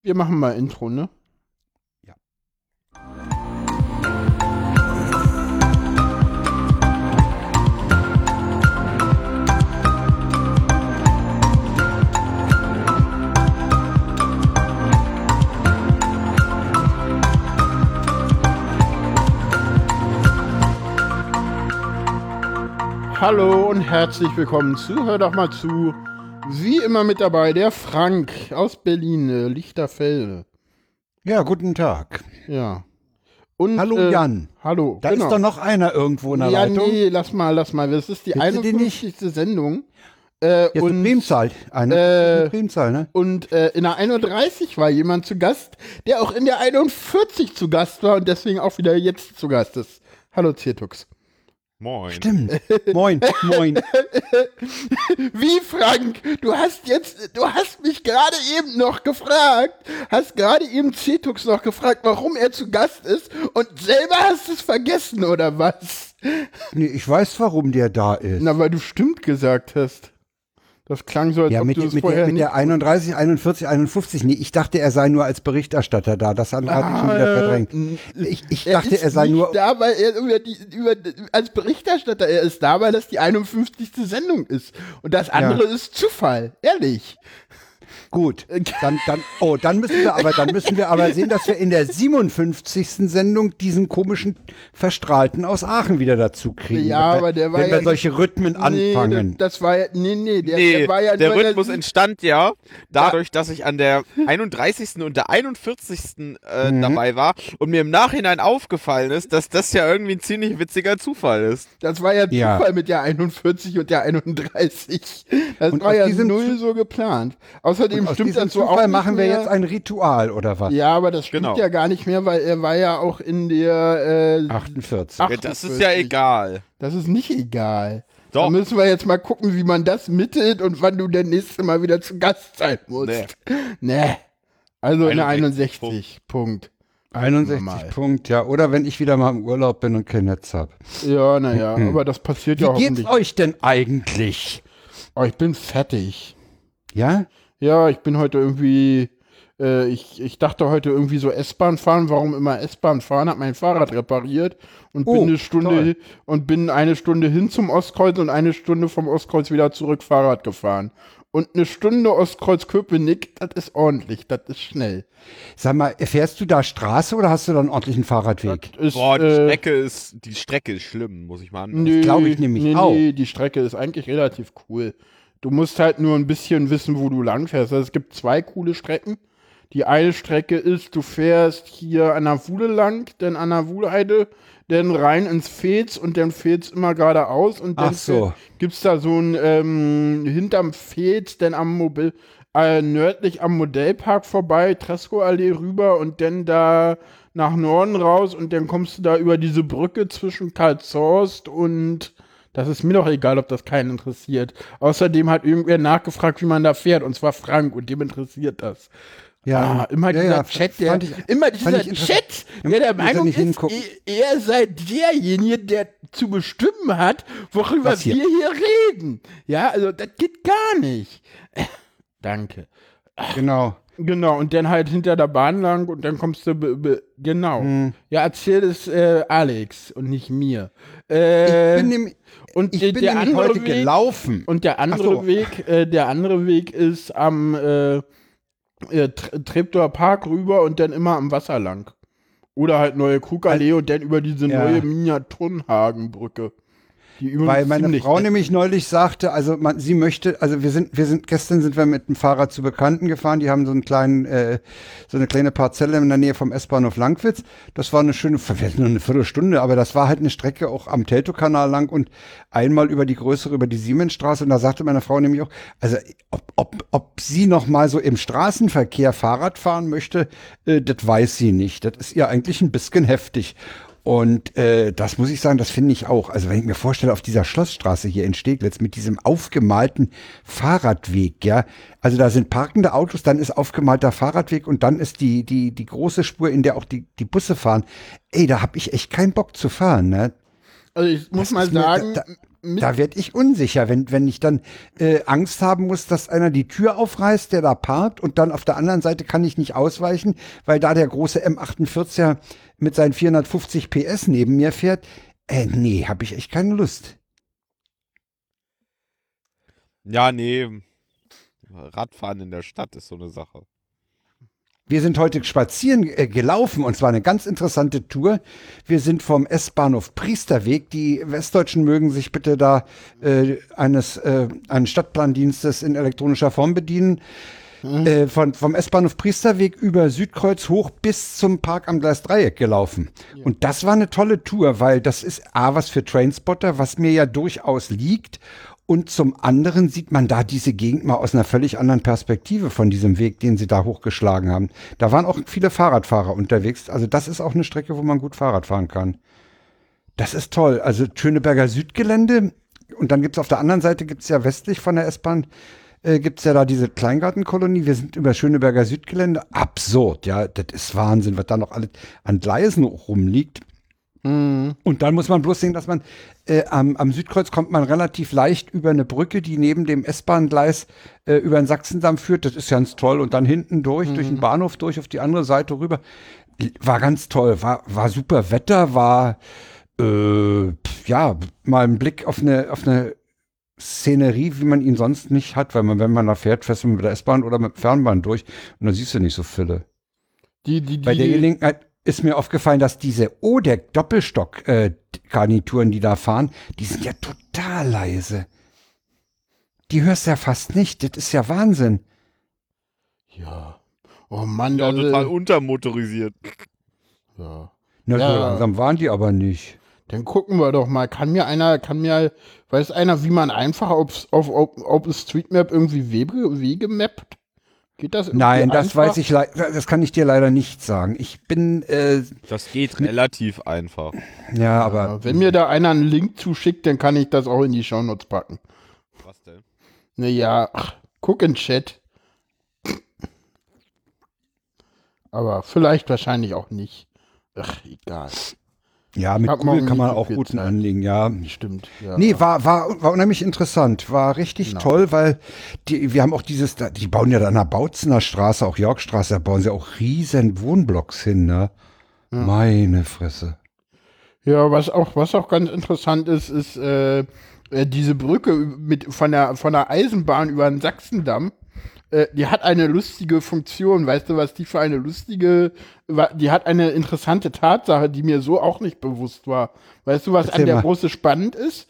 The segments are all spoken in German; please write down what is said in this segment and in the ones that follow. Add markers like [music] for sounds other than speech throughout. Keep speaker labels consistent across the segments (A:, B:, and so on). A: Wir machen mal Intro, ne?
B: Ja.
A: Hallo und herzlich willkommen zu Hör doch mal zu. Wie immer mit dabei der Frank aus Berlin, äh, Lichterfelde.
B: Ja, guten Tag.
A: Ja. Und, äh,
B: Hallo, Jan.
A: Hallo. genau.
B: Da ist doch noch einer irgendwo in der
A: Ja,
B: Leitung.
A: nee, lass mal, lass mal. Das ist die
B: Willst du die
A: 51. Sendung. Äh,
B: Jetzt eine
A: und
B: Primzahl. Eine
A: äh,
B: Primzahl, ne?
A: und äh, in der 31 war jemand zu Gast, der auch in der 41 zu Gast war und deswegen auch wieder jetzt zu Gast ist. Hallo Zirtux.
C: Moin.
B: Stimmt.
A: [laughs]
B: Moin, moin.
A: Wie Frank, du hast jetzt, du hast mich gerade eben noch gefragt, hast gerade eben Cetux noch gefragt, warum er zu Gast ist und selber hast es vergessen oder was?
B: Nee, ich weiß, warum der da ist.
A: Na, weil du stimmt gesagt hast. Das klang so, als
B: ja,
A: ob
B: mit,
A: du
B: mit,
A: es
B: mit,
A: vorher
B: der, mit
A: nicht.
B: der 31, 41, 51. Nee, ich dachte, er sei nur als Berichterstatter da. Das andere hatte ich schon wieder verdrängt. Ich, ich dachte,
A: Ah, äh, ist
B: er sei
A: nicht
B: nur.
A: da, weil er über die, über, als Berichterstatter, er ist da, weil das die 51. Sendung ist. Und das andere ist Zufall, ehrlich.
B: Gut. Dann, dann, oh, dann müssen wir aber, dann müssen wir aber sehen, dass wir in der 57. Sendung diesen komischen Verstrahlten aus Aachen wieder dazu kriegen.
A: Ja,
B: Wenn wir-
A: aber der war
B: Wenn
A: ja
B: wir solche Rhythmen anfangen.
A: Nee, das, das war ja, nee, nee, der,
C: Nee,
A: der war ja
C: der
A: nur
C: Rhythmus
A: der,
C: entstand ja dadurch, dass ich an der 31. und der 41. Äh,
A: Mhm.
C: dabei war und mir im Nachhinein aufgefallen ist, dass das ja irgendwie ein ziemlich witziger Zufall ist.
A: Das war ja
B: Ja.
A: Zufall mit der 41 und der 31. Das
B: Und
A: war
B: aus
A: ja
B: diesem
A: null
B: Zu-
A: so geplant. Außerdem
B: Aus
A: stimmt
B: diesem
A: das so auch
B: Zufall
A: nicht
B: machen wir
A: mehr.
B: jetzt ein Ritual oder was?
A: Ja, aber das stimmt
C: Genau.
A: ja gar nicht mehr, weil er war ja auch in der. Äh,
B: 48.
A: Ach,
C: Ja, das ist ja
A: 48.
C: egal.
A: Das ist nicht egal. Da
C: Doch.
A: müssen wir jetzt mal gucken, wie man das mittelt und wann du der nächste Mal wieder zu Gast sein musst. Nee. Also eine
C: 61.
A: 61. Punkt.
B: 61
A: Mal.
B: Punkt, ja. Oder wenn ich wieder mal im Urlaub bin und kein Netz habe.
A: Ja, naja, aber das passiert ja
B: Hm. Wie geht's
A: hoffentlich.
B: euch denn eigentlich?
A: Oh, ich bin fertig.
B: Ja?
A: Ja, ich bin heute irgendwie. Äh, ich, ich dachte heute irgendwie so S-Bahn fahren, warum immer S-Bahn fahren, hab mein Fahrrad repariert und
B: Oh,
A: bin eine Stunde
B: toll.
A: und bin eine Stunde hin zum Ostkreuz und eine Stunde vom Ostkreuz wieder zurück Fahrrad gefahren. Und eine Stunde Ostkreuz Köpenick, das ist ordentlich, das ist schnell.
B: Sag mal, fährst du da Straße oder hast du da einen ordentlichen Fahrradweg?
A: Ist,
C: Boah, die
A: äh,
C: Strecke ist, die Strecke ist schlimm, muss ich mal an.
A: nö,
B: glaub ich nämlich
A: nee,
B: auch.
A: Nee, die Strecke ist eigentlich relativ cool. Du musst halt nur ein bisschen wissen, wo du lang fährst. Also es gibt zwei coole Strecken. Die eine Strecke ist, du fährst hier an der Wuhle lang, dann an der Wuhlheide, dann rein ins Fez und dann Fez immer geradeaus und dann
B: Ach so.
A: gibt es da so ein ähm, hinterm Fez, dann am Mobil, äh, nördlich am Modellpark vorbei, Tresco-Allee rüber und dann da nach Norden raus und dann kommst du da über diese Brücke zwischen Karlshorst und das ist mir doch egal, ob das keinen interessiert. Außerdem hat irgendwer nachgefragt, wie man da fährt, und zwar Frank, und dem interessiert das. Ah, immer dieser Chat, der,
B: fand ich-
A: immer
B: fand
A: dieser
B: ich interessant.
A: Chat, der der
B: Muss er
A: Meinung
B: nicht
A: ist,
B: hingucken.
A: er, er sei derjenige, der zu bestimmen hat, worüber
B: Das hier.
A: wir hier reden. Ja, also das geht gar nicht. [laughs] Danke. Äh,
B: Genau.
A: Genau, und dann halt hinter der Bahn lang und dann kommst du, be- be- genau. Ja, erzähl es äh, Alex und nicht mir. Äh,
B: ich bin, nämlich-
A: und
B: ich
A: der-
B: bin
A: der
B: nämlich
A: andere
B: heute
A: Weg-
B: gelaufen.
A: und der andere
B: Ach so.
A: Weg, äh, der andere Weg ist am äh, äh, Tre- Treptower Park rüber und dann immer am Wasser lang. Oder halt neue Krugallee und dann über diese
B: Ja.
A: neue Miniaturnhagenbrücke. Die übrigens
B: Weil meine
A: ziemlich-
B: Frau nämlich neulich sagte, also man, sie möchte, also wir sind, wir sind, gestern sind wir mit dem Fahrrad zu Bekannten gefahren, die haben so einen kleinen, äh, so eine kleine Parzelle in der Nähe vom S-Bahnhof Langwitz. Das war eine schöne, vielleicht nur eine Viertelstunde, aber das war halt eine Strecke auch am Teltow-Kanal lang und einmal über die größere, über die Siemensstraße und da sagte meine Frau nämlich auch, also ob, ob, ob sie noch mal so im Straßenverkehr Fahrrad fahren möchte, äh, das weiß sie nicht. Das ist ihr eigentlich ein bisschen heftig. Und äh, das muss ich sagen, das finde ich auch. Also wenn ich mir vorstelle, auf dieser Schlossstraße hier in Steglitz mit diesem aufgemalten Fahrradweg, ja, also da sind parkende Autos, dann ist aufgemalter Fahrradweg und dann ist die die die große Spur, in der auch die die Busse fahren. Ey, da habe ich echt keinen Bock zu fahren, ne?
A: Also ich muss
B: Das
A: mal
B: ist mir-
A: sagen,
B: da-
A: mit-
B: da werde ich unsicher, wenn, wenn ich dann äh, Angst haben muss, dass einer die Tür aufreißt, der da parkt und dann auf der anderen Seite kann ich nicht ausweichen, weil da der große M48er mit seinen 450 PS neben mir fährt. Äh, nee, habe ich echt keine Lust.
C: Ja, nee. Radfahren in der Stadt ist so eine Sache.
B: Wir sind heute spazieren äh, gelaufen und zwar eine ganz interessante Tour. Wir sind vom S-Bahnhof Priesterweg. Die Westdeutschen mögen sich bitte da äh, eines äh, eines Stadtplandienstes in elektronischer Form bedienen. Äh, von, vom S-Bahnhof Priesterweg über Südkreuz hoch bis zum Park am Gleis Dreieck gelaufen. Und das war eine tolle Tour, weil das ist A, was für Trainspotter, was mir ja durchaus liegt. Und zum anderen sieht man da diese Gegend mal aus einer völlig anderen Perspektive von diesem Weg, den sie da hochgeschlagen haben. Da waren auch viele Fahrradfahrer unterwegs. Also das ist auch eine Strecke, wo man gut Fahrrad fahren kann. Das ist toll. Also Schöneberger Südgelände. Und dann gibt's auf der anderen Seite, gibt's ja westlich von der S-Bahn, äh, gibt's ja da diese Kleingartenkolonie. Wir sind über Schöneberger Südgelände. Absurd, ja. Das ist Wahnsinn, was da noch alles an Gleisen rumliegt. Und dann muss man bloß sehen, dass man äh, am, am Südkreuz kommt man relativ leicht über eine Brücke, die neben dem S-Bahn-Gleis äh, über den Sachsendamm führt. Das ist ganz toll. Und dann hinten durch, durch den Bahnhof, durch auf die andere Seite rüber. War ganz toll, war, war super Wetter, war äh, pf, ja, mal ein Blick auf eine, auf eine Szenerie, wie man ihn sonst nicht hat, weil man, wenn man da fährt, fährst du mit der S-Bahn oder mit der Fernbahn durch und da siehst du nicht so viele.
A: Die, die, die,
B: Bei der
A: die,
B: Gelegenheit ist mir aufgefallen, dass diese Odeck-Doppelstock-Garnituren, die da fahren, die sind ja total leise. Die hörst du ja fast nicht. Das ist ja Wahnsinn.
A: ja. Oh Mann,
C: Ja,
A: also-
C: total untermotorisiert.
A: ja.
B: Na,
A: Ja.
B: so langsam waren die aber nicht.
A: Dann gucken wir doch mal. Kann mir einer, kann mir, weiß einer, wie man einfach aufs, auf Op- OpenStreetMap irgendwie Wege, Wege mappt? Geht das? irgendwie
B: Nein, das
A: einfach?
B: weiß ich lei- das kann ich dir leider nicht sagen. Ich bin äh,
C: Das geht relativ einfach.
B: ja, aber
A: Ja, Wenn mir da einer einen Link zuschickt, dann kann ich das auch in die Shownotes packen.
C: Was denn?
A: Naja, ach, guck in Chat. Aber vielleicht wahrscheinlich auch nicht. Ach, egal.
B: ja, mit
A: Hab
B: Google
A: morgen
B: kann man
A: nicht so
B: auch
A: viel
B: guten
A: Zeit.
B: anlegen, ja.
A: Stimmt. Ja.
B: Nee, war, war, war unheimlich interessant. War richtig toll, weil die, wir haben auch dieses, da- die bauen ja da an der Bautzener Straße, auch Yorkstraße, da bauen sie auch riesen Wohnblocks hin, ne? Meine Fresse.
A: Ja, was auch, was auch ganz interessant ist, ist äh, äh, diese Brücke mit, von, der, von der Eisenbahn über den Sachsendamm. Äh, die hat eine lustige Funktion. Weißt du, was die für eine lustige, wa- die hat eine interessante Tatsache, die mir so auch nicht bewusst war. Weißt du, was
B: Erzähl
A: an der
B: mal.
A: Brücke spannend ist?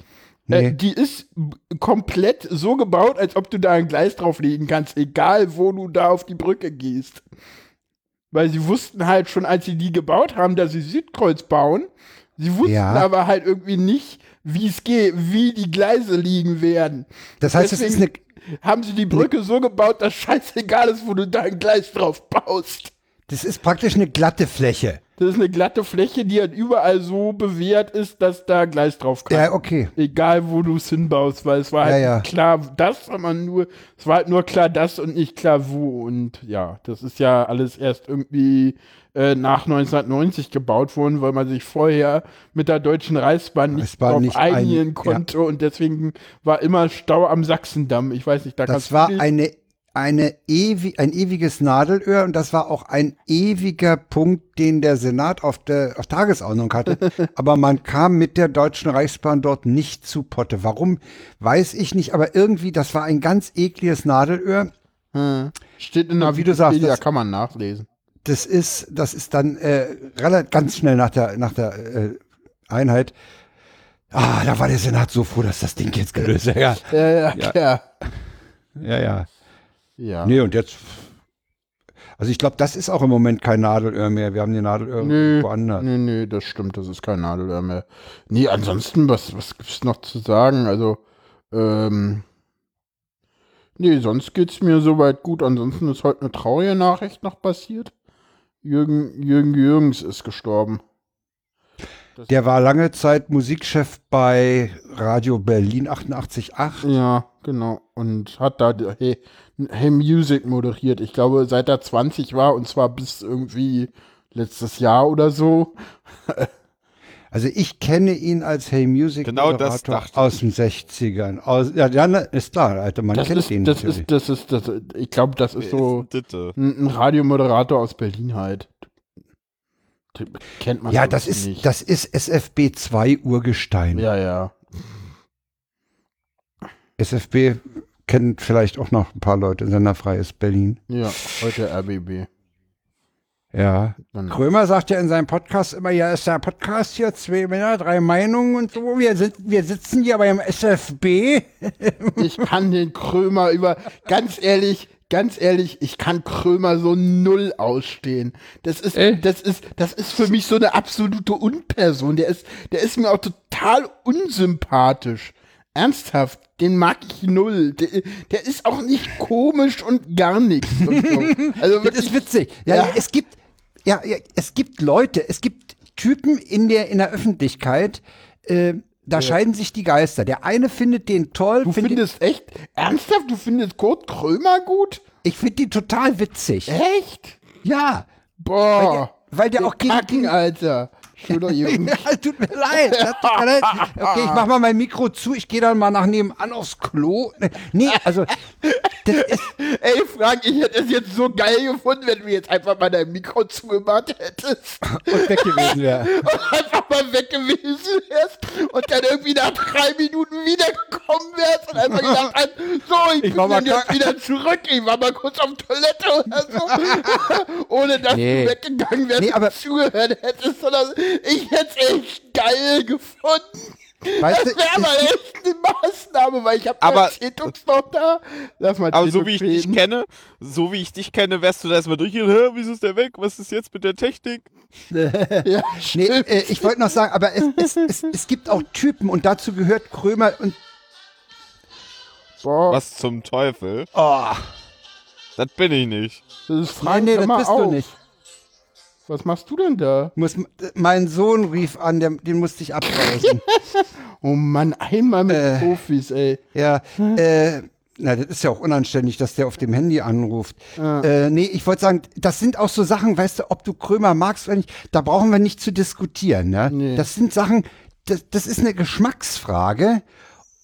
B: Nee.
A: Äh, die ist b- komplett so gebaut, als ob du da ein Gleis drauflegen kannst, egal wo du da auf die Brücke gehst. Weil sie wussten halt schon, als sie die gebaut haben, dass sie Südkreuz bauen. Sie wussten
B: Ja.
A: aber halt irgendwie nicht, wie es geht, wie die Gleise liegen werden.
B: Das heißt, es ist eine,
A: haben sie die Brücke so gebaut, dass scheißegal ist, wo du da ein Gleis drauf baust.
B: das ist praktisch eine glatte Fläche.
A: Das ist eine glatte Fläche, die halt überall so bewährt ist, dass da ein Gleis drauf kann.
B: Ja, okay.
A: Egal, wo du es hinbaust, weil es war halt
B: Ja, ja.
A: klar, das war man nur, es war halt nur klar das und nicht klar wo. Und ja, das ist ja alles erst irgendwie äh, nach 1990 gebaut worden, weil man sich vorher mit der Deutschen Reichsbahn nicht
B: Reichsbahn
A: drauf
B: nicht ein-
A: einigen
B: ja.
A: konnte. Und deswegen war immer Stau am Sachsendamm. Ich weiß nicht, da kannst
B: Das war
A: du nicht-
B: eine, eine ewi ein ewiges Nadelöhr und das war auch ein ewiger Punkt, den der Senat auf der auf
A: [laughs]
B: Tagesordnung hatte. aber man kam mit der Deutschen Reichsbahn dort nicht zu Potte. Warum, weiß ich nicht, aber irgendwie, das war ein ganz ekliges Nadelöhr.
A: steht in der
B: wie du sagst,
A: Wikipedia,
B: das-
A: kann man nachlesen.
B: Das ist, das ist dann äh, relativ ganz schnell nach der, nach der äh, Einheit. Ah, da war der Senat so froh, dass das Ding jetzt gelöst ist. Ja,
A: Ja, ja,
B: Ja.
A: klar.
B: ja. ja.
A: Ja.
B: Nee, und jetzt. Also ich glaube, das ist auch im Moment kein Nadelöhr mehr. Wir haben die Nadelöhre
A: Nö,
B: woanders.
A: nö, nö, das stimmt, das ist kein Nadelöhr mehr. Nee, ansonsten, was, was gibt's noch zu sagen? Also, ähm, nee, sonst geht's mir soweit gut. Ansonsten ist heute eine traurige Nachricht noch passiert. Jürgen, Jürgen Jürgens ist gestorben.
B: Der war lange Zeit Musikchef bei Radio Berlin 88.8.
A: Ja, genau. Und hat da die- hey, hey Music moderiert. Ich glaube, seit er 20 war und zwar bis irgendwie letztes Jahr oder so.
B: Also ich kenne ihn als Hey Music
C: Genau das
B: Moderator
C: dachte ich.
B: aus den 60ern. Aus, ja, dann ist klar, Alter, man
A: Das
B: kennt
A: ist,
B: ihn
A: das
B: natürlich.
A: ist, das ist, das ich glaube, das ist so
C: Ditte.
A: ein, ein Radiomoderator aus Berlin halt. Den Kennt man
B: ja,
A: sonst
B: das ist,
A: nicht.
B: das ist SFB 2 Urgestein.
A: Ja, ja.
B: SFB kennt vielleicht auch noch ein paar Leute, Senderfreies Berlin.
A: Ja, heute RBB.
B: Ja.
A: Dann-
B: Krömer sagt ja in seinem Podcast immer, ja, ist der Podcast hier zwei Männer, drei Meinungen und so. Wir, sind, wir sitzen hier beim SFB.
A: Ich kann den Krömer über, ganz ehrlich, ganz ehrlich, ich kann Krömer so null ausstehen. Das ist,
D: Ey.
A: das ist, das ist für mich so eine absolute Unperson. Der ist, der ist mir auch total unsympathisch. Ernsthaft, den mag ich null. Der, der ist auch nicht komisch und gar nichts. und
B: [laughs]
A: so. Also
B: Das
A: wirklich,
B: ist witzig. Ja,
A: Ja.
B: es gibt, ja, ja, es gibt Leute, es gibt Typen in der, in der Öffentlichkeit, äh, da scheiden sich die Geister. Der eine findet den toll,
A: du
B: findet,
A: findest echt, ernsthaft, du findest Kurt Krömer gut?
B: ich finde den total witzig.
A: Echt?
B: Ja, Oh.
A: Boah.
B: weil der auch gegen,
A: Kacken, Alter. [laughs] Schöner Junge.
B: Ja, tut mir leid. Das tut mir leid. Okay, ich mach mal mein Mikro zu. Ich gehe dann mal nach nebenan aufs Klo. Nee, also, das ist,
A: Ey, Frank, ich hätte es jetzt so geil gefunden, wenn du jetzt einfach mal dein Mikro zugemacht hättest
B: und weg gewesen wäre.
A: und [laughs] einfach mal weg gewesen wärst und dann irgendwie nach drei Minuten wiedergekommen wärst und einfach gesagt hast, so, ich,
B: Ich war
A: bin
B: mal
A: dann jetzt
B: kack-
A: wieder zurück, ich war mal kurz auf Toilette oder
B: [laughs]
A: so, ohne dass
B: Nee.
A: du weggegangen wärst
B: Nee, aber-
A: und zugehört hättest, sondern ich hätte es echt geil
B: [laughs]
A: gefunden.
B: Weißt
A: das
B: du,
A: wäre
B: es
A: aber echt eine Maßnahme, weil ich habe
C: Aber-
A: Tetux noch da. Lass mal
C: Aber so wie ich
A: Tetux
C: dich
A: reden.
C: kenne, so wie ich dich kenne, wärst du da erstmal durchgehen, hä, wieso ist der weg? Was ist jetzt mit der Technik?
A: Ja,
B: [laughs] Nee, äh, ich wollte noch sagen, aber es, es, es, es gibt auch Typen und dazu gehört Krömer und.
A: Boah.
C: Was zum Teufel?
B: Oh,
C: Das bin ich nicht.
A: Das ist
B: nee,
A: Frank,
B: nee,
A: hör
B: das
A: mal
B: bist
A: auf.
B: du nicht.
A: Was machst du denn da?
B: Muss, mein Sohn rief an, der, den musste ich abweisen.
A: Oh Mann, einmal mit
B: Äh.
A: Profis, ey.
B: Ja, äh, na, das ist ja auch unanständig, dass der auf dem Handy anruft. Äh, nee, ich wollte sagen, das sind auch so Sachen, weißt du, ob du Krömer magst oder nicht, da brauchen wir nicht zu diskutieren. Ne?
A: Nee.
B: Das sind Sachen, das, das ist eine Geschmacksfrage.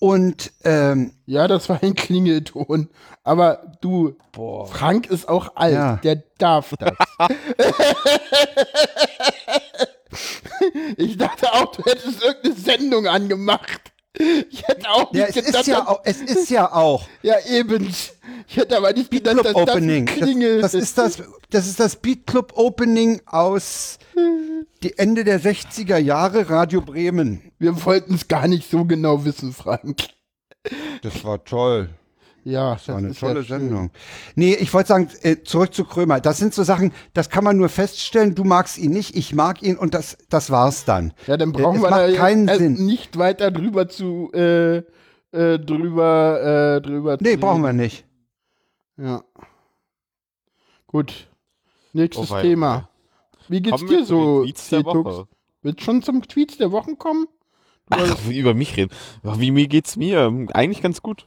B: Und ähm,
A: Ja, das war ein Klingelton. Aber du, Frank ist auch alt.
B: Ja.
A: Der darf das. [laughs] ich dachte auch, du hättest irgendeine Sendung angemacht. Ich hätte auch
B: ja,
A: nicht
B: es,
A: gedacht,
B: ist ja
A: dass,
B: auch, es ist ja auch
A: ja eben. Ich hätte aber nicht gedacht,
B: Club
A: dass das
B: Opening.
A: ein Klingel
B: Das, das ist das, das ist das Beat Club Opening aus die Ende der 60er Jahre, Radio Bremen.
A: Wir wollten es gar nicht so genau wissen, Frank.
B: Das war toll.
A: Ja, das,
B: Das war eine
A: ist ja
B: tolle
A: schön.
B: Sendung. Nee, ich wollte sagen, äh, zurück zu Krömer. Das sind so Sachen, das kann man nur feststellen, du magst ihn nicht, ich mag ihn und das, das war's dann.
A: Ja, dann brauchen
B: Äh, es
A: wir
B: macht
A: da jetzt
B: keinen
A: erst
B: Sinn.
A: nicht weiter drüber zu, äh, äh, drüber, äh, drüber
B: Nee, brauchen wir nicht.
A: Ja. Gut. Nächstes
C: Oh wei, oh
A: Thema. Wie geht's dir so,
C: Tweets der Woche?
A: Willst schon zum Tweets der Wochen kommen? Du
C: Ach, wie über mich reden. Ach, Wie mir geht's mir? Eigentlich ganz gut.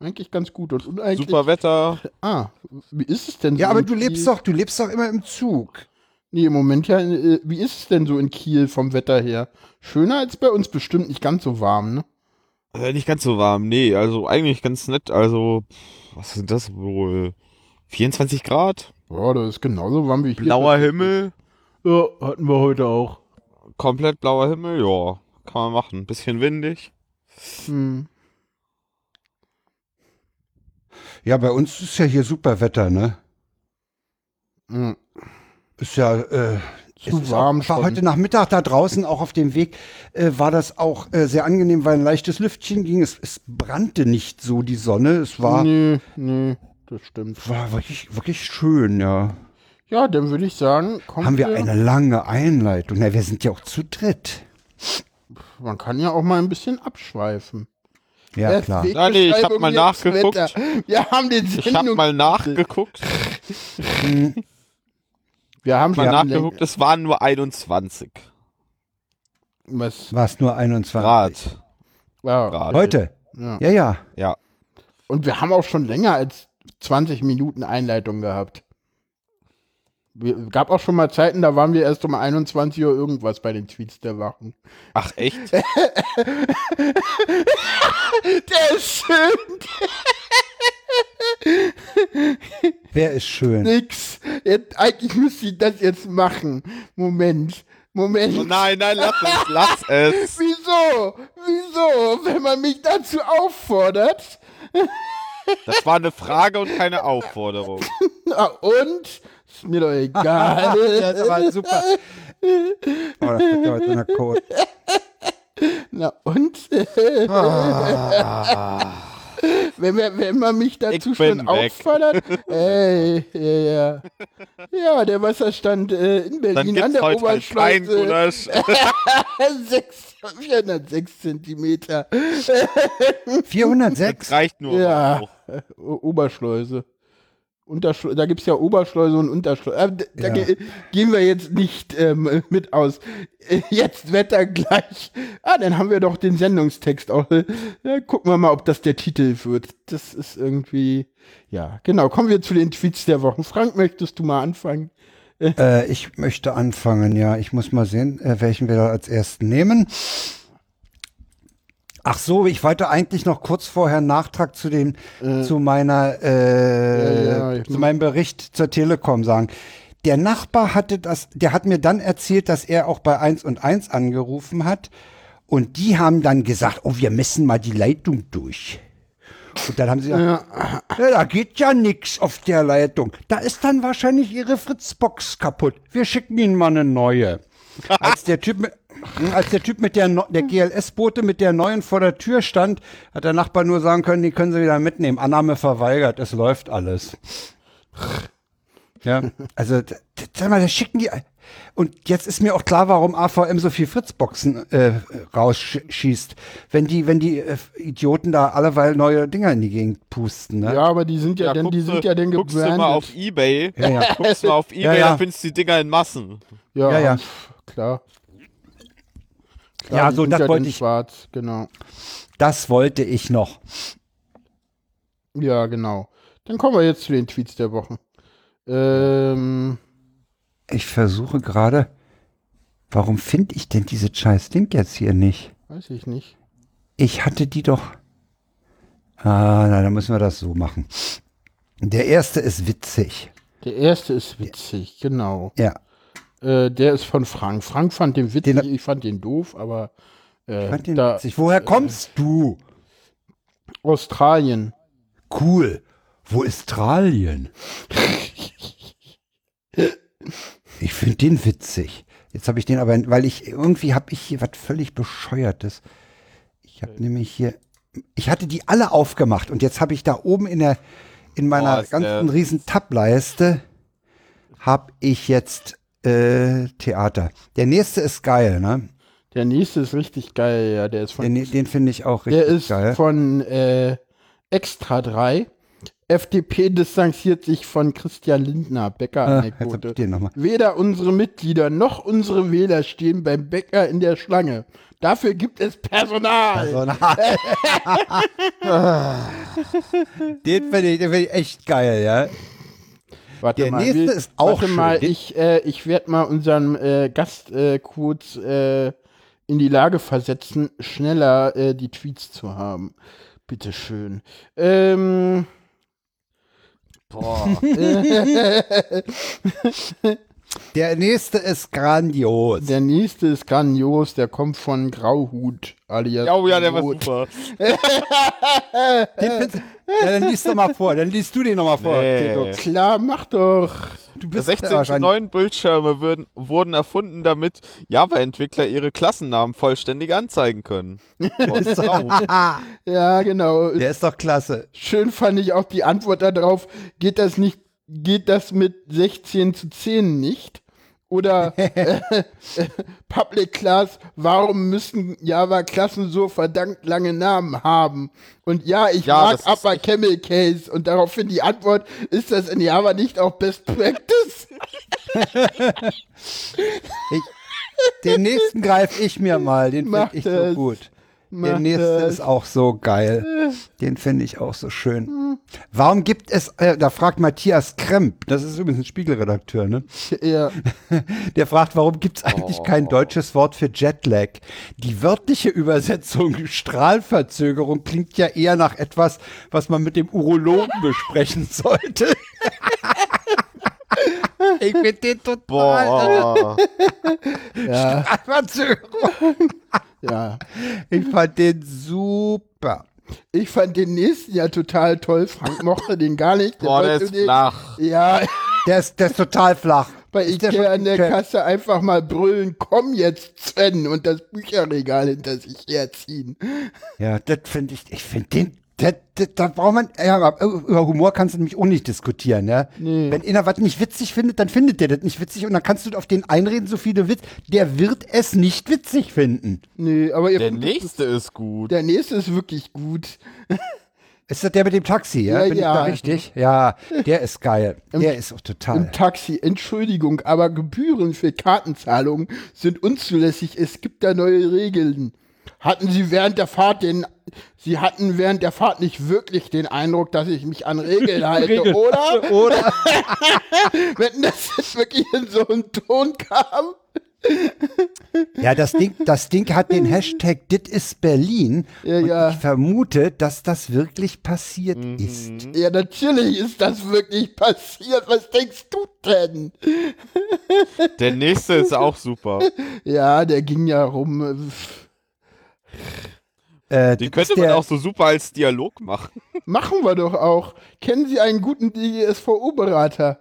A: Eigentlich ganz gut und uneigentlich.
C: Super Wetter.
A: Ah, wie ist es denn so?
B: Ja, aber
A: in
B: du lebst
A: Kiel?
B: doch, du lebst doch immer im Zug.
A: Nee, im Moment ja. äh, Wie ist es denn so in Kiel vom Wetter her? Schöner als bei uns, bestimmt nicht ganz so warm, ne?
C: Äh, nicht ganz so warm. Nee, also eigentlich ganz nett. Also, pff, was sind das wohl? 24 Grad?
A: Boah, das ist genauso warm wie hier.
C: Blauer Himmel.
D: Ja, hatten wir heute auch.
C: Komplett blauer Himmel, ja. Kann man machen. Bisschen windig.
A: Hm.
B: Ja, bei uns ist ja hier super Wetter, ne?
A: Ja.
B: Ist ja, äh,
A: Hm. Zu
B: es ist
A: warm
B: auch, war
A: schon.
B: heute Nachmittag da draußen, auch auf dem Weg, äh, war das auch äh, sehr angenehm, weil ein leichtes Lüftchen ging. Es, es brannte nicht so die Sonne. Es war,
A: Nee, nee, das stimmt.
B: war wirklich, wirklich schön, ja.
A: Ja, dann würde ich sagen, kommt
B: Haben wir
A: ihr-
B: eine lange Einleitung. Na, wir sind ja auch zu dritt.
A: Man kann ja auch mal ein bisschen abschweifen.
B: Ja, klar.
A: Deswegen
C: Ah, nee, ich hab
A: Beschreibung
C: mal
A: jetzt
C: nachgeguckt.
A: Wetter. Wir haben den
C: Ich hab
A: Sendung,
C: mal nachgeguckt.
A: wir haben
C: Mal
A: schon
C: nachgeguckt. Es waren nur 21
A: Was,
B: War es nur 21?
C: Grad.
A: ja,
C: Grad.
B: Heute?
A: Ja.
B: Ja, ja.
C: Ja.
A: Und wir haben auch schon länger als 20 Minuten Einleitung gehabt. Wir- Gab auch schon mal Zeiten, da waren wir erst um 21 Uhr irgendwas bei den Tweets der Wachen.
C: Ach, echt?
A: Der ist schön,
B: Wer ist schön?
A: nix. Jetzt, eigentlich müsste ich das jetzt machen. Moment, Moment.
C: Oh nein, nein, lass es, lass es.
A: Wieso? Wieso? Wenn man mich dazu auffordert.
C: Das war eine Frage und keine Aufforderung.
A: Na und? Ist mir doch egal.
C: [laughs]
B: Ja, das war super. Oh, das ist aber so eine Code.
A: Na und? wenn, man, wenn man mich dazu
C: Ah. Ich
A: schon
C: bin weg.
A: auffordert. Ey, ja, ja. Ja, der Wasserstand äh, in
C: Dann
A: Berlin an
C: gibt's
A: der
C: heute
A: [laughs]
C: ein
A: Oberschleuse.
C: Schweingulasch.
A: 6, 406 Zentimeter.
B: 406?
C: Reicht nur.
A: Ja.
C: Auch.
A: O- Oberschleuse. Unterschle da gibt es ja Oberschleuse und Unterschleuse. Ah, d- Da
B: Ja.
A: ge gehen wir jetzt nicht ähm, mit aus. Äh, Jetzt Wetter gleich. Ah, dann haben wir doch den Sendungstext auch. Äh, gucken wir mal, ob das der Titel wird. Das ist irgendwie. Ja, genau. Kommen wir zu den Tweets der Woche. Frank, möchtest du mal anfangen?
B: Äh, ich möchte anfangen, ja. Ich muss mal sehen, äh, welchen wir da als ersten nehmen. Ach so, ich wollte eigentlich noch kurz vorher einen Nachtrag zu dem, zu meiner, äh,
A: Ja, ja, ich-
B: zu meinem Bericht zur Telekom sagen. Der Nachbar hatte das, der hat mir dann erzählt, dass er auch bei 1 und 1 angerufen hat. Und die haben dann gesagt, oh, wir messen mal die Leitung durch. Und dann haben sie gesagt, ja, da geht ja nix auf der Leitung. Da ist dann wahrscheinlich ihre Fritzbox kaputt. Wir schicken ihnen mal eine neue. Als der Typ mit, als der, typ mit der, no- der GLS-Bote mit der neuen vor der Tür stand, hat der Nachbar nur sagen können, die können sie wieder mitnehmen. Annahme verweigert, es läuft alles. Ja, also, d- d- sag mal, da schicken die. Und jetzt ist mir auch klar, warum AVM so viel Fritzboxen äh, rausschießt. Wenn die, wenn die äh, Idioten da alleweil neue Dinger in die Gegend pusten. Ne?
A: Ja, aber die sind ja,
C: Ja,
A: dann, die
C: guckst
A: sind
C: du-
A: ja dann
C: Guckst du mal auf
A: gebrandet.
C: Ebay.
B: Ja, ja.
C: [laughs] Guckst mal auf Ebay,
B: Ja, ja.
C: da findest du die Dinger in Massen.
A: Ja,
B: Ja, ja.
A: pf, Klar.
B: Ja,
A: die
B: so,
A: sind
B: das
A: dann
B: wollte ich-
A: Schwarz, genau.
B: Das wollte ich noch.
A: Ja, genau. Dann kommen wir jetzt zu den Tweets der Woche. Ähm,
B: Ich versuche gerade, warum finde ich denn dieses scheiß Ding jetzt hier nicht?
A: weiß ich nicht.
B: Ich hatte die doch. Ah, na, dann müssen wir das so machen. Der erste ist witzig.
A: Der erste ist witzig, genau.
B: Ja.
A: Äh, der ist von Frank. Frank fand den witzig,
B: Den-
A: ich fand den doof, aber äh,
B: Ich fand den
A: da,
B: witzig. Woher kommst du?
A: Australien.
B: Cool. Wo ist Australien? Ich finde den witzig. Jetzt habe ich den aber, weil ich irgendwie habe ich hier was völlig bescheuertes. Ich habe nämlich hier, ich hatte die alle aufgemacht und jetzt habe ich da oben in der in meiner
C: Oh, ist der-
B: ganzen riesen Tab-Leiste habe ich jetzt äh, Theater. Der nächste ist geil, ne?
A: Der nächste ist richtig geil, ja. Der ist von,
B: Den, den finde ich auch richtig
A: der ist
B: geil.
A: von äh, Extra 3. FDP distanziert sich von Christian Lindner,
B: Ah, jetzt hab
A: Bäcker-Anekdote.
B: ich den nochmal.
A: Weder unsere Mitglieder noch unsere Wähler stehen beim Bäcker in der Schlange. Dafür gibt es Personal.
B: So ein Haar. [laughs] den finde ich, den find ich echt geil, ja.
A: Warte
B: Der nächste
A: wir-
B: ist auch
A: warte mal,
B: schön.
A: ich, äh, ich werde mal unseren äh, Gast äh, kurz äh, in die Lage versetzen, schneller äh, die Tweets zu haben. Bitte schön. Ähm,
C: Boah.
B: Der nächste ist grandios.
A: der nächste ist grandios, der kommt von Grauhut alias.
C: Ja, oh ja, der war
A: Rot.
C: [laughs] super.
B: Den findest- ja, dann liest du mal vor, dann liest du den nochmal vor.
C: Nee.
B: Tito.
A: Äh, Klar, mach doch.
B: Du bist wahrscheinlich-
C: 16 neuen Bildschirme würden, wurden erfunden, damit Java-Entwickler ihre Klassennamen vollständig anzeigen können.
B: [laughs]
C: Boah, Traum.
A: Ja, genau.
B: Der ist doch klasse.
A: Schön fand ich auch die Antwort darauf, geht das nicht, geht das mit 16 zu 10 nicht?
C: [laughs]
A: Oder äh, äh, Public Class, warum müssen Java-Klassen so verdammt lange Namen haben? Und ja, ich
C: Ja,
A: mag
C: das ist
A: Upper Camel Case und daraufhin die Antwort, ist das in Java nicht auch Best
C: [laughs]
A: Practice?
B: Ich, den nächsten greife ich mir mal, den
A: Mach
B: finde ich so
A: das.
B: gut. Der
A: Mach
B: nächste
A: das.
B: ist auch so geil. Den finde ich auch so schön. Warum gibt es, äh, da fragt Matthias Kremp, das ist übrigens ein Spiegelredakteur, ne?
A: Ja.
B: Der fragt, warum gibt es
A: Oh.
B: eigentlich kein deutsches Wort für Jetlag? Die wörtliche Übersetzung [laughs] Strahlverzögerung klingt ja eher nach etwas, was man mit
A: [laughs]
B: dem Urologen besprechen sollte. ich bin den total.
C: Boah.
A: Ja.
B: Strahlverzögerung.
A: [laughs] ja.
B: Ich fand den super.
A: Ich fand den nächsten ja total toll. Frank mochte den gar nicht. [laughs]
C: Boah, der
A: wollte
C: ist
A: den-
C: flach.
A: Ja,
B: Der ist, der ist total flach.
A: bei
B: Ist der schon
A: Ikea an der
B: Ikea?
A: Kasse einfach mal brüllen, komm jetzt, Sven, und das Bücherregal hinter sich herziehen.
B: Ja, das finde ich, ich finde den, das, das, da braucht man, ja, aber äh, über Humor kannst du nämlich auch nicht diskutieren, ne? Wenn einer was nicht witzig findet, dann findet der das nicht witzig und dann kannst du auf den einreden, so viel du willst, der wird es nicht witzig finden.
A: Nee, aber ihr
C: Der nächste ist gut.
A: der nächste ist wirklich gut.
B: Ist das der mit dem Taxi, ja?
A: Ja,
B: Bin
A: ja.
B: ich da richtig? Ja, der ist geil. Der ist auch total.
A: Im Taxi, Entschuldigung, aber Gebühren für Kartenzahlungen sind unzulässig. Es gibt da neue Regeln. Hatten Sie während der Fahrt den, Sie hatten während der Fahrt nicht wirklich den Eindruck, dass ich mich an
B: [laughs]
A: Regeln halte, oder?
B: Oder?
A: [laughs] Wenn das jetzt wirklich in so einen Ton kam.
B: Ja, das Ding, das Ding
A: [laughs]
B: hat den Hashtag Dit ist Berlin.
A: Ja,
B: und
A: ja. Mhm.
B: ich vermute, dass das wirklich passiert ist.
A: Ja, natürlich ist das wirklich passiert. Was denkst du denn?
C: Der nächste ist auch [laughs] super.
A: Ja, der ging ja rum.
B: Äh,
C: Den
B: das ist
C: könnte man
B: der-
C: auch so super als Dialog machen.
A: Machen wir doch auch. Kennen Sie einen guten DSVO-Berater?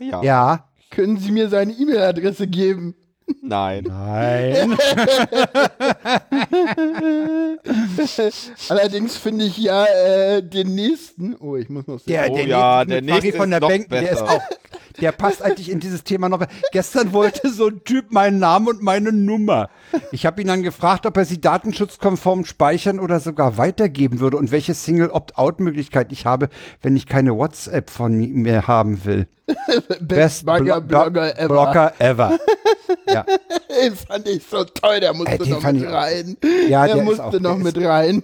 B: Ja.
A: Können Sie mir seine E-Mail-Adresse geben? [laughs]
C: Nein.
B: Nein.
A: Allerdings finde ich ja äh, den nächsten. Oh, ich muss noch sehen.
B: Der,
C: Oh
B: der
C: ja,
B: nächste
C: der
B: mit Marie
C: nächste
B: von
C: ist
B: der
C: noch
B: Benken, der ist
C: besser.
B: auch. Der passt eigentlich in dieses Thema noch. Gestern wollte so ein Typ meinen Namen und meine Nummer. Ich habe ihn dann gefragt, ob er sie datenschutzkonform speichern oder sogar weitergeben würde und welche Single-Opt-out-Möglichkeit ich habe, wenn ich keine WhatsApp von ihm mehr haben
C: [laughs]
B: will.
A: Best Bagger Blogger ever.
B: Blocker ever. ja.
A: Den fand ich so toll, der musste
B: Äh, den
A: noch
B: fand
A: mit
B: ich auch-
A: rein.
B: Ja,
A: der,
B: der ist
A: musste
B: auch-
A: noch
B: der
A: mit
B: ist-
A: rein.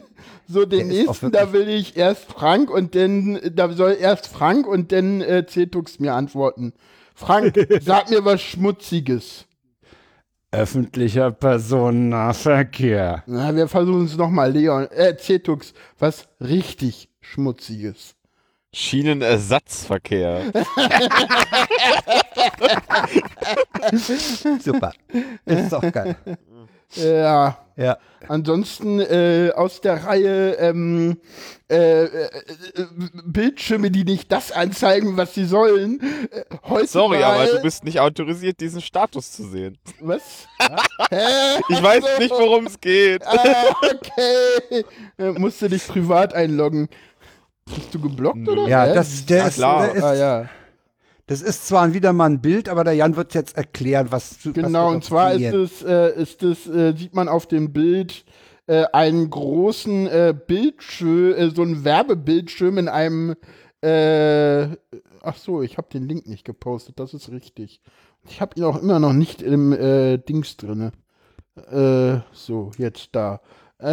A: So, den
B: der ist auch
A: nächsten, da
B: wirklich-
A: will ich erst Frank und dann, da soll erst Frank und dann äh, Cetux mir antworten.
B: [laughs]
A: Frank, sag mir was Schmutziges.
B: Öffentlicher Personennahverkehr.
A: Na, wir versuchen es nochmal, Leon. Äh, Cetux, was richtig Schmutziges.
C: Schienenersatzverkehr.
B: Super. Ist doch geil.
A: Ja.
B: Ja.
A: Ansonsten äh, aus der Reihe ähm, äh, äh, äh, Bildschirme, die nicht das anzeigen, was sie sollen. Äh, heute
C: Sorry,
A: mal-
C: aber du bist nicht autorisiert, diesen Status zu sehen. [laughs]
A: Was? Hä?
C: Ich weiß
A: Also,
C: nicht, worum es geht.
A: Ah, okay. Äh, musst du dich privat einloggen. Bist du geblockt oder?
B: Ja,
A: Hä?
B: das, der
C: Ja,
B: ist,
C: klar.
B: der ist,
A: ah, ja.
B: Das ist zwar wieder mal ein Bild, aber der Jan wird jetzt erklären, was zu was
A: Genau,
B: wir
A: und zwar ist
B: definieren.
A: es, äh, ist es äh, sieht man auf dem Bild äh, einen großen äh, Bildschirm, äh, so einen Werbebildschirm in einem. Äh, ach so, ich habe den Link nicht gepostet, das ist richtig. Ich habe ihn auch immer noch nicht im äh, Dings drinne. Äh, so, jetzt da.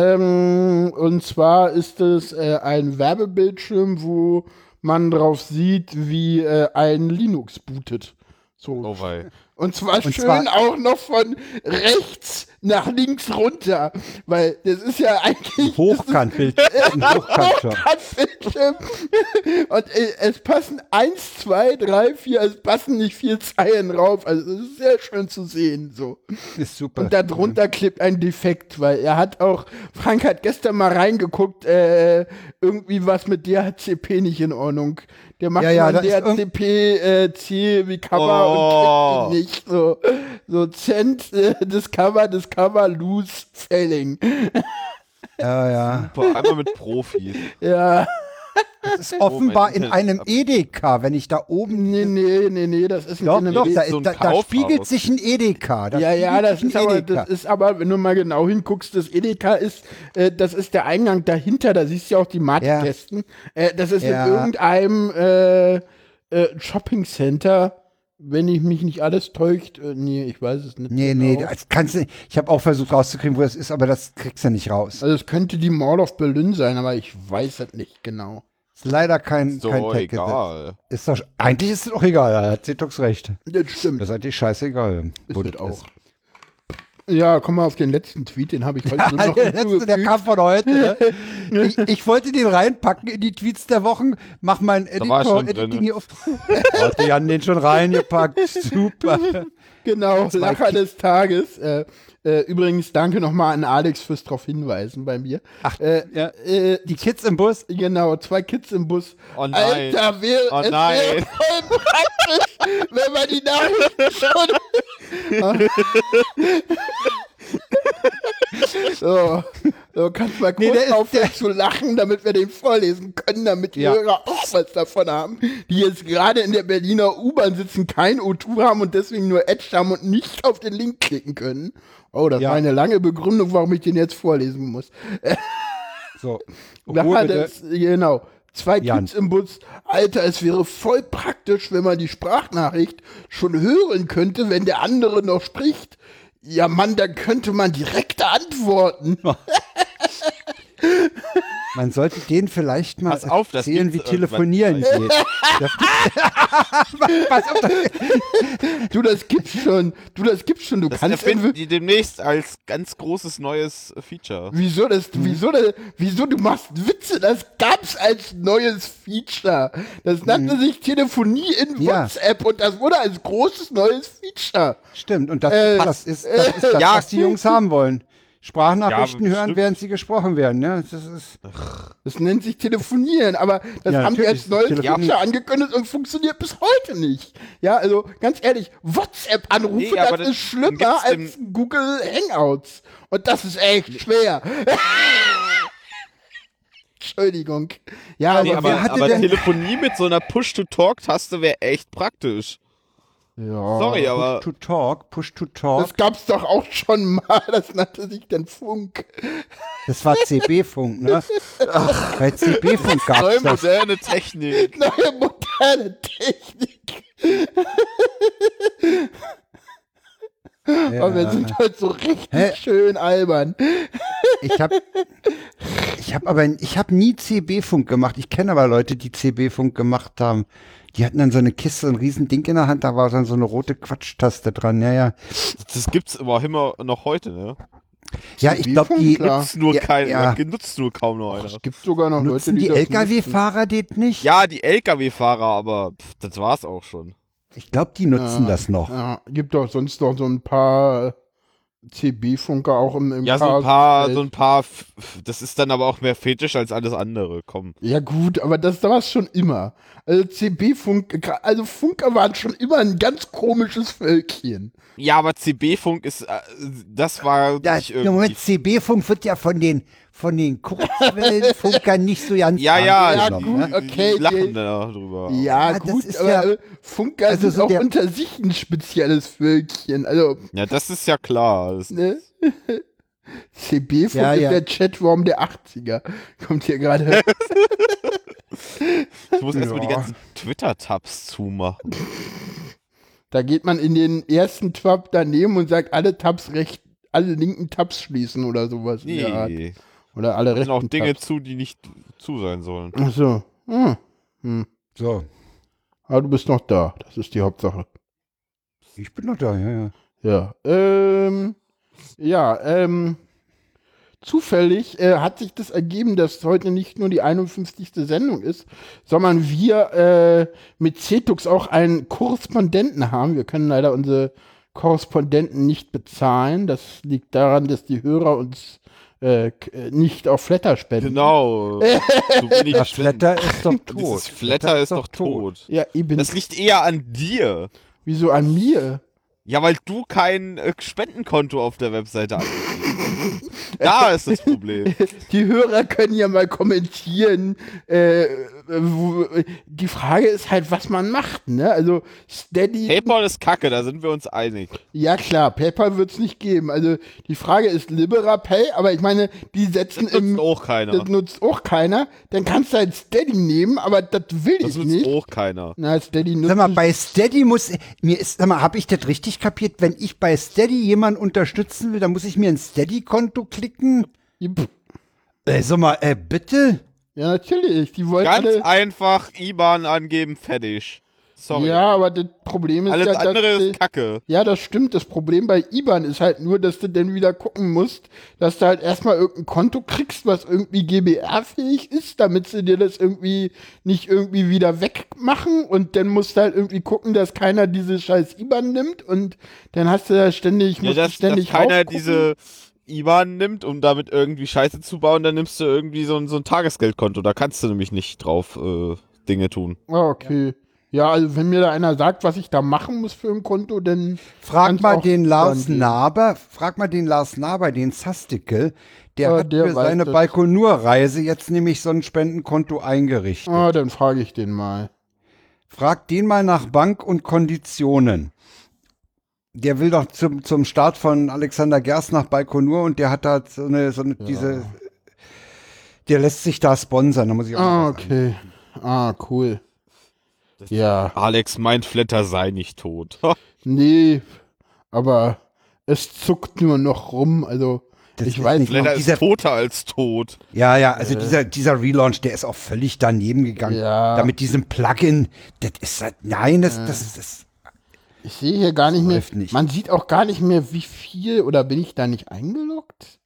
A: Ähm, und zwar ist es äh, ein Werbebildschirm, wo man drauf sieht, wie äh, ein Linux bootet. So
C: [laughs] Oh wei.
A: und zwar schön
B: zwar-
A: auch noch von rechts nach links runter, weil das ist ja eigentlich [laughs]
B: Hochkantbild. Ein Hochkantschirm.
A: Bildschirm. [laughs] Und äh, es passen eins, zwei, drei, vier, es passen nicht vier Zeilen rauf. Also es ist sehr schön zu sehen so.
B: Ist super.
A: Und darunter klebt ein Defekt, weil er hat auch, Frank hat gestern mal reingeguckt, äh, irgendwie was mit DHCP nicht in Ordnung. Der macht
B: Ja, ja,
A: mal
B: da ist
A: DHCP, äh, Ziel, Recover
C: Oh.
A: und kriegt ihn nicht. So, so Cent, äh, Discover, Discover, Lose, Failing.
B: ja, ja.
C: Super, einmal mit Profis.
A: Ja,
B: Das ist offenbar in
C: Internet
B: einem
C: ab-
B: Edeka, wenn ich da oben.
A: nee, nee, nee, nee, das ist nicht
B: Doch,
A: in einem
B: doch, da,
A: Bild.
B: ist,
C: so ein
B: da, da
C: Kaufhaus.
B: spiegelt sich ein Edeka. Da
A: Ja, ja,
B: spiegelt
A: das
B: sich ein
A: ist, aber,
B: Edeka.
A: das ist aber, wenn du mal genau hinguckst, das Edeka ist, äh, das ist der Eingang dahinter, da siehst du ja auch die Matikkästen. Äh, das ist
B: Ja.
A: in irgendeinem äh, äh, Shopping Center wenn ich mich nicht alles täuscht, äh, nee, ich weiß es nicht.
B: Nee,
A: genau.
B: nee, das kannst du, ich habe auch versucht rauszukriegen, wo das ist, aber das kriegst du nicht raus.
A: Also es könnte die Mall of Berlin sein, aber ich weiß es nicht genau.
B: Ist leider kein,
C: So,
B: kein Tag gesetzt.
C: egal.
B: Ist doch, eigentlich ist es doch egal, da hat Zitox recht.
A: Das stimmt.
B: Das ist eigentlich scheißegal. wo
A: das
B: das
A: auch. Ja, komm mal auf den letzten Tweet, den habe ich heute
B: [laughs]
A: nur noch
B: der, letzte, der
A: hinzugefügt.
B: kam von heute. ne? ich, ich wollte den reinpacken in die Tweets der Wochen, mach mein
C: war er
B: Editor,
C: schon
B: Editing
C: drin. ne?
B: hier auf. [laughs] Oh, die haben den schon
C: [laughs]
B: reingepackt. Super.
A: Genau,
B: war
A: Lacher
B: Ki-
A: des Tages. Äh, äh, übrigens, danke nochmal an Alex fürs drauf hinweisen bei mir.
B: Ach,
A: äh,
B: ja.
A: äh,
B: Die Kids im Bus.
A: Genau, zwei Kids im Bus.
C: Oh nein.
A: Alter, wir,
C: Oh
A: es
C: nein.
A: wäre voll praktisch, wenn man die Nachrichten schon... [laughs] so, so, kannst mal kurz
B: Nee, der ist-
A: aufhören zu lachen, damit wir den vorlesen können, damit die
B: Ja.
A: Hörer auch was davon haben, die jetzt gerade in der Berliner U-Bahn sitzen, kein O2 haben und deswegen nur Edge haben und nicht auf den Link klicken können. Oh, das
B: Ja.
A: war eine lange Begründung, warum ich den jetzt vorlesen muss.
B: So.
A: Ja,
B: Ruhe bitte.
A: das,
C: äh,
A: genau. Zwei
B: Jan.
A: Kids im Bus. Alter, es wäre voll praktisch, wenn man die Sprachnachricht schon hören könnte, wenn der andere noch spricht. Ja, Mann, dann könnte man direkt antworten.
B: Man sollte den vielleicht mal
C: Pass auf, das
B: erzählen, wie
C: gibt's
B: telefonieren geht. Das- Pass auf, das-
A: Du, das gibt's schon. Du, das gibt's schon. Du
C: Das
A: kannst
C: erfinden
A: entwir-
C: die demnächst als ganz großes neues Feature.
A: Wieso das,
C: Mhm.
A: wieso das, wieso du machst Witze? Das gab's als neues Feature. Das nannte
C: Mhm.
A: sich Telefonie in
B: Ja.
A: WhatsApp und das wurde als großes neues Feature.
B: Stimmt, und das,
A: Äh,
B: das ist das, ist das
C: ja.
B: was die Jungs haben wollen. Sprachnachrichten
C: Ja,
B: hören,
C: stimmt.
B: während sie gesprochen werden. Ne? Das ist,
A: Das nennt sich Telefonieren, aber das
B: Ja,
A: haben die
B: natürlich,
A: als neues
B: Telefonieren.
A: Feature angekündigt und funktioniert bis heute nicht. Ja, also ganz ehrlich, WhatsApp-Anrufe,
C: Nee, aber
A: das ist
C: das-
A: schlimmer
C: gibt's
A: als Google Hangouts. Und das ist echt schwer. [laughs] Entschuldigung. Ja,
C: Nee,
A: aber,
C: aber
B: wer hatte
C: aber
B: denn-
C: Telefonie mit so einer Push-to-Talk-Taste wäre echt praktisch. Sorry, aber
B: Push to talk, push to talk.
A: das gab's doch auch schon mal. Das nannte sich dann Funk.
B: Das war CB-Funk, ne? Ach, bei CB-Funk gab's
C: neue
B: das.
C: moderne Technik.
A: Neue moderne Technik. Aber wir
B: Ja.
A: sind halt so richtig
B: Hä?
A: schön albern.
B: Ich habe ich hab aber ich hab nie CB-Funk gemacht. Ich kenne aber Leute, die CB-Funk gemacht haben. Die hatten dann so eine Kiste, so ein riesen Ding in der Hand, da war dann so eine rote Quatschtaste dran. Ja, ja.
C: Das gibt's aber immer noch heute, ne?
B: Ja, ich glaube,
A: CB-Funk,
B: die
A: klar.
C: Ist nur
B: Ja,
C: kein, [laughs]
B: ja.
C: genutzt nur kaum noch einer.
A: Es gibt sogar noch
B: nutzen
A: Leute,
B: die
A: das nutzen.
B: LKW-Fahrer das nicht.
C: Ja, die LKW-Fahrer, aber pff, das war's auch schon.
B: Ich glaube, die nutzen das noch.
A: Ja, gibt doch sonst noch so ein paar CB-Funker auch im, im
C: Ja, so ein
A: Chaos-
C: paar, so ein paar, f- f- das ist dann aber auch mehr Fetisch als alles andere, komm.
A: Ja, gut, aber das, da war es schon immer. Also CB-Funk, also Funker waren schon immer ein ganz komisches Völkchen.
C: Ja, aber CB-Funk ist, äh, das war
B: Ja,
A: äh,
C: nicht
B: Im
C: irgendwie.
B: Moment, CB-Funk wird ja von den, von den Kurzwellenfunkern nicht so ganz
C: ja, ja,
A: Ja,
B: angenommen,
A: gut,
B: ne?
C: die,
A: okay,
C: die lachen
A: die-
C: da drüber.
A: Ja,
B: Ja, das
A: gut,
B: ist
A: aber
B: ja-
A: äh, Funker
B: also
A: sind
B: so
A: auch
B: der-
A: unter sich ein spezielles Völkchen. Also,
C: Ja, das ist ja klar. Das,
A: ne? [laughs] CB-Funk
B: Ja,
A: ist
B: ja.
A: der Chatraum der 80er. [laughs] Kommt hier gerade.
C: ich muss erstmal die
A: Ja.
C: ganzen Twitter-Tabs zumachen.
A: Da geht man in den ersten Tab daneben und sagt, alle Tabs recht, alle linken Tabs schließen oder sowas. in
C: Nee.
A: der Art. Oder alle
C: Da sind
A: rechten
C: auch Dinge
A: Tabs.
C: zu, die nicht zu sein sollen.
A: Ach so. Hm.
B: So,
A: Aber du bist noch da. Das ist die Hauptsache.
B: ich bin noch da, ja, ja.
A: Ja. Ähm, ja, ähm, zufällig äh, hat sich das ergeben, dass heute nicht nur die 51. Sendung ist, sondern wir äh, mit Cetux auch einen Korrespondenten haben. Wir können leider unsere Korrespondenten nicht bezahlen. Das liegt daran, dass die Hörer uns äh, k- äh, nicht auf Flatter spenden.
C: [laughs] Genau. so wenig
B: Das Flatter ist doch tot.
C: [laughs] Dieses Flatter ist doch tot.
A: Ja, eben.
C: Das liegt eher an dir.
A: Wieso an mir?
C: Ja, weil du kein äh, Spendenkonto auf der Webseite angegeben
A: [laughs]
C: hast. Da ist das Problem.
A: Die Hörer können ja mal kommentieren, äh, wo- die Frage ist halt, was man macht, ne? Also Steady.
C: PayPal ist kacke, da sind wir uns einig.
A: Ja klar, PayPal wird es nicht geben. Also die Frage ist Libera Pay, aber ich meine, die setzen
C: Das nutzt
A: im.
C: auch keiner.
A: Ähm, Das nutzt auch keiner. Dann kannst du halt Steady nehmen, aber das will
C: Das
A: ich
C: nutzt
A: nicht.
C: auch keiner.
A: Na, Steady nutzt
B: Sag mal, bei Steady muss mir ist, sag mal, habe ich das richtig kapiert? Wenn ich bei Steady jemanden unterstützen will, dann muss ich mir ein Steady-Konto klicken. Äh, sag mal, äh, bitte.
A: Ja, natürlich. Die wollten
C: Ganz
A: alle,
C: einfach IBAN angeben, fertig. Sorry.
A: Ja, aber das Problem ist
C: Alles
A: ja,
C: andere
A: dass
C: ist
A: die-
C: kacke.
A: ja, das stimmt. Das Problem bei IBAN ist halt nur, dass du dann wieder gucken musst, dass du halt erstmal irgendein Konto kriegst, was irgendwie GBR-fähig ist, damit sie dir das irgendwie nicht irgendwie wieder wegmachen und dann musst du halt irgendwie gucken, dass keiner diese scheiß IBAN nimmt und dann hast du da ständig,
C: Ja,
A: musst du
C: dass, dass
A: ständig
C: keiner
A: raufgucken.
C: diese IBAN nimmt, um damit irgendwie Scheiße zu bauen, dann nimmst du irgendwie so ein, so ein Tagesgeldkonto. Da kannst du nämlich nicht drauf äh, Dinge tun.
A: Ah, okay. Ja, also wenn mir da einer sagt, was ich da machen muss für ein Konto, dann
B: Frag
A: kann's
B: mal
A: auch
B: den Lars
A: dann-
B: Naber, frag mal den Lars Naber, den Sastikel, der
A: Ah,
B: hat
A: der
B: für
A: weiß
B: seine
A: das.
B: Baikonur-Reise jetzt nämlich so ein Spendenkonto eingerichtet.
A: Ah, dann frage ich den mal.
B: Frag den mal nach Bank und Konditionen. Der will doch zum, zum Start von Alexander Gerst nach Baikonur und der hat da so eine, so eine diese. Der lässt sich da sponsern, da muss ich auch
A: Ah,
B: noch was sagen.
A: okay. Ah, cool. Ja,
C: Alex, mein Flatter sei nicht tot. [laughs]
A: nee, aber es zuckt nur noch rum, also
B: Das
A: ich
B: ist
A: weiß
B: nicht-
A: nicht.
C: Flatter
B: dieser-
C: ist toter als tot.
B: Ja, ja, also dieser, dieser Relaunch, der ist auch völlig daneben gegangen.
A: Ja.
B: Da mit diesem Plugin, das ist halt, nein, das, das ist, das,
A: Ich sehe hier gar nicht mehr,
B: läuft nicht.
A: man sieht auch gar nicht mehr, wie viel, oder bin ich da nicht eingeloggt?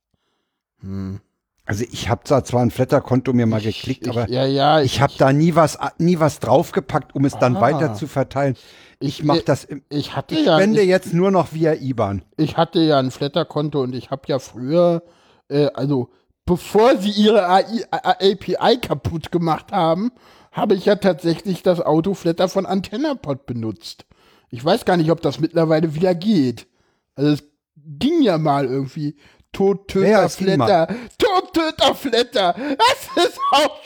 B: also ich habe zwar zwar ein Flatter-Konto mir mal
A: Ich-
B: geklickt,
A: ich,
B: aber
A: Ja, ja,
B: ich habe da nie was, nie was draufgepackt, um es dann
A: Ah.
B: weiter zu verteilen. Ich,
A: Ich-
B: mache das, im,
A: ich hatte
B: ich
A: ja,
B: spende
A: ich,
B: jetzt nur noch via IBAN.
A: ich hatte ja ein Flatterkonto und ich habe ja früher, äh, also bevor sie ihre AI, API kaputt gemacht haben, habe ich ja tatsächlich das Autoflatter von AntennaPod benutzt. Ich weiß gar nicht, ob das mittlerweile wieder geht. Also es ging ja mal irgendwie. Todtöter
B: Ja,
A: ja,
B: es ging mal.
A: Flatter. Todtöter Flatter. Das ist auch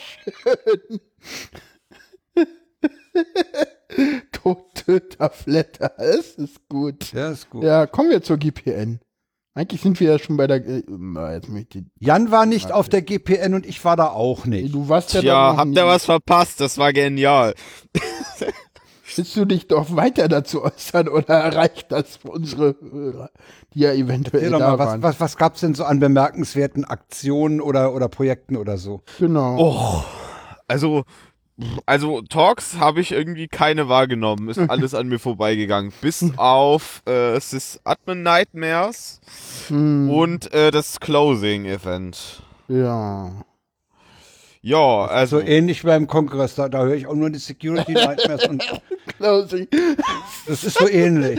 A: schön. [laughs] Todtöter Flatter. Das ist gut.
B: Ja, ist gut.
A: Ja, kommen wir zur GPN. Eigentlich sind wir ja schon bei der. Äh, na, jetzt möchte ich
B: Jan war nicht auf der GPN und ich war da auch
A: Ey,
B: nicht.
A: Du warst ja
C: Ja,
A: doch noch
C: habt
A: nie.
C: ihr was verpasst? Das war genial.
A: Willst du dich doch weiter dazu äußern oder erreicht das unsere Hörer, die ja eventuell
B: Erzähl
A: da
B: doch mal, was,
A: waren?
B: was, was gab es denn so an bemerkenswerten Aktionen oder, oder Projekten oder so?
A: Genau.
C: Och, also, also Talks habe ich irgendwie keine wahrgenommen.
A: [laughs]
C: Ist alles an mir vorbeigegangen. Bis auf äh, es ist Admin Nightmares
A: Hm,
C: und äh, das Closing Event.
A: ja.
C: Ja, also
B: So
A: e-
B: ähnlich wie beim Kongress, da, da höre ich auch nur die Security Nightmares und [laughs]
A: Closing.
B: das ist so ähnlich.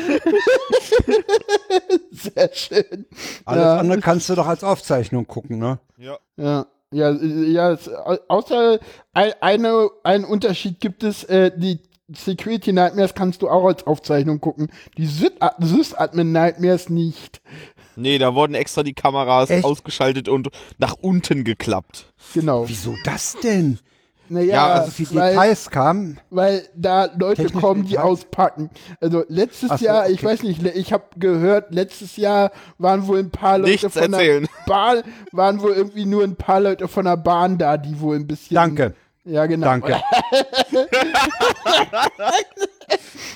A: Sehr schön.
B: Alles
A: Ja.
B: andere kannst du doch als Aufzeichnung gucken, ne?
C: ja.
A: Ja. Ja, äh, ja es, au- außer ein, eine, einen Unterschied gibt es, äh, die Security Nightmares kannst du auch als Aufzeichnung gucken. Die Sys- Sysadmin Nightmares nicht.
C: nee, da wurden extra die Kameras
B: Echt?
C: ausgeschaltet und nach unten geklappt.
A: Genau.
B: Wieso das denn?
A: Naja,
C: Ja,
B: Also die
A: weil-
B: Details kamen.
A: weil da Leute
B: Technische
A: kommen, die
B: Details.
A: auspacken. Also letztes
B: Ach so,
A: Jahr, ich
B: okay.
A: weiß nicht, le- ich habe gehört, letztes Jahr waren wohl ein paar Leute
C: Nichts
A: von
C: erzählen.
A: der Bahn, waren wohl irgendwie nur ein paar Leute von der Bahn da, die wohl ein bisschen.
B: Danke.
A: Ja, genau.
B: [laughs] Danke.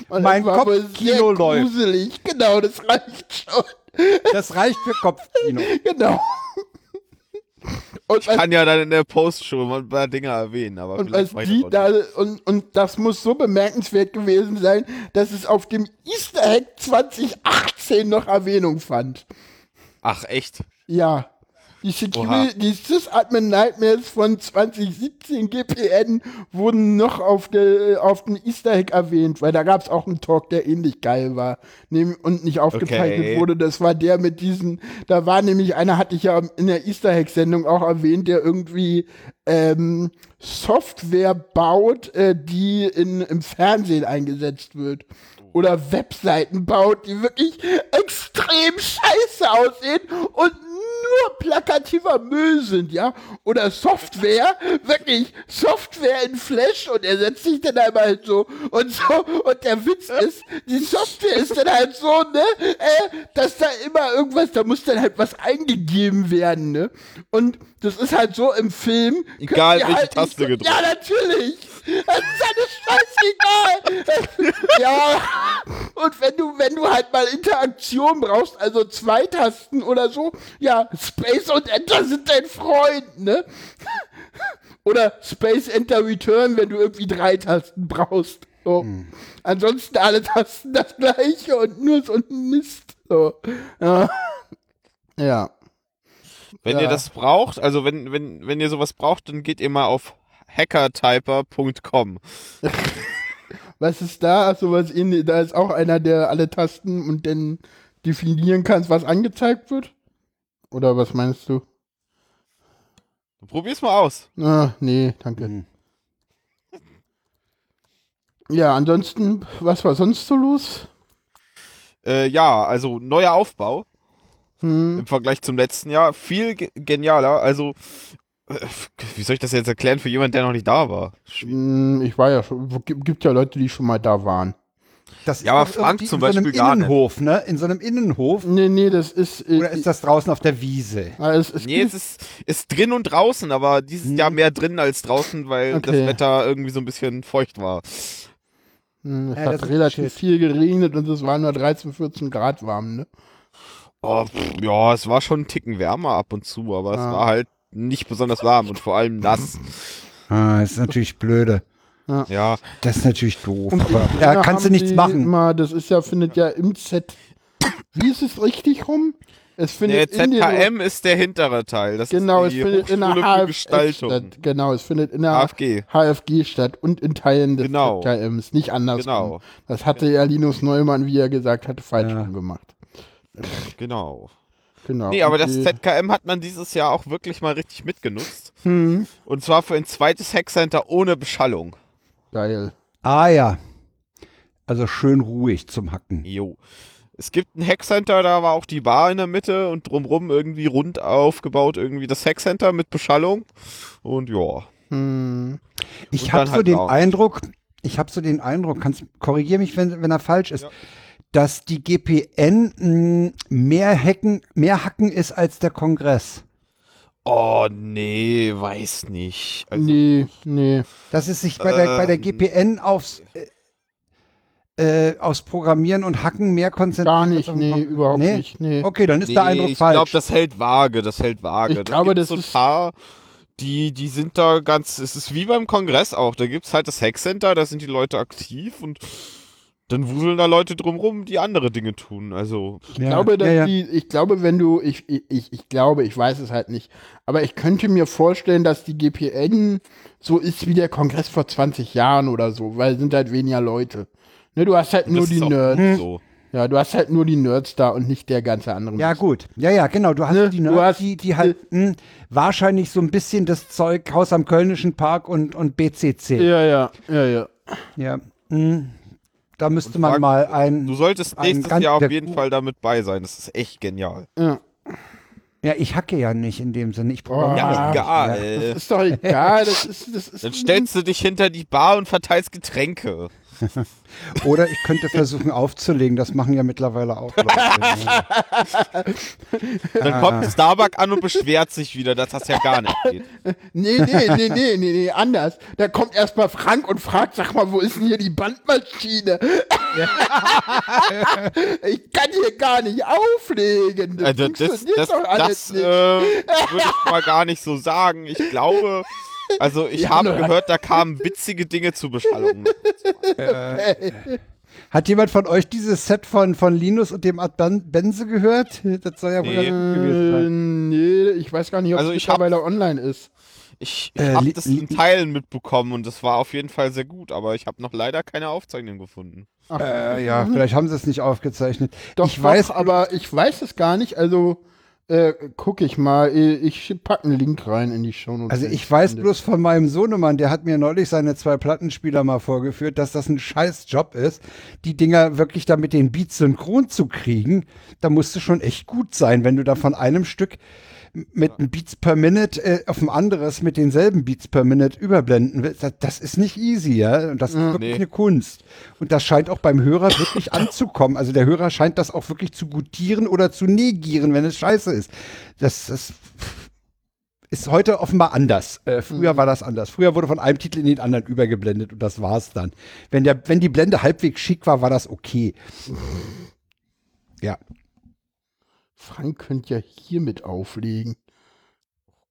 A: Und
B: Mein
A: das war wohl sehr
B: Kopfkino läuft.
A: Gruselig. Genau, das reicht schon. [laughs]
B: Das reicht für Kopfkino.
A: Genau. Und was
C: Kann ja dann in der Postshow mal ein paar Dinge erwähnen, aber
A: Und, als
C: vielleicht mache ich
A: die
C: das auch
A: da, und, und das muss so bemerkenswert gewesen sein, dass es auf dem Easter Egg 2018 noch Erwähnung fand.
C: nicht. Ach echt?
A: Ja. Die,
C: Oha.
A: Security- die Sysadmin Nightmares von 2017 GPN wurden noch auf, der auf dem Easter Egg erwähnt, weil da gab es auch einen Talk, der ähnlich geil war nehm, und nicht aufgezeichnet
C: Okay.
A: wurde. Das war der mit diesen, da war nämlich einer, hatte ich ja in der Easter Egg-Sendung auch erwähnt, der irgendwie ähm, Software baut, äh, die in, im Fernsehen eingesetzt wird. Oder Webseiten baut, die wirklich extrem scheiße aussehen und nur nur plakativer Müll sind, ja? Oder Software, [laughs] wirklich Software in Flash und er setzt sich dann einmal halt so und so und der Witz ist, die Software ist dann halt so, ne, äh, dass da immer irgendwas, da muss dann halt was eingegeben werden, ne? Und das ist halt so im Film. könnt
C: Egal,
A: ihr halt
C: welche
A: nicht
C: Taste
A: so-
C: gedrückt.
A: Ja, natürlich. Das ist alles scheißegal. ja. Und wenn du, wenn du halt mal Interaktion brauchst, also zwei Tasten oder so, ja, Space und Enter sind dein Freund, ne? Oder Space Enter Return, wenn du irgendwie drei Tasten brauchst. So. Ansonsten alle Tasten das gleiche und nur so ein Mist. So. Ja. ja.
C: Wenn
A: Ja.
C: ihr das braucht, also wenn, wenn, wenn ihr sowas braucht, dann geht ihr mal auf hackertyper.com.
A: Was ist da? Also was in, da ist auch einer, der alle Tasten und dann definieren kannst, was angezeigt wird? Oder was meinst du?
C: Probier's mal aus.
A: Ah, nee, danke.
B: Mhm.
A: Ja, ansonsten, was war sonst so los?
C: Äh, ja, also neuer Aufbau
A: Hm,
C: im Vergleich zum letzten Jahr. Viel ge genialer. Also, äh, wie soll ich das jetzt erklären für jemanden, der noch nicht da war? Schwierig.
A: hm, ich war ja schon, gibt, gibt ja Leute, die schon mal da waren.
B: Das
C: Ja, aber
B: doch
C: Frank
B: irgendwie
C: zum
B: in so einem
C: Beispiel gar nicht.
B: Innenhof, ne? In so einem Innenhof.
A: Nee, nee, das ist. Äh,
B: Oder ist das draußen auf der Wiese?
A: ah, es, es
C: Nee, es ist, ist drin und draußen, aber dieses Jahr mehr drin als draußen, weil
A: Hm. Okay.
C: das Wetter irgendwie so ein bisschen feucht war.
A: hm, es
B: Ja, das
A: hat
B: ist
A: relativ
B: shit.
A: viel geregnet und es war nur 13, 14 Grad warm, ne?
C: Oh, pff, ja, es war schon einen Ticken wärmer ab und zu, aber es
A: Ah.
C: war halt nicht besonders warm und vor allem nass.
B: Ah, das ist natürlich blöde.
C: Ja,
B: Das ist natürlich doof.
A: Und
B: Aber
A: im
B: ja,
A: Jahr
B: kannst du
A: haben
B: nichts
A: die
B: machen.
A: Immer, das ist ja, findet ja im Z. Wie ist es richtig rum? Es
C: der
A: findet in den-
C: ZKM ist der hintere Teil. Das
A: Genau,
C: ist
A: es
C: die
A: findet in der
C: Hochschule für
A: HFG
C: Gestaltung.
A: statt. Genau, es findet in der
C: HFG.
A: HFG statt und in Teilen des
C: Genau.
A: ZKMs, nicht andersrum.
C: Genau.
A: Das hatte ja Linus Neumann, wie er gesagt hatte, falsch
B: Ja.
A: rum gemacht.
C: Genau.
A: Genau.
C: Nee, aber
A: Und
C: das
A: die-
C: ZKM hat man dieses Jahr auch wirklich mal richtig mitgenutzt.
A: Hm,
C: Und zwar für ein zweites Hackcenter ohne Beschallung.
A: geil.
B: Ah ja. Also schön ruhig zum Hacken.
C: Jo. Es gibt ein Hackcenter, da war auch die Bar in der Mitte und drumrum irgendwie rund aufgebaut, irgendwie das Hackcenter mit Beschallung. Und ja.
A: Hm.
B: Ich
C: Und
B: habe
C: dann
B: so
C: halt
B: den
C: laut.
B: Eindruck, ich habe so den Eindruck, kannst korrigier mich, wenn, wenn er falsch ist, dass die GPN mh, hm, mehr hacken, mehr hacken ist als der Kongress.
C: Oh, nee, weiß nicht. Also,
A: nee, nee.
B: Dass es sich bei der, bei der
C: Ähm.
B: GPN aufs, äh, äh, aufs Programmieren und Hacken mehr konzentriert.
A: Gar nicht,
B: als auf-
A: nee, überhaupt nicht, nee.
B: Okay, dann ist der
C: nee,
B: Eindruck
C: ich
B: falsch.
C: glaube, das hält vage, das hält vage.
A: Ich
C: Da
A: glaube,
C: gibt's
A: das
C: so ein
A: ist-
C: paar, die, die sind da ganz, es ist wie beim Kongress auch, da gibt es halt das Hackcenter, da sind die Leute aktiv und dann wuseln da Leute drumrum, die andere Dinge tun. Also,
A: Ich glaube, dass Die, ich glaube, wenn du, ich, ich- ich, ich glaube, ich weiß es halt nicht, aber ich könnte mir vorstellen, dass die GPN so ist wie der Kongress vor 20 Jahren oder so, weil es sind halt weniger Leute. Ne, du hast halt nur
C: das
A: die
C: ist auch
A: Nerds.
C: gut so.
A: Ja, du hast halt nur die Nerds da und nicht der ganze andere.
B: Ja,
A: Mist.
B: gut. Ja, ja, genau. Du hast
A: Ne,
B: die
A: du
B: Nerds,
A: hast-
B: die, die halt mh, wahrscheinlich so ein bisschen das Zeug Haus am Kölnischen Park und, und BCC.
A: Ja, ja, ja, ja.
B: Ja. mh. Da müsste man
C: Frank,
B: mal ein.
C: Du solltest
B: Ein
C: nächstes
B: ganz-
C: Jahr
B: der
C: auf jeden
B: Gu-
C: Fall damit bei sein. Das ist echt genial.
A: ja.
B: Ja, ich hacke ja nicht in dem Sinne. Ich
A: Oh, Ja,
B: programmiere.
C: egal.
A: Das ist doch egal, das ist, das ist.
C: Äh. Dann stellst du dich hinter die Bar und verteilst Getränke.
B: Oder ich könnte versuchen aufzulegen. Das machen ja mittlerweile auch Leute.
A: [laughs]
B: ne?
C: Dann kommt Starbuck an und beschwert sich wieder, dass das ja gar nicht
B: [laughs]
C: geht.
A: Nee, nee, nee, nee, nee, nee, anders. Da kommt erstmal Frank und fragt, sag mal, wo ist denn hier die Bandmaschine? ich kann hier gar nicht auflegen. Das
C: Also das,
A: funktioniert
C: das,
A: doch alles
C: das äh,
A: nicht.
C: würde ich mal gar
B: [laughs]
C: nicht so sagen. Ich glaube, also ich
A: Ja,
C: habe
A: ne.
C: gehört,
B: [laughs]
C: da kamen witzige Dinge zu Beschallung.
B: Hat jemand von euch dieses Set von, von Linus und dem Art Ben- Benze gehört? Das soll ja wohl
C: Nee.
B: ganz gut gewesen
A: äh,
B: sein.
A: nee, ich weiß gar nicht, ob
C: Also
A: es
C: ich hab-
A: mittlerweile online ist.
C: Ich, ich
B: Äh,
C: habe
B: li-
C: das
B: li-
C: in Teilen mitbekommen und das war auf jeden Fall sehr gut, aber ich habe noch leider keine Aufzeichnung gefunden.
B: Äh, ja, vielleicht haben sie es nicht aufgezeichnet.
A: Doch,
B: ich weiß,
A: doch, aber ich weiß es gar nicht. Also Äh, guck ich mal. Äh, Ich pack einen Link rein in die Show.
B: Also ich weiß bloß von meinem Sohnemann, der hat mir neulich seine zwei Plattenspieler mal vorgeführt, dass das ein scheiß Job ist, die Dinger wirklich da mit den Beats synchron zu kriegen. Da musst du schon echt gut sein, wenn du da von einem Stück mit einem Beats per Minute äh, auf ein anderes mit denselben Beats per Minute überblenden willst. Das, das ist nicht easy, ja. Und das ist wirklich
C: Nee.
B: eine Kunst. Und das scheint auch beim Hörer wirklich anzukommen. Also der Hörer scheint das auch wirklich zu gutieren oder zu negieren, wenn es scheiße ist. Das, das ist heute offenbar anders. Äh, früher war das anders. Früher wurde von einem Titel in den anderen übergeblendet und das war's dann. Wenn, der, wenn die Blende halbwegs schick war, war das okay. Ja.
A: Frank könnte ja hiermit auflegen.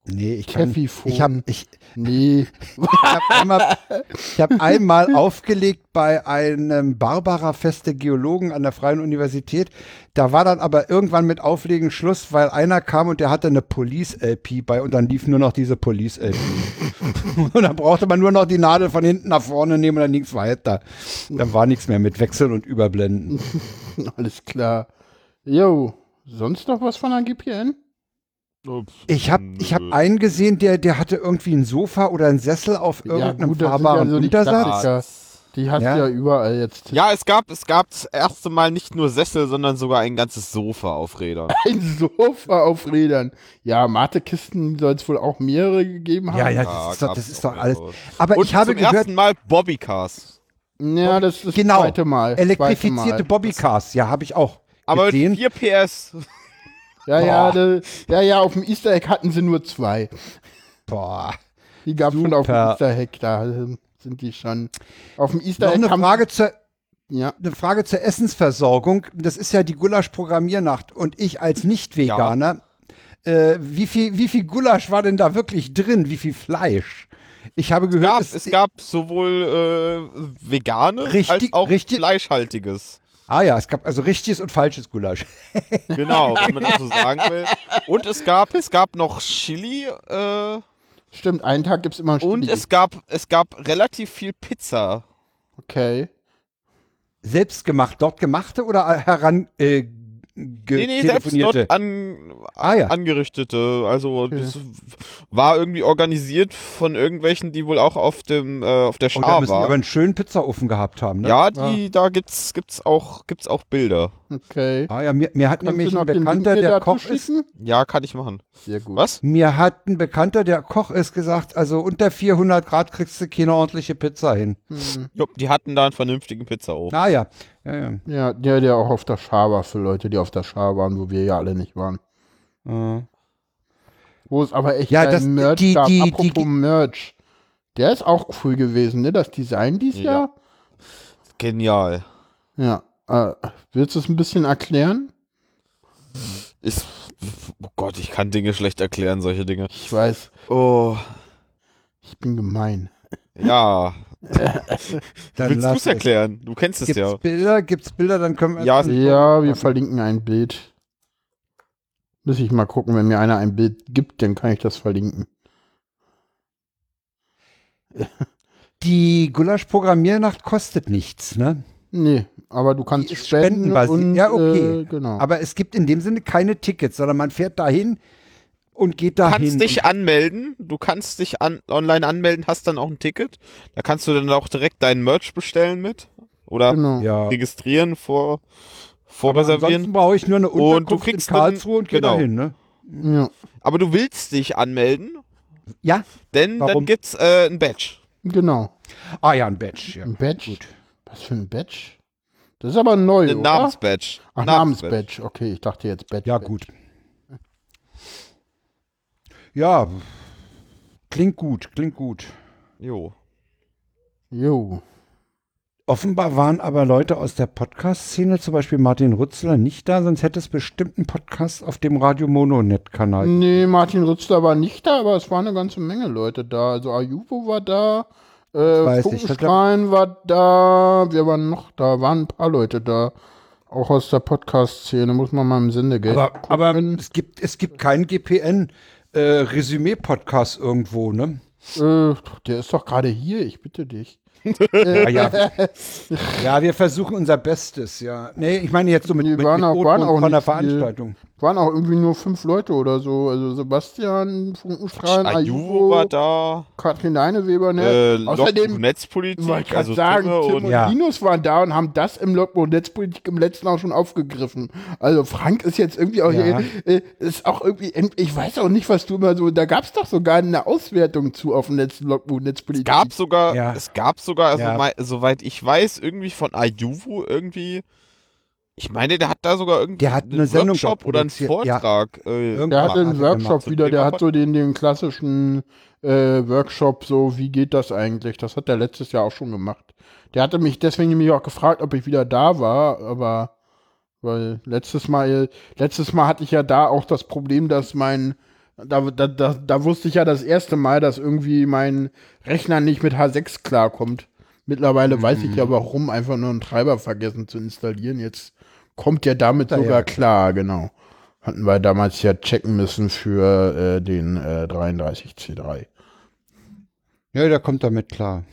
B: Nee, ich kann.
A: Käfifon.
B: Ich habe ich,
A: Nee.
B: ich hab einmal, ich hab einmal aufgelegt bei einem Barbara-Fest der Geologen an der Freien Universität. Da war dann aber irgendwann mit Auflegen Schluss, weil einer kam und der hatte eine Police-LP bei und dann lief nur noch diese Police-LP. [laughs] und dann brauchte man nur noch die Nadel von hinten nach vorne nehmen und dann ging's weiter. Dann war nichts mehr mit Wechseln und Überblenden.
A: [laughs] Alles klar. Jo, sonst noch was von der GPN?
C: Oh, pff,
B: Ich habe ich hab
A: Mhm.
B: einen gesehen, der, der hatte irgendwie ein Sofa oder einen Sessel auf irgendeinem
A: gut, das sind
B: fahrbaren
A: ja so die
B: Untersatz.
A: Klassiker. Die hast du
B: Ja.
A: ja. überall jetzt.
C: Ja, es gab, es gab das erste Mal nicht nur Sessel, sondern sogar ein ganzes Sofa auf Rädern.
A: Ein [laughs] Sofa auf Rädern. Ja, Matekisten soll es wohl auch mehrere gegeben haben.
B: Ja, ja,
C: Ja,
B: das ist doch,
C: gab's
B: das ist
C: auch
A: also.
B: doch alles.
C: mehrere.
B: Aber
C: Und
B: ich habe
C: zum
B: gehört,
C: ersten Mal Bobbycars.
A: ja das ist das
B: genau,
A: zweite Mal.
B: elektrifizierte
A: Zweite Mal.
B: Bobbycars, ja, habe ich auch
C: Aber
B: gesehen.
C: mit 4 PS.
A: Ja, ja, de, ja, ja, auf dem Easter Egg hatten sie nur zwei.
B: Boah.
A: Die gab schon auf dem
B: Super.
A: Easter Egg, da ähm, sind die schon. Auf dem Easter
B: Noch
A: Egg
B: eine
A: haben
B: Frage, zur,
A: ja,
B: eine Frage zur Essensversorgung. Das ist ja die Gulasch-Programmiernacht und ich als Nicht-Veganer, äh, wie, viel, wie viel Gulasch war denn da wirklich drin? Wie viel Fleisch? Ich habe
C: Gab,
B: gehört,
C: es gab sowohl äh, vegane
B: Richtig-
C: als auch
B: richtig-
C: fleischhaltiges.
B: ah ja, es gab also richtiges und falsches Gulasch. [laughs]
C: Genau, wenn man das so sagen will. Und es gab, es gab noch Chili äh,
A: stimmt, einen Tag gibt es immer ein
C: und
A: Chili.
C: es gab, es gab relativ viel Pizza.
A: Okay.
B: Selbstgemacht, dort gemachte oder heran äh,
C: Nee, nee, selbst
B: telefonierte?
C: dort an,
B: Ah ja.
C: angerichtete. Also das war irgendwie organisiert von irgendwelchen, die wohl auch auf dem äh, auf der
B: Oh, da
C: Schar
B: müssen die aber
C: waren.
B: einen schönen Pizzaofen gehabt haben, ne?
C: Ja, die, da gibt's, gibt's auch gibt's auch Bilder.
A: Okay.
B: Ah ja, mir, mir hat
A: Kannst
B: nämlich
A: du
B: ein
A: noch den Link
B: Bekannter,
A: mir
B: der
A: dazu
B: Koch ist,
A: schicken?
C: Ja, kann ich machen.
A: Sehr gut.
C: Was?
B: mir hat ein Bekannter, der Koch ist, gesagt, also unter 400 Grad kriegst du keine ordentliche Pizza hin.
A: Hm.
C: Jo, die hatten da einen vernünftigen Pizzaofen.
B: Naja, ja, ja.
A: Ja, der, der auch auf der Schar war, für Leute, die auf der Schar waren, wo wir ja alle nicht waren.
B: Äh,
A: Wo es aber echt
B: Ja,
A: keinen
B: das-
A: Merch
B: die-
A: gab.
B: die-
A: Apropos
B: die-
A: Merch. Der ist auch cool gewesen, ne? Das Design dieses
C: Ja.
A: Jahr.
C: Genial.
A: Ja. Äh, willst du es ein bisschen erklären?
C: Ist, oh Gott, ich kann Dinge schlecht erklären, solche Dinge.
A: Ich weiß,
C: Oh,
A: ich bin gemein.
C: ja.
B: Dann
C: Willst du
B: lass
C: es
B: es.
C: erklären? Du kennst es
B: Gibt's
C: ja.
B: Bilder? Gibt's Bilder? Dann können wir.
C: Ja, es-
A: Ja, wir verlinken ein Bild. Muss ich mal gucken, wenn mir einer ein Bild gibt, dann kann ich das verlinken.
B: die Gulasch-Programmiernacht kostet nichts, ne?
A: Nee, aber du kannst
B: Die ist
A: spenden
B: spendenbasiert.
A: und
B: Ja, okay.
A: äh, genau.
B: Aber es gibt in dem Sinne keine Tickets, sondern man fährt dahin und geht
C: Du
B: dahin.
C: kannst dich anmelden. Du kannst dich an, online anmelden, hast dann auch ein Ticket. Da kannst du dann auch direkt deinen Merch bestellen mit. Oder
A: genau.
B: und, ja.
C: registrieren, vor,
B: Ansonsten
C: vorreservieren.
B: brauche ich nur eine Unterkunft
C: kriegst
B: in
C: einen-
B: Karlsruhe und gehe
C: genau.
B: dahin, ne?
A: Ja.
C: Aber du willst dich anmelden,
B: Ja.
C: denn
B: Warum?
C: dann gibt's äh, ein Badge.
A: Genau.
B: Ah ja, ein Badge. Ja.
A: Ein Badge. Was für ein Badge? Das ist aber neu,
C: Ein
A: oder?
C: Namensbadge.
A: Ach, Namensbadge. Okay, ich dachte jetzt Badge.
B: Ja, gut. Ja, klingt gut, klingt gut.
C: Jo.
A: Jo.
B: Offenbar waren aber Leute aus der Podcast-Szene, zum Beispiel Martin Rützler, nicht da, sonst hätte es bestimmt einen Podcast auf dem Radio Mononet-Kanal.
A: Nee, Martin Rützler war nicht da, aber es waren eine ganze Menge Leute da. Also Ayubo war da, äh,
B: weiß ich, ich
A: Funkenstrahlen war da, wir waren noch da, waren ein paar Leute da. Auch aus der Podcast-Szene, muss man mal im Sende gehen.
B: Aber, aber
A: äh,
B: es, gibt, es gibt keinen GPN-Resümee-Podcast äh,
A: [laughs]
B: irgendwo, ne?
A: Äh, der ist doch gerade hier, ich bitte dich.
B: Ja, ja. ja, wir versuchen unser Bestes, ja. Nee, ich meine jetzt so mit,
A: Die
B: mit, mit
A: waren auch-
B: O-Ton
A: waren auch
B: von der
A: nicht viel.
B: Veranstaltung.
A: [laughs] waren auch irgendwie nur fünf Leute oder so. Also Sebastian, Funkenstrahlen,
C: Ayuvo
A: Ayuvo,
C: war da,
A: Katrin Leineweber, ne?
C: äh, Logbuch
A: Außerdem,
C: Netzpolitik,
A: wollte ich grad
C: also
A: sagen,
C: Zunge
A: Tim
C: und
A: und
B: Ja.
A: Linus waren da und haben das im Logbuch Netzpolitik im letzten auch schon aufgegriffen. Also Frank ist jetzt irgendwie auch
B: Ja.
A: hier, äh, ist auch irgendwie, ich weiß auch nicht, was du immer so, da gab es doch sogar eine Auswertung zu auf dem letzten Logbuch Netzpolitik.
C: gab sogar,
B: Ja.
C: es gab sogar, also
B: Ja.
C: mei- soweit ich weiß, irgendwie von Ayuvo irgendwie. Ich meine, der hat da sogar irgendwie
B: Der hat
C: einen
B: eine Sendung
C: Workshop
B: dort
C: oder einen
B: produziert, ja.
C: Vortrag. Äh,
B: Irgendwann
A: Der hat
B: ne? hat
A: einen
B: er
A: Workshop
B: gemacht.
A: wieder,
C: Zum
A: der
C: Thema
A: hat so den, den klassischen äh, Workshop, so wie geht das eigentlich? Das hat er letztes Jahr auch schon gemacht. Der hatte mich deswegen nämlich auch gefragt, ob ich wieder da war, aber weil letztes Mal, letztes Mal hatte ich ja da auch das Problem, dass mein da, da, da, da wusste ich ja das erste Mal, dass irgendwie mein Rechner nicht mit H6 klarkommt. Mittlerweile weiß ich
B: Mhm.
A: ja warum, einfach nur einen Treiber vergessen zu installieren. Jetzt kommt ja damit
B: Ah, Ja, ja.
A: sogar klar, genau. Hatten wir damals ja checken müssen für äh, den äh, 33C3.
B: Ja, der kommt damit klar.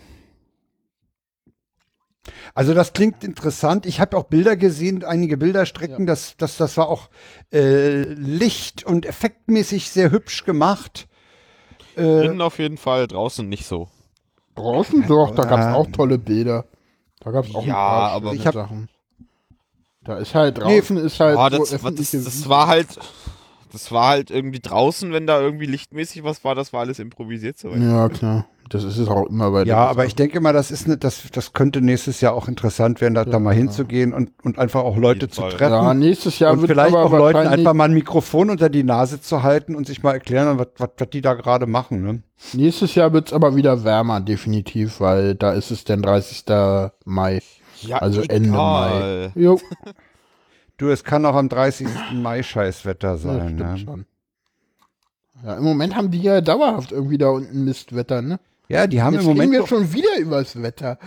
B: Also das klingt interessant. Ich habe auch Bilder gesehen, einige Bilderstrecken. Das, das, das war auch äh, licht- und effektmäßig sehr hübsch gemacht. Äh,
C: drinnen auf jeden Fall, draußen nicht so.
A: Draußen doch, da gab es
B: ähm,
A: auch tolle Bilder. Da gab es auch
C: Ja,
A: ein
C: aber
A: paar schöne
B: ich hab-
A: Sachen. Da ist halt draußen ist halt
C: Ah,
A: so
C: das, das, das,
A: öffentliche
C: das war halt, das war halt irgendwie draußen, wenn da irgendwie lichtmäßig was war, das war alles improvisiert soweit.
A: Ja, klar. Das ist es auch immer bei
B: ja, aber ich denke mal, das ist ne, das, das könnte nächstes Jahr auch interessant werden, da, da mal hinzugehen und, und einfach auch Leute
C: jeden
B: zu
C: Fall.
B: treffen.
A: Ja, nächstes Jahr
B: und
A: wird
B: vielleicht
A: aber
B: auch Leuten
A: wahrscheinlich-
B: einfach mal ein Mikrofon unter die Nase zu halten und sich mal erklären, was, was, was die da gerade machen. Ne?
A: Nächstes Jahr wird es aber wieder wärmer, definitiv, weil da ist es denn 30. Mai.
C: Ja,
A: also Ende
C: egal.
A: Mai. Jo,
B: Du, es kann auch am 30. Mai Scheißwetter
A: das
B: sein.
A: stimmt
B: ne?
A: schon. Ja, im Moment haben die ja dauerhaft irgendwie da unten Mistwetter, ne?
B: Ja, die haben
A: Jetzt
B: im Moment
A: reden wir
B: doch-
A: schon wieder übers Wetter.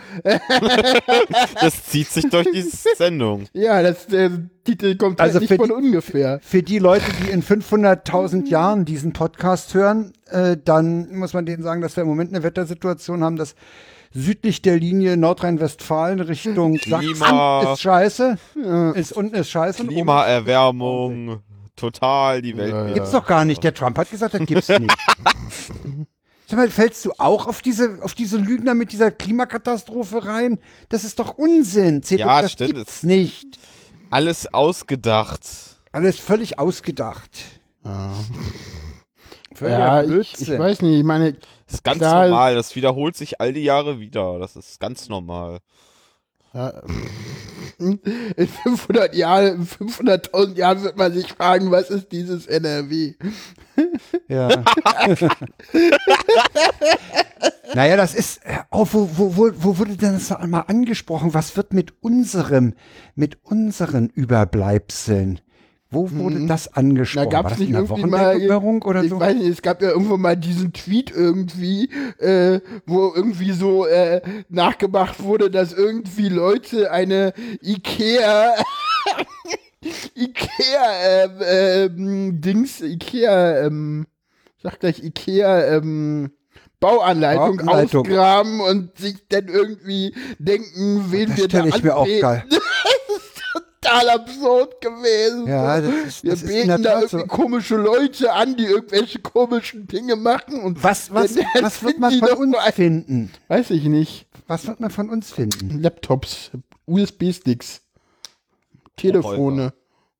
C: Das zieht sich durch
A: [laughs]
C: die Sendung.
A: Ja, das, der Titel kommt
B: Also
A: halt nicht
B: für
A: von
B: die-
A: ungefähr.
B: Für die Leute, die in 500.000 Jahren diesen Podcast hören, äh, dann muss man denen sagen, dass wir im Moment eine Wettersituation haben, dass südlich der Linie Nordrhein-Westfalen Richtung
C: Klima.
B: Sachsen ist scheiße, ist unten ist scheiße. und oben
C: Klimaerwärmung, total die Welt.
A: um- Ja, ja.
B: gibt's doch gar nicht. Der Trump hat gesagt, das gibt's
C: [laughs]
B: nicht. Sag mal, fällst du auch auf diese, auf diese Lügner mit dieser Klimakatastrophe rein? Das ist doch Unsinn. CDU,
C: Ja,
B: das
C: stimmt.
B: gibt's nicht.
C: Alles ausgedacht.
B: Alles völlig ausgedacht. Ah, Völliger
A: Ja, ich, ich
B: Blödsinn.
A: weiß nicht, ich meine,
C: Das ist ganz
A: Klar.
C: normal. Das wiederholt sich all die Jahre wieder. Das ist ganz normal. [laughs]
A: in 500 Jahren, in 500.000 Jahren wird man sich fragen, was ist dieses NRW? [laughs]
B: Ja. naja, das ist. Oh, wo, wo, wo, wo wurde denn das noch einmal angesprochen? Was wird mit unserem, mit unseren Überbleibseln? Wo wurde das
A: Mhm. Da
B: angesprochen?
A: gab
B: War
A: es
B: das
A: nicht
B: in der
A: irgendwie mal.
B: Wochenendverwirrung oder
A: ich
B: so?
A: weiß nicht, es gab ja irgendwo mal diesen Tweet irgendwie, äh, wo irgendwie so äh, nachgemacht wurde, dass irgendwie Leute eine Ikea. [laughs] Ikea, ähm, ähm, Dings, Ikea, ähm, sag gleich Ikea, ähm, Bauanleitung,
B: Bauanleitung.
A: ausgraben und sich dann irgendwie denken, wen
B: Das
A: wir da
B: stelle ich mir auch
A: anbeten.
B: geil.
A: [laughs] das ist total absurd gewesen.
B: Ja, das ist,
A: Wir
B: das ist in der
A: beten da
B: Tat
A: irgendwie
B: so.
A: komische Leute an, die irgendwelche komischen Dinge machen und
B: Was, was,
A: Dann
B: was wird
A: finden
B: man
A: die
B: von
A: doch
B: uns
A: nur ein-
B: finden?
A: weiß ich nicht.
B: Was wird man von uns finden?
A: Laptops, USB-Sticks, Telefone.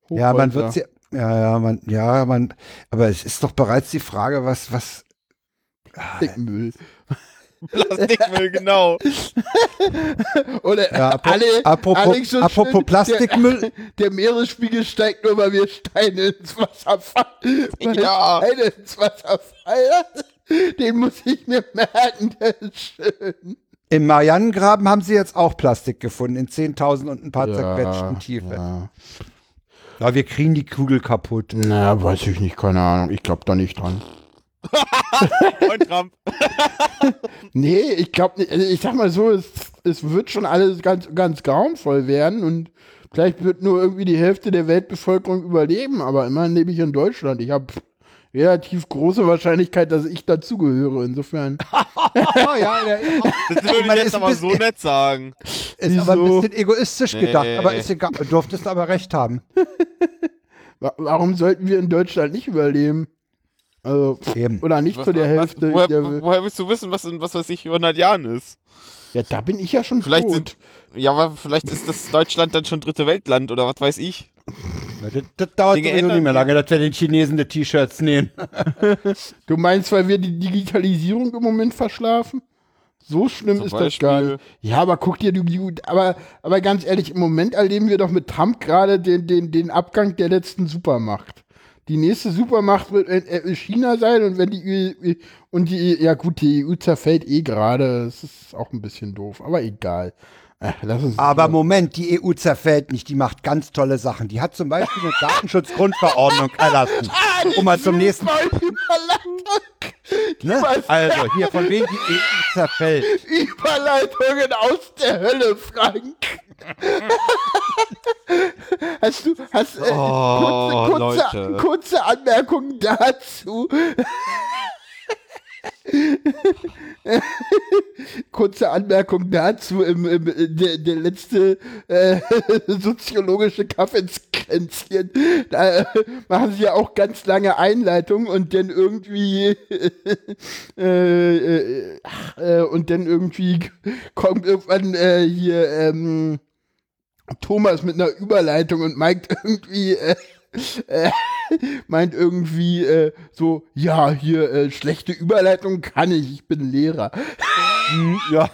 B: Ja, man wird
A: Hochhäuser.
B: ja, ja, man, ja, man, aber es ist doch bereits die Frage, was, was,
A: Plastikmüll.
C: Plastikmüll, genau.
A: Oder
B: Ja, apro-
A: alle,
B: apropos-
A: Alex so
B: apropos
A: schön,
B: Plastikmüll.
A: Der, der Meeresspiegel steigt nur, weil wir Steine ins Wasser fallen. Weil
C: Ja.
A: Steine ins Wasser fallen. Den muss ich mir merken, der ist schön.
B: Im Marianengraben haben sie jetzt auch Plastik gefunden, in 10.000 und ein paar zerquetschten Tiefe. Ja. wir kriegen die Kugel kaputt.
A: Na, weiß ich nicht, keine Ahnung. Ich glaube da nicht dran.
C: Und
A: [laughs]
C: Trump.
A: Nee, ich glaube nicht. Also ich sag mal so, es, es wird schon alles ganz, ganz grauenvoll werden und vielleicht wird nur irgendwie die Hälfte der Weltbevölkerung überleben, aber immerhin lebe ich in Deutschland. Ich habe relativ große Wahrscheinlichkeit, dass ich dazugehöre. Insofern. [laughs]
B: Oh, ja, der,
C: Das würde ich
B: meine,
C: jetzt
B: ist ein
C: aber so
B: bisschen-
A: [laughs]
C: nett sagen.
B: ist aber ein
A: Wieso?
B: bisschen egoistisch
C: Nee.
B: gedacht, aber ist egal. Du durftest aber recht haben.
A: Wa- Warum sollten wir in Deutschland nicht überleben? Also,
B: Eben.
A: oder nicht zu der
C: was,
A: Hälfte.
C: woher,
A: der,
C: woher willst du wissen, was in was weiß ich über 100 Jahren ist?
A: ja, da bin ich ja schon
C: Vielleicht
A: tot.
C: sind ja, aber vielleicht ist das Deutschland dann schon dritte Weltland oder was weiß ich.
B: Das, das dauert
C: Dinge
B: sowieso
C: ändern
B: nicht mehr
C: sich.
B: lange, dass wir den Chinesen die T-Shirts nähen.
A: Du meinst, weil wir die Digitalisierung im Moment verschlafen? So schlimm
C: Zum
A: ist das gar
C: Beispiel.
A: nicht. Ja, aber guck dir, du, du- aber, aber ganz ehrlich, im Moment erleben wir doch mit Trump gerade den, den, den Abgang der letzten Supermacht. Die nächste Supermacht wird äh, äh, China sein und wenn die EU, und die, E ja gut, die EU zerfällt eh gerade. Es ist auch ein bisschen doof, aber egal. Äh, lass uns [laughs]
B: Aber Moment, die EU zerfällt nicht, die macht ganz tolle Sachen. Die hat zum Beispiel eine Datenschutzgrundverordnung erlassen. Um mal zum nächsten.
A: Voll Überleitung,
B: Ne? Also, hier, von wem die EU zerfällt.
A: Überleitungen aus der Hölle, Frank.
C: [laughs]
A: hast du, hast, äh,
C: Oh,
A: kurze, kurze,
C: Leute.
A: kurze Anmerkungen dazu. kurze Anmerkung dazu, im, im, äh, der, der letzte äh, [laughs] soziologische Kaffeeskränzchen, da äh, machen sie ja auch ganz lange Einleitungen und dann irgendwie [laughs] äh, äh, ach, äh, und dann irgendwie [laughs] kommt irgendwann äh, hier ähm, Thomas mit einer Überleitung und meint irgendwie äh, [laughs] äh, meint irgendwie äh, so ja hier äh, schlechte Überleitung kann ich ich bin Lehrer
B: Ja.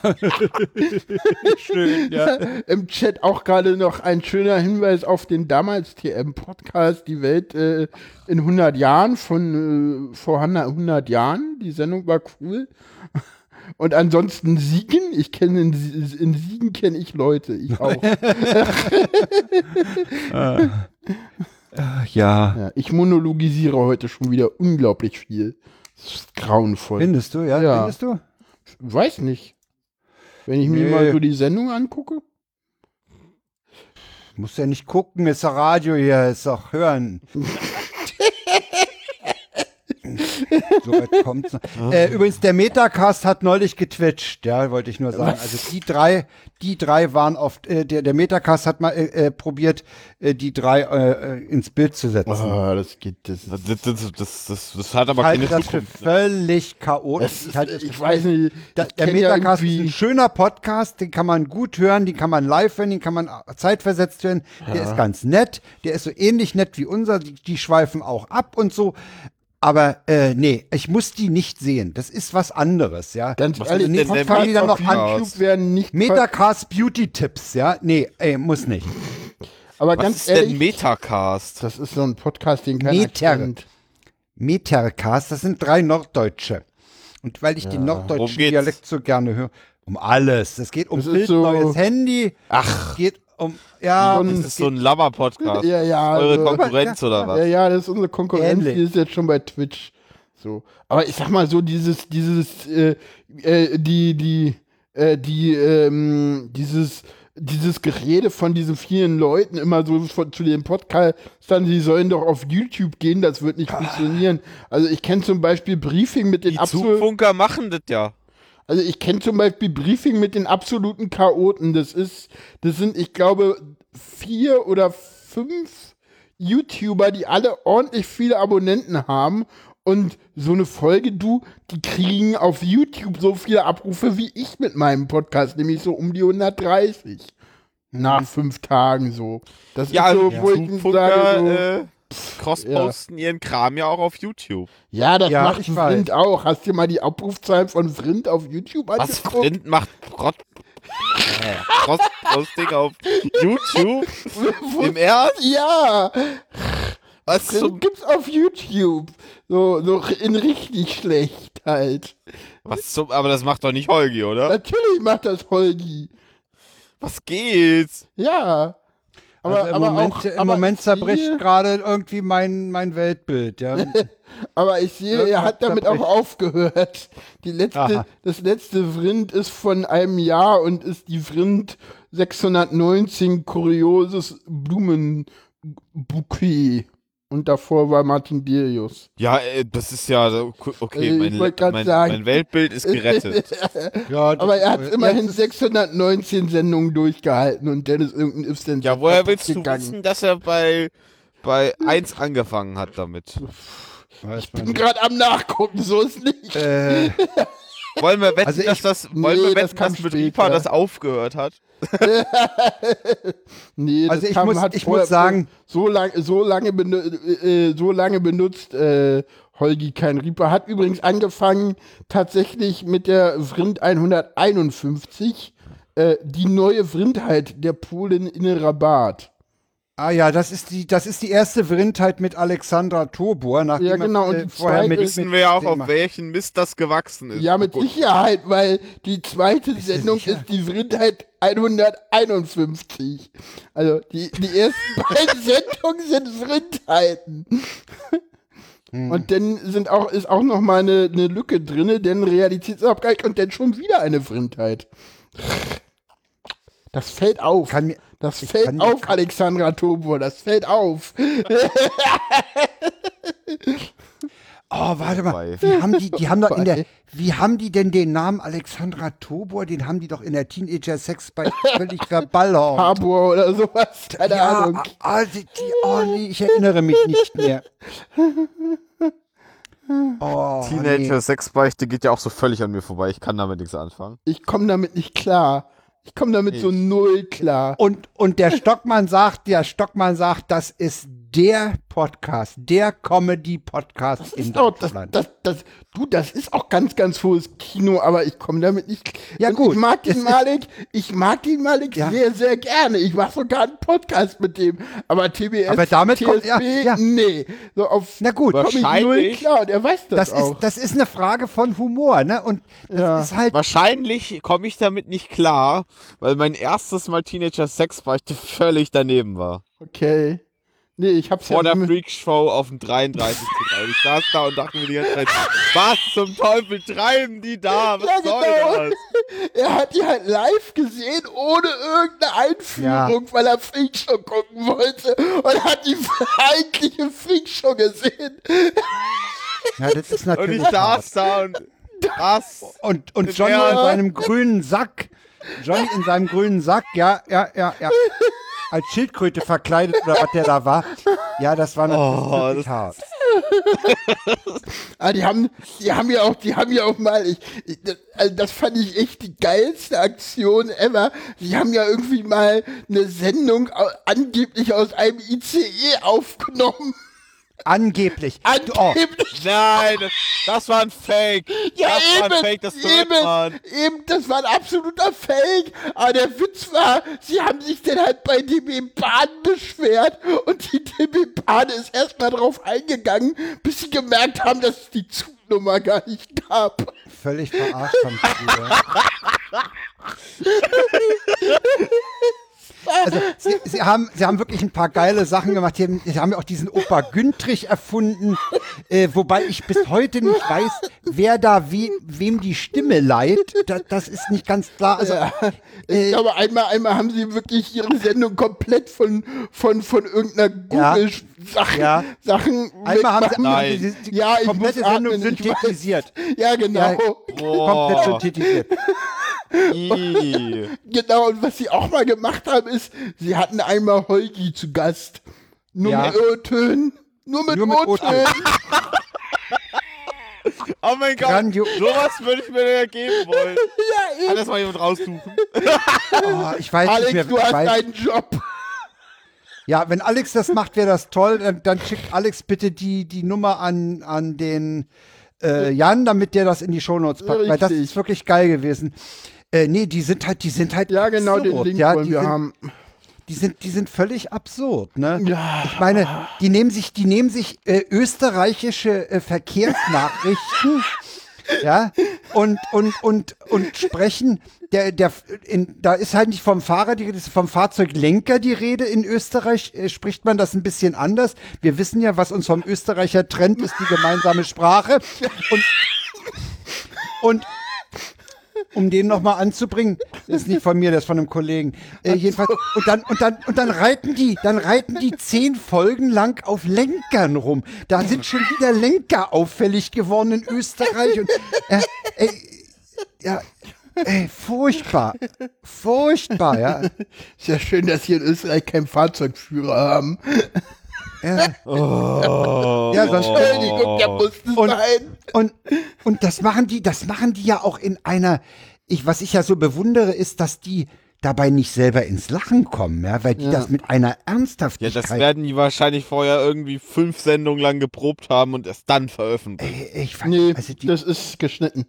B: [laughs] Schön, ja.
A: [laughs] Im Chat auch gerade noch ein schöner Hinweis auf den damals TM-Podcast Die Welt äh, in 100 Jahren von äh, vor 100 Jahren. Die Sendung war cool. [laughs] Und ansonsten Siegen. Ich kenne in, Sie- in Siegen kenne ich Leute. Ich
B: [laughs]
A: auch.
B: Ja.
A: ja, ich monologisiere heute schon wieder unglaublich viel. Das ist grauenvoll.
B: Findest du, ja?
A: Ja.
B: Findest du?
A: Weiß nicht. Wenn ich mir
B: Nee.
A: mal so die Sendung angucke.
B: Musst ja nicht gucken, ist doch Radio hier, ist doch hören. so weit kommt's noch. Äh, übrigens, der Metacast hat neulich getwitcht, ja, wollte ich nur sagen. Also die drei, die drei waren oft, äh, der, der Metacast hat mal äh, äh, probiert, äh, die drei äh, äh, ins Bild zu setzen.
A: Ah, das geht. Das ist
C: Das, das, das, das, das, das hat aber
A: Halt
B: Ich halte
C: keine
B: das für
C: Zukunft.
B: völlig chaotisch.
A: Das
B: Ich halte
A: ist,
B: es
A: ich weiß nicht.
B: Da,
A: ich
B: der
A: kenn ja
B: Metacast ist
A: irgendwie-
B: ein schöner Podcast, den kann man gut hören, den kann man live hören, den kann man zeitversetzt hören. Der ist ganz nett, der ist so ähnlich nett wie unser, die, die schweifen auch ab und so. Aber äh, nee, ich muss die nicht sehen. Das ist was anderes, ja. also
A: Ganz
C: Was
A: ehrlich,
C: ist denn
A: die
C: der
A: fangen die dann noch
B: Metacast?
A: an. YouTube werden nicht ver-
B: Metacast Beauty Tipps, ja? Nee, ey, muss nicht.
A: Aber
C: Was
A: ganz
C: ist denn
A: ehrlich,
C: Metacast?
A: das ist so ein Podcast, den keiner
B: Meter.
A: kennt.
B: Metacast, das sind drei Norddeutsche. Und weil ich den norddeutschen
C: Worum geht's?
B: Dialekt so gerne höre, um alles. Es geht um
A: Das ist
B: Bild,
A: so-
B: neues Handy. Ach. Geht um, ja,
A: So ein-
B: es
C: Das ist so ein Labber-Podcast.
A: Ja, ja,
C: Eure
A: also-
C: Konkurrenz oder was?
A: Ja, ja, das ist unsere Konkurrenz,
B: Ähnlich.
A: die ist jetzt schon bei Twitch. So. Aber ich sag mal so, dieses, dieses, äh, äh, die, die, äh, die, ähm, dieses, dieses Gerede von diesen vielen Leuten immer so von, zu den Podcastern, sie sollen doch auf YouTube gehen, das wird nicht funktionieren. Also ich kenne zum Beispiel Briefing mit den
C: Ah. Die
A: absoluten
C: Zugfunker machen das ja.
A: Also ich kenne zum Beispiel Briefing mit den absoluten Chaoten. Das ist, das sind, ich glaube, vier oder fünf YouTuber, die alle ordentlich viele Abonnenten haben. Und so eine Folge, du, die kriegen auf YouTube so viele Abrufe wie ich mit meinem Podcast, nämlich so um die 130. Nach fünf Tagen so. Das
C: Ja,
A: ist so,
C: also
A: wo
C: die
A: ich sage, so,
C: Zugfunker äh, crossposten ihren Kram ja auch auf YouTube.
A: ja, das
B: ja,
A: macht
B: ich weiß.
A: Vrind auch. Hast du mal die Abrufzahlen von Vrind auf YouTube
C: Was Also Print macht Prot Crossposting auf YouTube? Im Ernst?
A: Ja!
C: Was
A: Das
C: zum,
A: gibt's auf YouTube. So, so in richtig schlecht halt.
C: was zum, aber das macht doch nicht Holgi, oder?
A: Natürlich macht das Holgi.
C: Was geht's?
A: Ja. Aber,
B: also im
A: aber
B: Moment,
A: auch,
B: im
A: aber
B: Moment
A: ich
B: zerbricht
A: sehe-
B: gerade irgendwie mein, mein
A: [laughs]
B: Weltbild. Ja.
A: Aber ich sehe, er hat damit auch aufgehört. Die letzte,
B: Aha.
A: das letzte Vrind ist von einem Jahr und ist die Vrind 619 kurioses Blumenbouquet. Und davor war Martin Dirius.
C: Ja, äh, das ist ja, so- okay,
A: Also, ich
C: mein,
A: wollte grad
C: mein,
A: sagen.
C: mein Weltbild ist gerettet. [laughs]
B: Ja, das-
A: Aber er hat
B: jetzt
A: immerhin
B: ist-
A: 619 Sendungen durchgehalten und dann ist irgendein Ibsen.
C: ja, woher willst du wissen, dass er bei bei 1 angefangen hat damit.
B: Weiß man
A: bin
B: nicht.
A: gerade am Nachgucken, so ist nicht.
B: Äh,
C: Wollen wir wetten,
B: Also ich-
C: dass das, wollen wir
A: nee, das
C: wetten,
A: kam
C: dass mit
A: später.
C: Reaper das aufgehört hat?
A: Nee, das
B: also ich
A: kam-
B: muss-
A: hat
B: ich
A: vorher
B: muss sagen-
A: so, lang, so, lange benu- äh, äh, so lange benutzt äh, Holgi kein Reaper. Hat übrigens angefangen tatsächlich mit der Vrind 151, äh, die neue Vrindheit der Polen innerer Bart.
B: ah ja, das ist die, das ist die erste Vrindheit mit Alexandra Tobor, nachdem
A: Ja,
B: er,
A: genau, und
B: äh,
A: die
B: vorher
A: zweite
B: mit,
A: ist-
C: Wissen wir ja auch,
B: dem-
C: auf welchen Mist das gewachsen ist. Oh
A: Ja, mit
C: Gut.
A: Sicherheit, weil die zweite Sendung
B: sicher?
A: ist die Vrindheit 151. Also die, die ersten [laughs] beiden Sendungen sind Vrindheiten.
B: Hm.
A: Und dann sind auch, ist auch noch mal eine, eine Lücke drinne, denn Realitätsabgleich und dann schon wieder eine Vrindheit. Das fällt auf.
B: Kann mir-
A: das
B: ich
A: fällt
B: kann mir-
A: auf, Alexandra Tobor, das fällt auf.
B: Oh, warte mal.
C: Bei-
B: Wie haben die, die haben doch in der,
A: Bei-
B: wie haben die denn den Namen Alexandra Tobor, den haben die doch in der Teenager Sex bei völlig verballert.
A: Tabor oder sowas, keine Ahnung.
B: Ja, also die, oh nee, ich erinnere mich
A: [laughs]
B: nicht mehr. Oh,
C: Teenager Sexbeichte geht ja auch so völlig an mir vorbei. Ich kann damit nichts anfangen.
A: Ich komme damit nicht klar. Ich komme damit so
C: Ich-
A: null klar.
B: Und, und der Stockmann sagt, der Stockmann sagt, das ist der Podcast, der Comedy-Podcast in
A: Ist auch, das,
B: Deutschland.
A: das, das, du, das ist auch ganz, ganz hohes Kino, aber ich komme damit nicht.
B: Ja,
A: Und
B: gut.
A: Ich mag
B: Es
A: den
B: ist-
A: Malik, ich mag den Malik
B: Ja.
A: sehr, sehr gerne. Ich mache sogar einen Podcast mit dem. Aber TBS,
B: Aber damit
A: TSB,
B: kommt- ja, ja.
A: nee. So auf
B: Na gut.
A: komm ich null
C: Wahrscheinlich-
A: klar und er weiß das,
B: das,
A: auch.
B: ist, das ist eine Frage von Humor, ne? Und das
A: Ja.
B: ist halt,
C: Wahrscheinlich komme ich damit nicht klar, weil mein erstes Mal Teenager Sexbeichte völlig daneben war.
A: okay. Nee, ich hab's
C: Vor
A: ja
C: der Freakshow auf dem 33. ich saß da und dachte mir die ganze Zeit, was zum Teufel treiben die da? Was
A: Ja, genau.
C: soll das?
A: [laughs] Er hat die halt live gesehen, ohne irgendeine Einführung, weil er Freakshow gucken wollte und hat die eigentliche Freakshow gesehen.
B: ja, das ist
A: Genau.
C: Und
B: natürlich.
C: ich
B: hart.
C: saß da und was?
B: Und, und Johnny
C: Ja.
B: in seinem grünen Sack. Johnny in seinem grünen Sack, ja, ja, ja, ja. Als Schildkröte verkleidet oder was der da war. Ja, das war natürlich
C: Oh,
B: wirklich
C: das-
B: hart.
A: Ah, die haben, die haben ja auch, die haben ja auch mal, ich, ich, das- also das fand ich echt die geilste Aktion ever. Die haben ja irgendwie mal eine Sendung au- angeblich aus einem ICE
C: Oh.
A: aufgenommen.
B: Angeblich. Du- oh,
A: Angeblich.
C: Nein, das, das war ein Fake.
A: Ja,
C: das war ein
A: eben,
C: Fake, das war
A: eben, eben, das war ein absoluter Fake. Aber der Witz war, sie haben sich dann halt bei DB Bahn beschwert und die DB Bahn ist erstmal drauf eingegangen, bis sie gemerkt haben, dass es die Zugnummer gar nicht gab.
B: völlig verarscht vom Bruder. Also, sie, sie, haben, sie haben wirklich ein paar geile Sachen gemacht. Sie haben, sie haben ja auch diesen Opa Güntrich erfunden, äh, wobei ich bis heute nicht weiß, wer da we, wem die Stimme leiht. Da, das ist nicht ganz klar. Also,
A: Ich
B: äh,
A: glaube, einmal, einmal haben sie wirklich ihre Sendung komplett von, von, von irgendeiner
B: Ja.
A: Google-Sachen.
B: Ja.
A: Sachen
B: einmal haben sie
A: wegmachen.
C: Nein.
B: die, die, die
A: Ja, ich
B: komplette
A: muss atmen,
B: Sendung
A: ich weiß.
B: synthetisiert.
A: Ja, genau.
B: Ja.
C: Boah.
B: Komplett synthetisiert.
C: ein Fake. Ih.
A: Genau, und was sie auch mal gemacht haben, ist, sie hatten einmal Holgi zu Gast. Nur
B: Ja.
A: mit O-Tönen. Nur mit
B: Nur mit
A: O-Tönen.
C: Oh mein Gott,
B: Grandio-
C: sowas würde ich mir ja
A: [laughs]
C: geben wollen. Kann das mal jemand raussuchen?
B: Oh, ich weiß nicht mehr.
A: Alex, du
B: ich
A: hast
B: weiß,
A: deinen Job.
B: Ja, wenn Alex das macht, wäre das toll. Dann, dann schickt Alex bitte die, die Nummer an, an den äh, Jan, damit der das in die Shownotes packt. Weil das
A: Richtig.
B: ist wirklich geil gewesen. Äh, nee, die sind halt, die sind halt
A: Ja, genau, den
B: absurd.
A: Link
B: ja,
A: wollen
B: die
A: wir
B: sind,
A: haben.
B: Die sind, die sind völlig absurd, ne?
A: Ja.
B: Ich meine, die nehmen sich, die nehmen sich äh, österreichische äh, Verkehrsnachrichten, ja, und, und, und, und sprechen, der, der, in, da ist halt nicht vom Fahrer die Rede, ist vom Fahrzeuglenker die Rede. In Österreich äh, spricht man das ein bisschen anders. Wir wissen ja, was uns vom Österreicher trennt, ist die gemeinsame Sprache. Und, und, um den nochmal anzubringen, das ist nicht von mir, das ist von einem Kollegen. Äh, jedenfalls, und dann, und dann, und dann reiten die, dann reiten die zehn Folgen lang auf Lenkern rum. Da sind schon wieder Lenker auffällig geworden in Österreich. Und, äh, ey, ja, ey, furchtbar. Furchtbar, ja.
A: Ist ja schön, dass hier in Österreich keinen Fahrzeugführer haben.
B: Ja.
C: Oh.
B: Ja, sonst-
A: Entschuldigung, der musste
B: Und-
A: sein.
B: Und, und das machen die, das machen die ja auch in einer, ich, was ich ja so bewundere, ist, dass die dabei nicht selber ins Lachen kommen, ja, weil die
A: Ja.
B: das mit einer
C: Ja,
B: Ernsthaftigkeit.
C: das werden die wahrscheinlich vorher irgendwie fünf Sendungen lang geprobt haben und erst dann veröffentlicht.
B: Ey, ich fand,
A: Nee,
B: also die,
A: das ist geschnitten.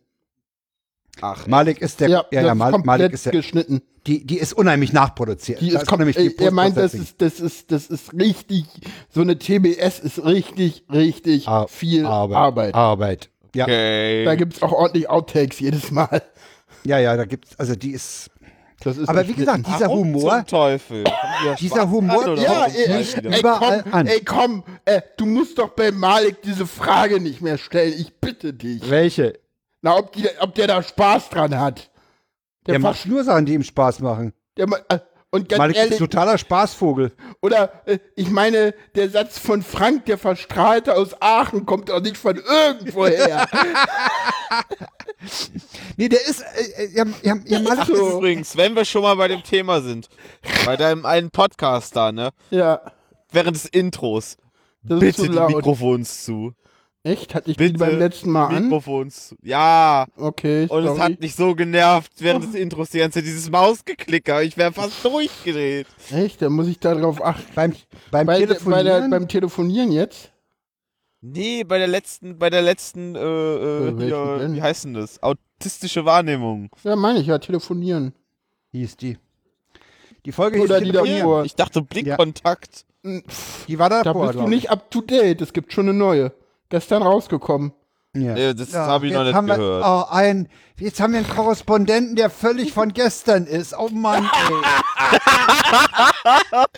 C: Ach,
B: Malik ist der, ja,
A: ja,
B: ja,
A: das
B: Malik,
A: ist
B: Malik
A: komplett
B: ist ja,
A: geschnitten.
B: die, die ist unheimlich nachproduziert.
A: Die
B: Da
A: ist kom
B: nämlich
A: äh, er meint, das
B: Postprocessing.
A: ist, das ist, das ist richtig, so eine TBS ist richtig, richtig
B: Ar-
A: viel Arbeit.
B: Arbeit. Arbeit. Ja,
C: okay.
A: Da gibt es auch ordentlich Outtakes jedes Mal.
B: ja, ja, da gibt's, also die ist,
A: Das ist
B: aber wie
A: geschnitten.
B: gesagt, dieser
C: Warum
B: Humor,
C: Zum Teufel. Haben die ja
B: Dieser
C: schwarz
B: Humor-
C: an oder
A: ja,
C: warum
A: ey,
C: weiß ich das?
A: ey,
B: überall
A: komm,
B: an.
A: ey, komm, äh, du musst doch bei Malik diese Frage nicht mehr stellen. Ich bitte dich.
D: Welche?
A: Na, ob, die, ob der da Spaß dran hat. Der,
B: der
A: macht,
B: macht nur Sachen, die ihm Spaß machen.
A: der ma- äh, und ganz
B: Malik ist
A: ehrlich,
B: totaler Spaßvogel.
A: oder äh, ich meine, der Satz von Frank, der Verstrahlte aus Aachen, kommt doch nicht von irgendwoher.
B: Nee, der ist, äh, äh, ja, ja,
A: [laughs]
B: ja, Malik
C: Ach,
B: ist,
C: übrigens, wenn wir schon mal bei dem Thema sind, bei deinem einen Podcast da, ne?
A: ja.
C: Während des Intros,
A: Das ist zu
C: bitte die
A: laut.
C: Mikrofons zu.
A: Echt? Hatte ich die
C: Bitte
A: beim letzten Mal an?
C: Mikrofons zu. Ja,
A: Okay,
C: und es
A: sorry.
C: hat mich so genervt während des Intros die ganze Zeit, dieses Mausgeklicker. Ich wäre fast [laughs] durchgedreht.
A: Echt? Dann muss ich darauf achten.
B: Beim, beim
A: Bei, bei
B: Telefonieren?
A: der, beim Telefonieren jetzt?
C: Nee, bei der letzten, bei der letzten, äh, äh,
A: welchen
C: hier,
A: denn?
C: wie heißt denn das? Autistische Wahrnehmung.
A: Ja, meine ich ja, telefonieren.
B: hieß die. Die Folge hieß
A: Oder die
B: Telefonieren.
A: davor.
C: Ich dachte Blickkontakt.
A: Hm, pff,
B: Die war
A: Da
B: davor,
A: bist du
B: glaub ich.
A: nicht up to date. Es gibt schon eine neue. Gestern rausgekommen. [laughs]
B: Ja.
C: Nee, Äh, das hab ich noch
B: jetzt
C: nicht
B: haben wir,
C: gehört.
B: Oh, ein, jetzt haben wir einen Korrespondenten, der völlig von gestern ist. Oh Mann, ey.
C: [laughs]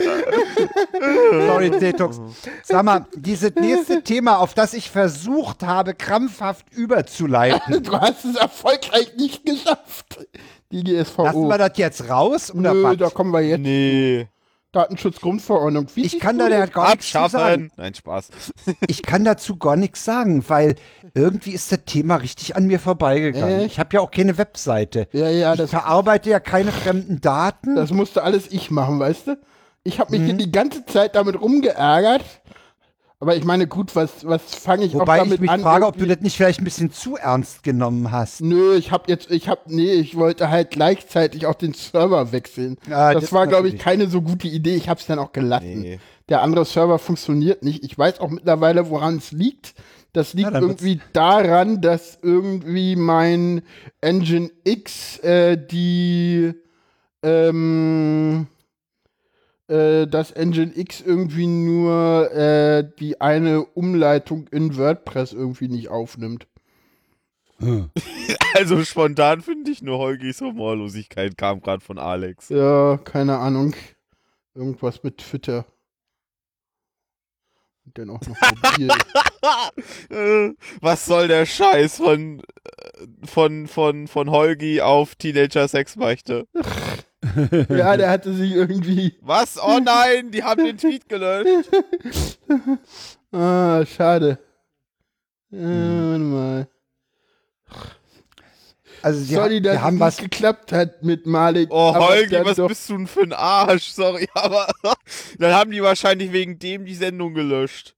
B: Sorry, Detox. Sag mal, dieses nächste Thema, auf das ich versucht habe, krampfhaft
C: [laughs]
B: überzuleiten.
A: Du hast es erfolgreich nicht geschafft. Die
C: Oh,
A: GSVO.
B: Lassen wir das jetzt raus? Oder
A: Nö,
B: was?
A: da kommen wir jetzt.
C: Nee.
A: Datenschutzgrundverordnung. Wie
B: ich kann da ja gar nichts zu sagen.
C: Abschaffen. Nein, Spaß. [laughs]
B: Ich kann dazu gar nichts sagen, weil irgendwie ist das Thema richtig an mir vorbeigegangen.
A: Echt?
B: Ich habe ja auch keine Webseite.
A: Ja, ja,
B: Ich
A: das,
B: verarbeite ja keine fremden Daten.
A: das musste alles ich machen, weißt du? Ich habe mich
B: Mhm.
A: hier die ganze Zeit damit rumgeärgert. Aber ich meine, gut, was, was fange ich auch
B: Wobei
A: damit
B: ich mich
A: an?
B: frage, ob du das nicht vielleicht ein bisschen zu ernst genommen hast.
A: Nö, ich hab jetzt, ich hab, nee, ich wollte halt gleichzeitig auch den Server wechseln.
B: Ah,
A: das
B: das
A: war, glaube ich,
B: natürlich.
A: keine so gute Idee. Ich hab's dann auch gelassen.
C: Nee.
A: Der andere Server funktioniert nicht. Ich weiß auch mittlerweile, woran es liegt. Das liegt
B: dann wird's-
A: irgendwie daran, dass irgendwie mein Engine X äh, die ähm, äh, dass Engine X irgendwie nur äh, die eine Umleitung in WordPress irgendwie nicht aufnimmt.
C: Also spontan finde ich nur Holgis Humorlosigkeit kam gerade von Alex.
A: Ja, keine Ahnung. Irgendwas mit Twitter. Und dann auch noch mobil.
C: Äh, [laughs] Was soll der Scheiß von äh, von von von Holgi auf Teenager Sexbeichte?
A: ja, der hatte sich irgendwie.
C: Was?
B: [laughs]
C: Oh nein, die haben den Tweet gelöscht.
A: Ah, schade. Äh, warte mal.
B: Also sie
A: Sorry,
B: ha- wir
A: dass es
B: haben was.
A: nicht geklappt hat mit Malik.
C: Oh
A: aber
C: Holgi,
A: dann
C: was
A: doch-
C: bist du denn für ein Arsch? Sorry, [laughs] aber dann haben die wahrscheinlich wegen dem die Sendung gelöscht.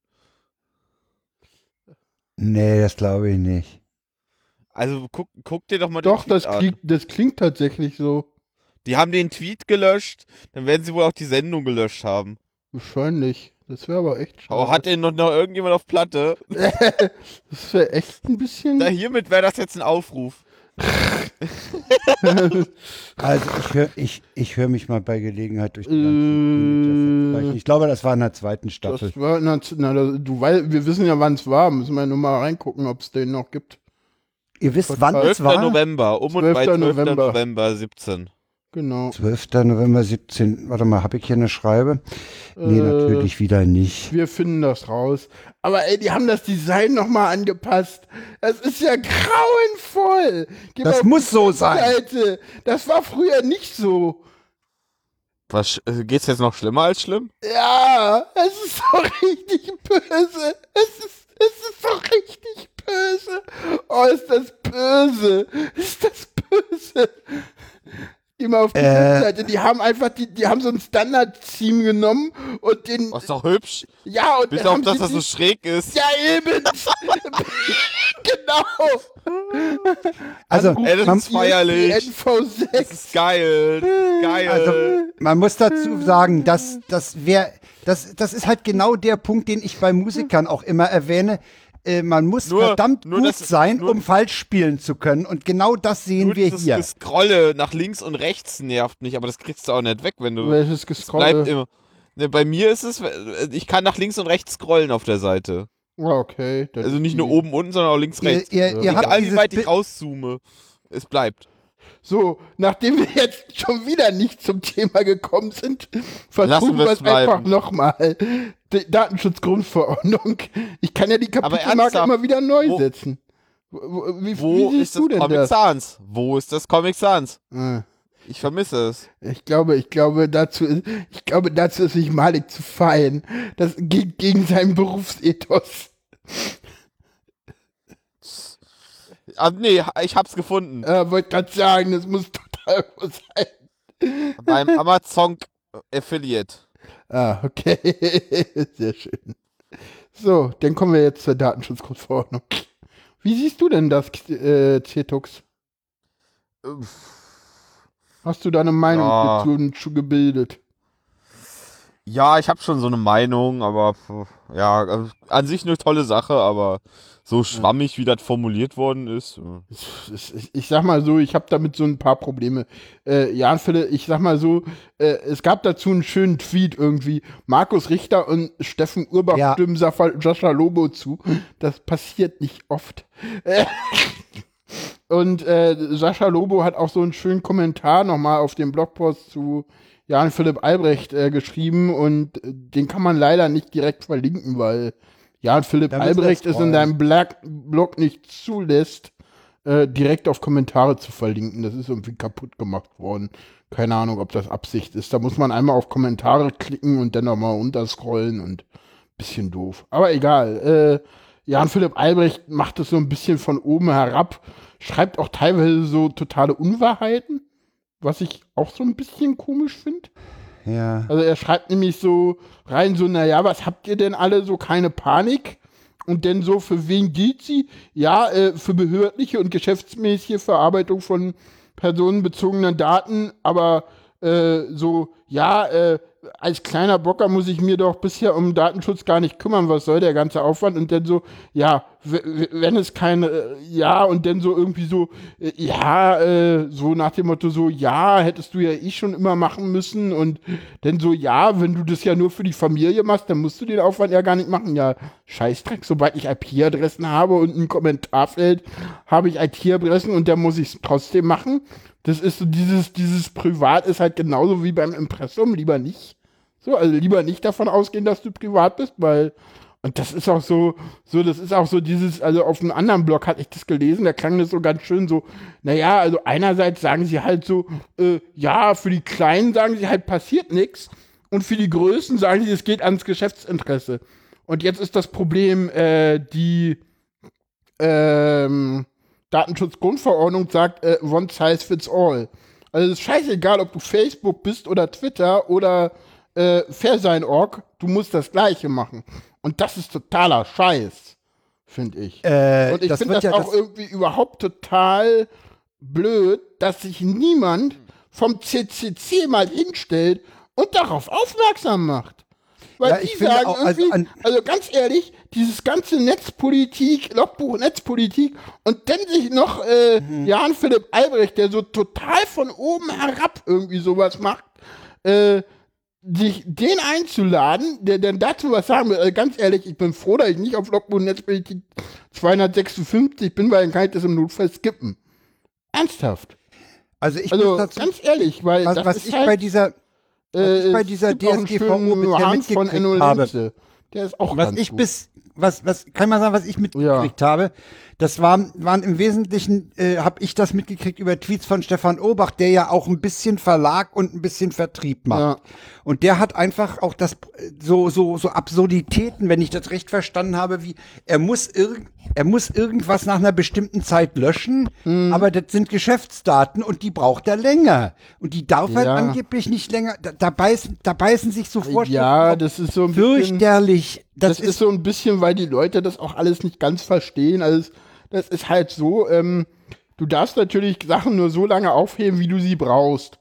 B: Nee, das glaube ich nicht.
C: Also guck, guck dir doch mal
A: Doch,
C: den Tweet
A: das
C: an.
A: klingt, das klingt tatsächlich so.
C: Die haben den Tweet gelöscht, dann werden sie wohl auch die Sendung gelöscht haben.
A: Wahrscheinlich. Das wäre aber echt schade.
C: Aber Oh, hat denn noch, noch irgendjemand auf Platte?
A: das wäre echt ein bisschen.
C: Da, hiermit wäre das jetzt ein Aufruf.
B: Also ich höre ich, ich hör mich mal bei Gelegenheit durch die
A: Äh.
B: ganzen Teenager-Sexbeichten. Ich glaube, das war in der zweiten Staffel.
A: Das war, na, na, das- du, weil, wir wissen ja, wann es war. Müssen wir nur mal reingucken, ob es den noch gibt.
B: Ihr wisst, wann es
C: 12.
B: war?
C: November, um und
A: 12.
C: bei 12. November,
A: November.
C: 17.
A: Genau.
B: 12. November 17. Warte mal, habe ich hier eine Schreibe? Nee,
A: Äh.
B: natürlich wieder nicht.
A: Wir finden das raus. Aber ey, die haben das Design nochmal angepasst. Das ist ja grauenvoll. Geh mal
B: Das
A: auf
B: muss so
A: die
B: sein.
A: Seite. Das war früher nicht so.
C: Was, äh, geht's jetzt noch schlimmer als schlimm?
A: Äh, Ja, es ist so [laughs] richtig böse. Es ist, es ist so richtig böse. Oh, ist das böse. Ist das böse. Geh mal auf die
B: Äh.
A: Filmseite. Die haben einfach, die, die haben so ein Standard-Team genommen und den,
C: Oh, ist doch hübsch.
A: ja, und
C: Bis
A: dann
C: auf,
A: äh, haben
C: dass
A: sie
C: das so
A: die-
C: schräg ist.
A: Ja,
C: [laughs]
A: eben. genau.
B: Also,
C: Ey, das
B: man,
C: ist feierlich. Das
A: NV6.
C: ist geil.
A: äh,
C: Das ist geil.
B: also, man muss dazu sagen, dass das wär, das, das ist halt genau der Punkt, den ich bei Musikern auch immer erwähne. Äh, man muss
C: Nur-
B: verdammt
C: nur
B: gut
C: das-
B: sein,
C: nur-
B: um falsch spielen zu können. Und genau das sehen
C: Nur
B: wir
C: dieses
B: hier.
C: Gescrolle nach links und rechts nervt mich, aber das kriegst du auch nicht weg, wenn du.
A: Welches
C: Es
A: äh,
C: bleibt immer. Ne, bei mir ist es, äh, ich kann nach links und rechts scrollen auf der Seite.
A: Okay. dann-
C: Also nicht nur oben, unten, sondern auch links,
B: Ihr,
C: rechts.
B: ihr, ihr habt
C: Egal wie
B: dieses
C: weit
B: Bi-
C: ich rauszoome, es bleibt.
A: So, nachdem wir jetzt schon wieder nicht zum Thema gekommen sind, versuchen
C: Lassen
A: wir
C: wir's
A: es einfach
C: bleiben.
A: nochmal. Die Datenschutzgrundverordnung. Ich kann ja die Kapitelmarke
C: ernsthaft,
A: immer wieder neu
C: wo-
A: setzen. Wo- wo- Wie,
C: Wo
A: wie
C: ist
A: siehst
C: das
A: du denn
C: Comic
A: das?
C: Sans? Wo ist das Comic Sans?
A: Ah,
C: Ich vermisse es.
A: Ich glaube, ich glaube, dazu ist, ich glaube, dazu ist sich Malik zu fein. Das geht gegen seinen Berufsethos.
C: Ah, nee, ich hab's gefunden.
A: Äh, Wollte gerade sagen, das muss [laughs] total gut sein.
C: Beim Amazon Affiliate.
A: Ah, okay. [laughs] Sehr schön. So, dann kommen wir jetzt zur Datenschutzgrundverordnung. Wie siehst du denn das, äh, Cetux?
C: Ähm.
A: Hast du deine Meinung
C: Ja.
A: dazu schon gebildet?
C: Ja, ich habe schon so eine Meinung, aber pf, ja, also an sich eine tolle Sache, aber so schwammig, wie das formuliert worden ist. äh.
A: Ich, ich, ich sag mal so, ich habe damit so ein paar Probleme. Äh, Jan Philipp, ich sag mal so, äh, es gab dazu einen schönen Tweet irgendwie. Markus Richter und Steffen Urbach
B: Ja.
A: stimmen Safa, Joscha Lobo zu. Das passiert nicht oft. Äh, [laughs] und äh, Sascha Lobo hat auch so einen schönen Kommentar nochmal auf dem Blogpost zu Jan Philipp Albrecht äh, geschrieben und äh, den kann man leider nicht direkt verlinken, weil Jan Philipp
B: Da müssen wir
A: Albrecht es in
B: scrollen.
A: deinem Black Blog nicht zulässt, äh, direkt auf Kommentare zu verlinken. Das ist irgendwie kaputt gemacht worden. Keine Ahnung, ob das Absicht ist. Da muss man einmal auf Kommentare klicken und dann nochmal runterscrollen und bisschen doof. Aber egal. Äh, Jan Philipp Albrecht macht das so ein bisschen von oben herab, schreibt auch teilweise so totale Unwahrheiten, was ich auch so ein bisschen komisch finde.
B: Ja.
A: Also er schreibt nämlich so rein so, naja, was habt ihr denn alle so, keine Panik? Und denn so, für wen gilt sie? Ja, äh, für behördliche und geschäftsmäßige Verarbeitung von personenbezogenen Daten, aber äh, so, ja, äh, als kleiner Bocker muss ich mir doch bisher um Datenschutz gar nicht kümmern, was soll der ganze Aufwand? Und dann so, ja, w- w- wenn es keine, äh, ja, und dann so irgendwie so, äh, ja, äh, so nach dem Motto so, ja, hättest du ja eh schon immer machen müssen und dann so, ja, wenn du das ja nur für die Familie machst, dann musst du den Aufwand ja gar nicht machen. Ja, Scheißdreck, sobald ich IP-Adressen habe und ein Kommentarfeld habe ich IT-Adressen und dann muss ich es trotzdem machen. Das ist so dieses, dieses Privat ist halt genauso wie beim Impressum, lieber nicht. So, also lieber nicht davon ausgehen, dass du privat bist, weil und das ist auch so, so, das ist auch so dieses, also auf einem anderen Blog hatte ich das gelesen, da klang das so ganz schön so, naja, also einerseits sagen sie halt so, äh, ja, für die Kleinen sagen sie halt passiert nichts und für die Größen sagen sie, es geht ans Geschäftsinteresse. Und jetzt ist das Problem, äh, die ähm, Datenschutzgrundverordnung sagt, äh, one size fits all. Also es ist scheißegal, ob du Facebook bist oder Twitter oder äh, Fairsein.org, du musst das Gleiche machen. Und das ist totaler Scheiß, finde ich.
B: Äh,
A: Und ich
B: das
A: finde
B: wird
A: das
B: ja
A: auch
B: das,
A: irgendwie überhaupt total blöd, dass sich niemand vom CCC mal hinstellt und darauf aufmerksam macht. Weil
B: Ja,
A: die
B: ich finde
A: sagen
B: auch, also
A: irgendwie,
B: an-
A: also ganz ehrlich, dieses ganze Netzpolitik, Logbuch Netzpolitik und dann sich noch äh,
B: Mhm.
A: Jan Philipp Albrecht, der so total von oben herab irgendwie sowas macht, äh, sich den einzuladen, der dann dazu was sagen will. Also ganz ehrlich, ich bin froh, dass ich nicht auf Logbuch Netzpolitik 256 bin, weil dann kann ich das im Notfall skippen. Ernsthaft.
B: also ich
A: also
B: muss dazu,
A: ganz ehrlich, weil
B: was,
A: das
B: was
A: ist
B: ich
A: halt,
B: bei dieser, was ich bei
A: Äh, es
B: dieser
A: gibt auch einen
B: DSGVO
A: schönen
B: bisher
A: Hans von
B: mitgekriegt
A: Enno
B: habe.
A: Lenze. Der ist auch
B: was
A: ganz
B: ich
A: gut.
B: bis was was kann man sagen, was ich mitgekriegt habe, das waren waren im Wesentlichen äh, habe ich das mitgekriegt über Tweets von Stefan Obach, der ja auch ein bisschen Verlag und ein bisschen Vertrieb macht.
A: Ja.
B: Und der hat einfach auch das äh, so so so Absurditäten, wenn ich das recht verstanden habe, wie er muss irgend er muss irgendwas nach einer bestimmten Zeit löschen,
A: Mhm.
B: aber das sind Geschäftsdaten und die braucht er länger. Und die darf halt
A: Ja.
B: angeblich nicht länger, da, da, beißen, da beißen sich so Vorschriften
A: Äh, Ja,
B: auf.
A: das ist so ein bisschen.
B: fürchterlich.
A: das, ist, so ein bisschen, weil die Leute das auch alles nicht ganz verstehen. Also es- das ist halt so, ähm, du darfst natürlich Sachen nur so lange aufheben, wie du sie brauchst.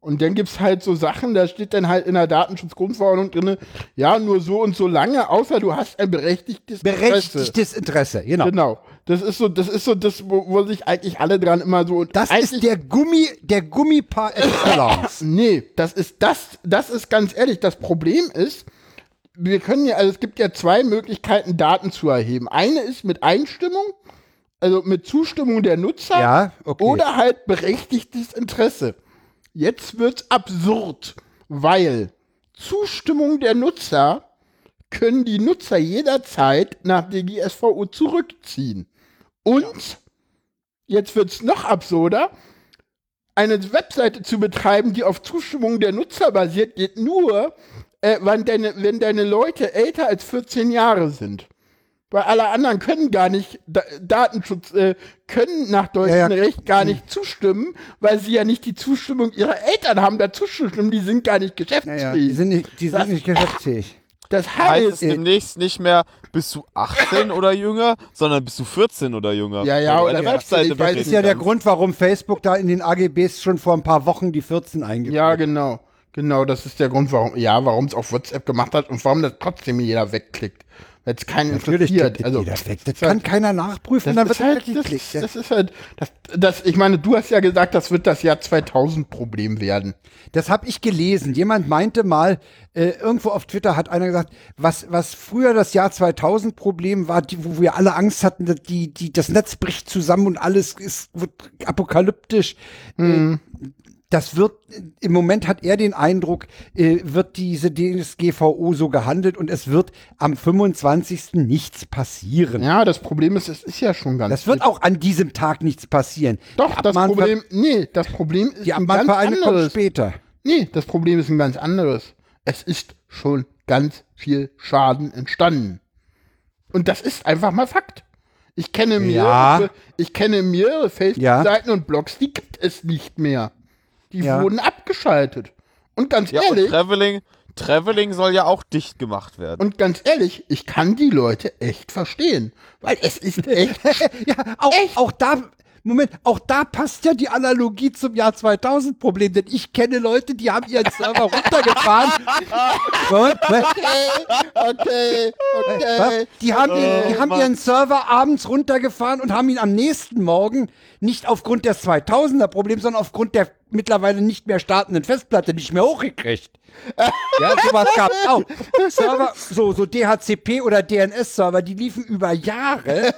A: Und dann gibt's halt so Sachen, da steht dann halt in der Datenschutzgrundverordnung drinne, ja, nur so und so lange, außer du hast ein berechtigtes Interesse.
B: berechtigtes Interesse, genau.
A: Genau. Das ist so, das ist so das, wo, wo sich eigentlich alle dran immer so. und
B: Das
A: eigentlich,
B: ist der Gummi, der Gummipaar
A: [laughs]
B: excellence.
A: Nee, das ist das, das ist ganz ehrlich, das Problem ist, wir können ja, also es gibt ja zwei Möglichkeiten, Daten zu erheben. Eine ist mit Einstimmung, also mit Zustimmung der Nutzer
B: Ja, okay.
A: oder halt berechtigtes Interesse. Jetzt wird's absurd, weil Zustimmung der Nutzer können die Nutzer jederzeit nach DGSVO zurückziehen. Und jetzt wird's noch absurder. Eine Webseite zu betreiben, die auf Zustimmung der Nutzer basiert, geht nur, äh, wenn, deine, wenn deine Leute älter als 14 Jahre sind. Weil alle anderen können gar nicht, da, Datenschutz, äh, können nach deutschem
B: Ja, Hm. ja.
A: Recht gar nicht zustimmen, weil sie ja nicht die Zustimmung ihrer Eltern haben, dazu zustimmen, die sind gar nicht geschäftsfähig.
B: Naja, die sind nicht, die sind nicht geschäftsfähig.
A: das
C: Heißt
A: heißt,
C: es demnächst nicht mehr, bist du 18 oder jünger, sondern bist du 14 oder jünger.
A: Ja, ja,
C: Weil du
A: oder
C: eine
A: ja,
C: Webseite
A: ich weiß,
B: Das
C: betreten
B: ist ja der
C: kannst.
B: Grund, warum Facebook da in den AGBs schon vor ein paar Wochen die 14 eingeführt
A: Ja, genau. Genau, das ist der Grund, warum ja, warum es auf WhatsApp gemacht hat und warum das trotzdem jeder wegklickt. Weil es keinen
B: Natürlich
A: interessiert.
B: klickt das
A: also,
B: jeder weg. Das kann keiner nachprüfen,
A: das,
B: dann
A: ist
B: wird
A: halt,
B: halt,
A: das,
B: weggeklickt.
A: ist,
B: ja.
A: das ist halt, das, das, ich meine, du hast ja gesagt, das wird das Jahr 2000 Problem werden.
B: Das habe ich gelesen. Jemand meinte mal, äh, irgendwo auf Twitter hat einer gesagt, was, was früher das Jahr 2000 Problem war, die, wo wir alle Angst hatten, dass die, die, das Netz bricht zusammen und alles ist wird apokalyptisch.
A: Mhm.
B: Äh, das wird, im Moment hat er den Eindruck, äh, wird diese DSGVO so gehandelt und es wird am 25. nichts passieren.
A: Ja, das Problem ist, es ist ja schon ganz.
B: Das wird auch an diesem Tag nichts passieren.
A: doch,
B: Die
A: das
B: Abmahnver-
A: Problem, nee, das Problem ist
B: Die
A: ein ganz
B: Abmahnvereine kommen
A: anderes.
B: später.
A: Nee, das Problem ist ein ganz anderes. Es ist schon ganz viel Schaden entstanden. Und das ist einfach mal Fakt. Ich kenne mir,
B: Ja.
A: ich kenne mir Facebook-Seiten und Blogs, die gibt es nicht mehr. Die
B: Ja.
A: wurden abgeschaltet. Und ganz
C: Ja, und
A: ehrlich,
C: Traveling, Traveling soll ja auch dicht gemacht werden.
A: und ganz ehrlich, ich kann die Leute echt verstehen, weil es ist
B: [laughs]
A: echt.
B: ja, auch,
A: Echt?
B: auch da, Moment, auch da passt ja die Analogie zum Jahr 2000 Problem, denn ich kenne Leute, die haben ihren Server
C: [laughs]
B: runtergefahren. Moment, Moment,
A: okay,
B: was?
A: okay.
B: die haben, den, die
C: Oh,
B: haben
C: Mann.
B: ihren Server abends runtergefahren und haben ihn am nächsten Morgen nicht aufgrund des 2000er Problems, sondern aufgrund der mittlerweile nicht mehr startenden Festplatte nicht mehr hochgekriegt. Ja, sowas gab's auch. Server, so, so DHCP oder DNS-Server, die liefen über Jahre,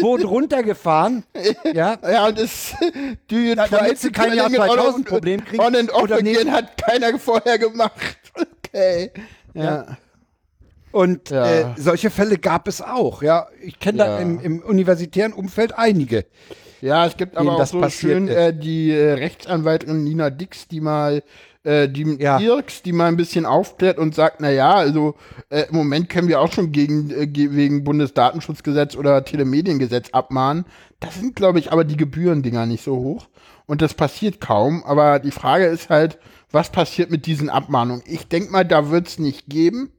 B: wurden runtergefahren. Ja,
A: Ja, und es, [laughs] do you
B: Da- damit
A: try
B: sie
A: to
B: kein
A: killing
B: Jahr
A: it on-
B: 2000 Problem kriegen.
A: On and off
B: Oder nee.
A: again hat keiner vorher gemacht. [laughs] Okay. Ja.
B: Und
A: Ja.
B: äh, solche Fälle gab es auch, ja. Ich kenne da
A: Ja.
B: im, im universitären Umfeld einige.
A: ja, es gibt aber auch
B: das
A: so
B: passiert
A: schön
B: ist.
A: äh, die äh, Rechtsanwaltin Nina Dix, die mal äh, die
B: Ja.
A: Dirks, die mal ein bisschen aufklärt und sagt, na ja, also äh, im Moment können wir auch schon gegen äh, ge- wegen Bundesdatenschutzgesetz oder Telemediengesetz abmahnen. Das sind, glaube ich, aber die Gebührendinger nicht so hoch. Und das passiert kaum. Aber die Frage ist halt, was passiert mit diesen Abmahnungen? Ich denke mal, da wird's nicht geben.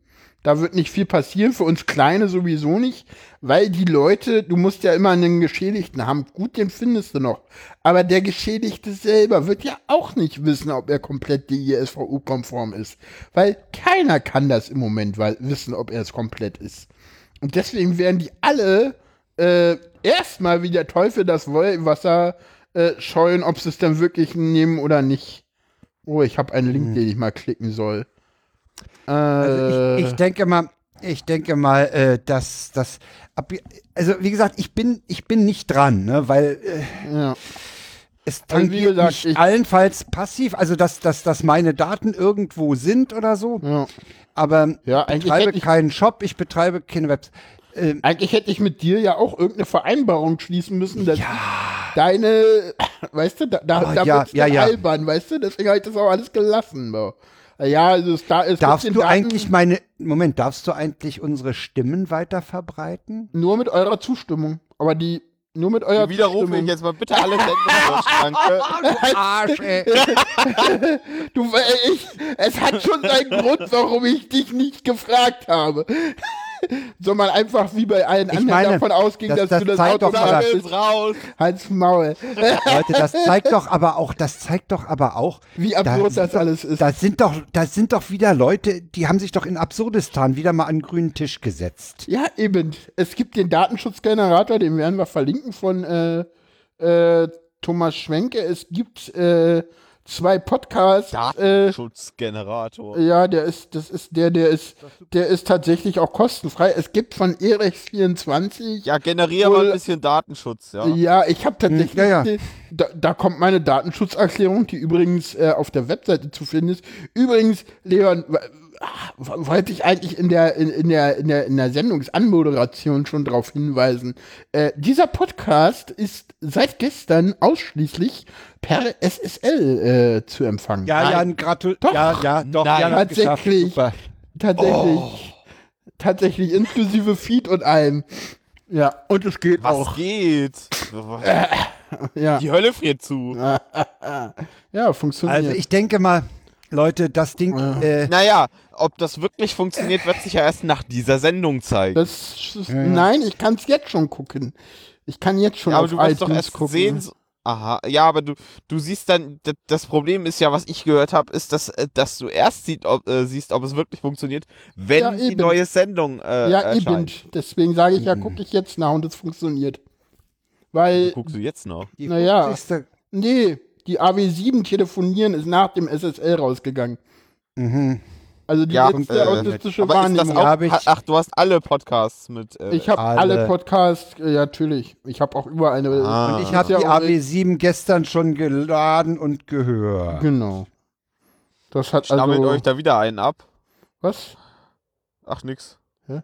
A: Da wird nicht viel passieren, für uns Kleine sowieso nicht, weil die Leute, du musst ja immer einen Geschädigten haben. Gut, den findest du noch. Aber der Geschädigte selber wird ja auch nicht wissen, ob er komplett DISVU-konform ist. Weil keiner kann das im Moment weil, wissen, ob er es komplett ist. Und deswegen werden die alle äh, erstmal wie der Teufel das Wollwasser äh, scheuen, ob sie es dann wirklich nehmen oder nicht. Oh, ich habe einen Link, den ich mal klicken soll. Äh,
B: Also ich, ich denke mal, ich denke mal, äh, dass das ab, also wie gesagt, ich bin ich bin nicht dran, ne, weil äh,
A: ja.
B: es
A: Also, wie
B: tangiert
A: gesagt,
B: mich
A: ich-
B: allenfalls passiv, also dass, dass dass meine Daten irgendwo sind oder so,
A: Ja.
B: aber
A: Ja,
B: ich
A: eigentlich
B: betreibe
A: hätte ich-
B: keinen Shop, ich betreibe keine äh, Website.
A: Eigentlich hätte ich mit dir ja auch irgendeine Vereinbarung schließen müssen, dass deine, [coughs] weißt du, da, da,
B: Ah,
A: da
B: ja,
A: wird's
B: ja,
A: dann
B: Oh, ja.
A: albern, weißt du, deswegen habe ich das auch alles gelassen. So. Ja, also es, da, es gibt
B: Darfst
A: den
B: du
A: Daten-
B: eigentlich meine, Moment, darfst du eigentlich unsere Stimmen weiter verbreiten?
A: Nur mit eurer Zustimmung. Aber die. Nur mit eurer
C: Wieder rufe ich
A: Zustimmung.
C: jetzt mal bitte alle Sendungen durch,
A: [laughs]
C: danke.
B: Arsch, ey.
A: Du, äh, ich, es hat schon seinen Grund, warum ich dich nicht gefragt habe. [laughs] Soll man einfach wie bei allen
B: Ich
A: anderen
B: meine,
A: davon ausgehen, dass
B: das- das
A: du das
B: zeigt
A: Auto
B: doch mal-
A: hast?
C: Sammels raus.
A: Halt's Maul. [laughs]
B: Leute, das zeigt doch aber auch, das zeigt doch aber auch,
A: Wie absurd das alles ist.
B: das sind doch, das sind doch wieder Leute, die haben sich doch in Absurdistan wieder mal an den grünen Tisch gesetzt.
A: Ja, eben. Es gibt den Datenschutzgenerator, den werden wir verlinken von äh, äh, Thomas Schwenke. Es gibt äh, zwei Podcasts. Äh,
C: Schutzgenerator.
A: ja, der ist, das ist der, der ist, der ist tatsächlich auch kostenfrei. Es gibt von Erex24.
C: Ja, generiere mal ein bisschen Datenschutz, ja.
A: Ja, ich habe tatsächlich,
B: Ja, ja.
A: die- Da, da kommt meine Datenschutzerklärung, die übrigens äh, auf der Webseite zu finden ist. Übrigens, Leon, w- ah, w- wollte ich eigentlich in der, in, in der, in der, in der Sendungsanmoderation schon darauf hinweisen. Äh, dieser Podcast ist seit gestern ausschließlich per SSL äh, zu empfangen.
B: ja, gratul
A: Doch.
B: ja, ja, doch,
C: Nein.
B: Jan hat geschafft,
A: Tatsächlich.
B: Super.
A: Tatsächlich. Tatsächlich, inklusive Feed und allem. Ja, und es geht
C: Was
A: auch. Äh.
C: geht?
A: Ja,
C: Die Hölle friert zu.
A: ja funktioniert.
B: Also ich denke mal, Leute, das Ding, äh,
C: Naja, ob das wirklich funktioniert, wird sich ja erst nach dieser Sendung zeigen.
A: Das, ist- Nein, ich kann es jetzt schon gucken. Ich kann jetzt schon
C: Ja, aber
A: auf
C: du wirst doch
A: iTunes
C: erst
A: gucken. ne?
C: sehen. so- Aha, ja, aber du, du siehst dann, d- das Problem ist ja, was ich gehört habe, ist, dass, äh, dass du erst sieht, ob, äh, siehst, ob es wirklich funktioniert, wenn
A: Ja,
C: die
A: eben.
C: neue Sendung äh,
A: ja, eben.
C: erscheint. Mhm.
A: Deswegen sage ich ja, gucke ich jetzt nach und es funktioniert. Weil,
C: Guckst du jetzt noch?
B: die
A: naja.
B: 50.
A: nee, die AW7 telefonieren ist nach dem SSL rausgegangen.
B: Mhm.
A: Also die
C: Ja,
A: letzte
C: äh,
A: autistische
C: aber ist das
A: Wahrnehmung.
C: auch,
B: hab ich-
C: ha- ach, du hast alle Podcasts mit. Äh,
A: ich habe
B: alle.
A: alle. Podcasts, äh, ja, natürlich. Ich habe auch überall eine.
C: Ah.
A: Und
B: Ich habe
A: ja
B: die
A: auch-
B: AW7 gestern schon geladen und gehört.
A: Genau. Das hat
C: schnabbelt
A: also.
C: euch da wieder einen ab.
A: was?
C: Ach, nix.
A: Hä?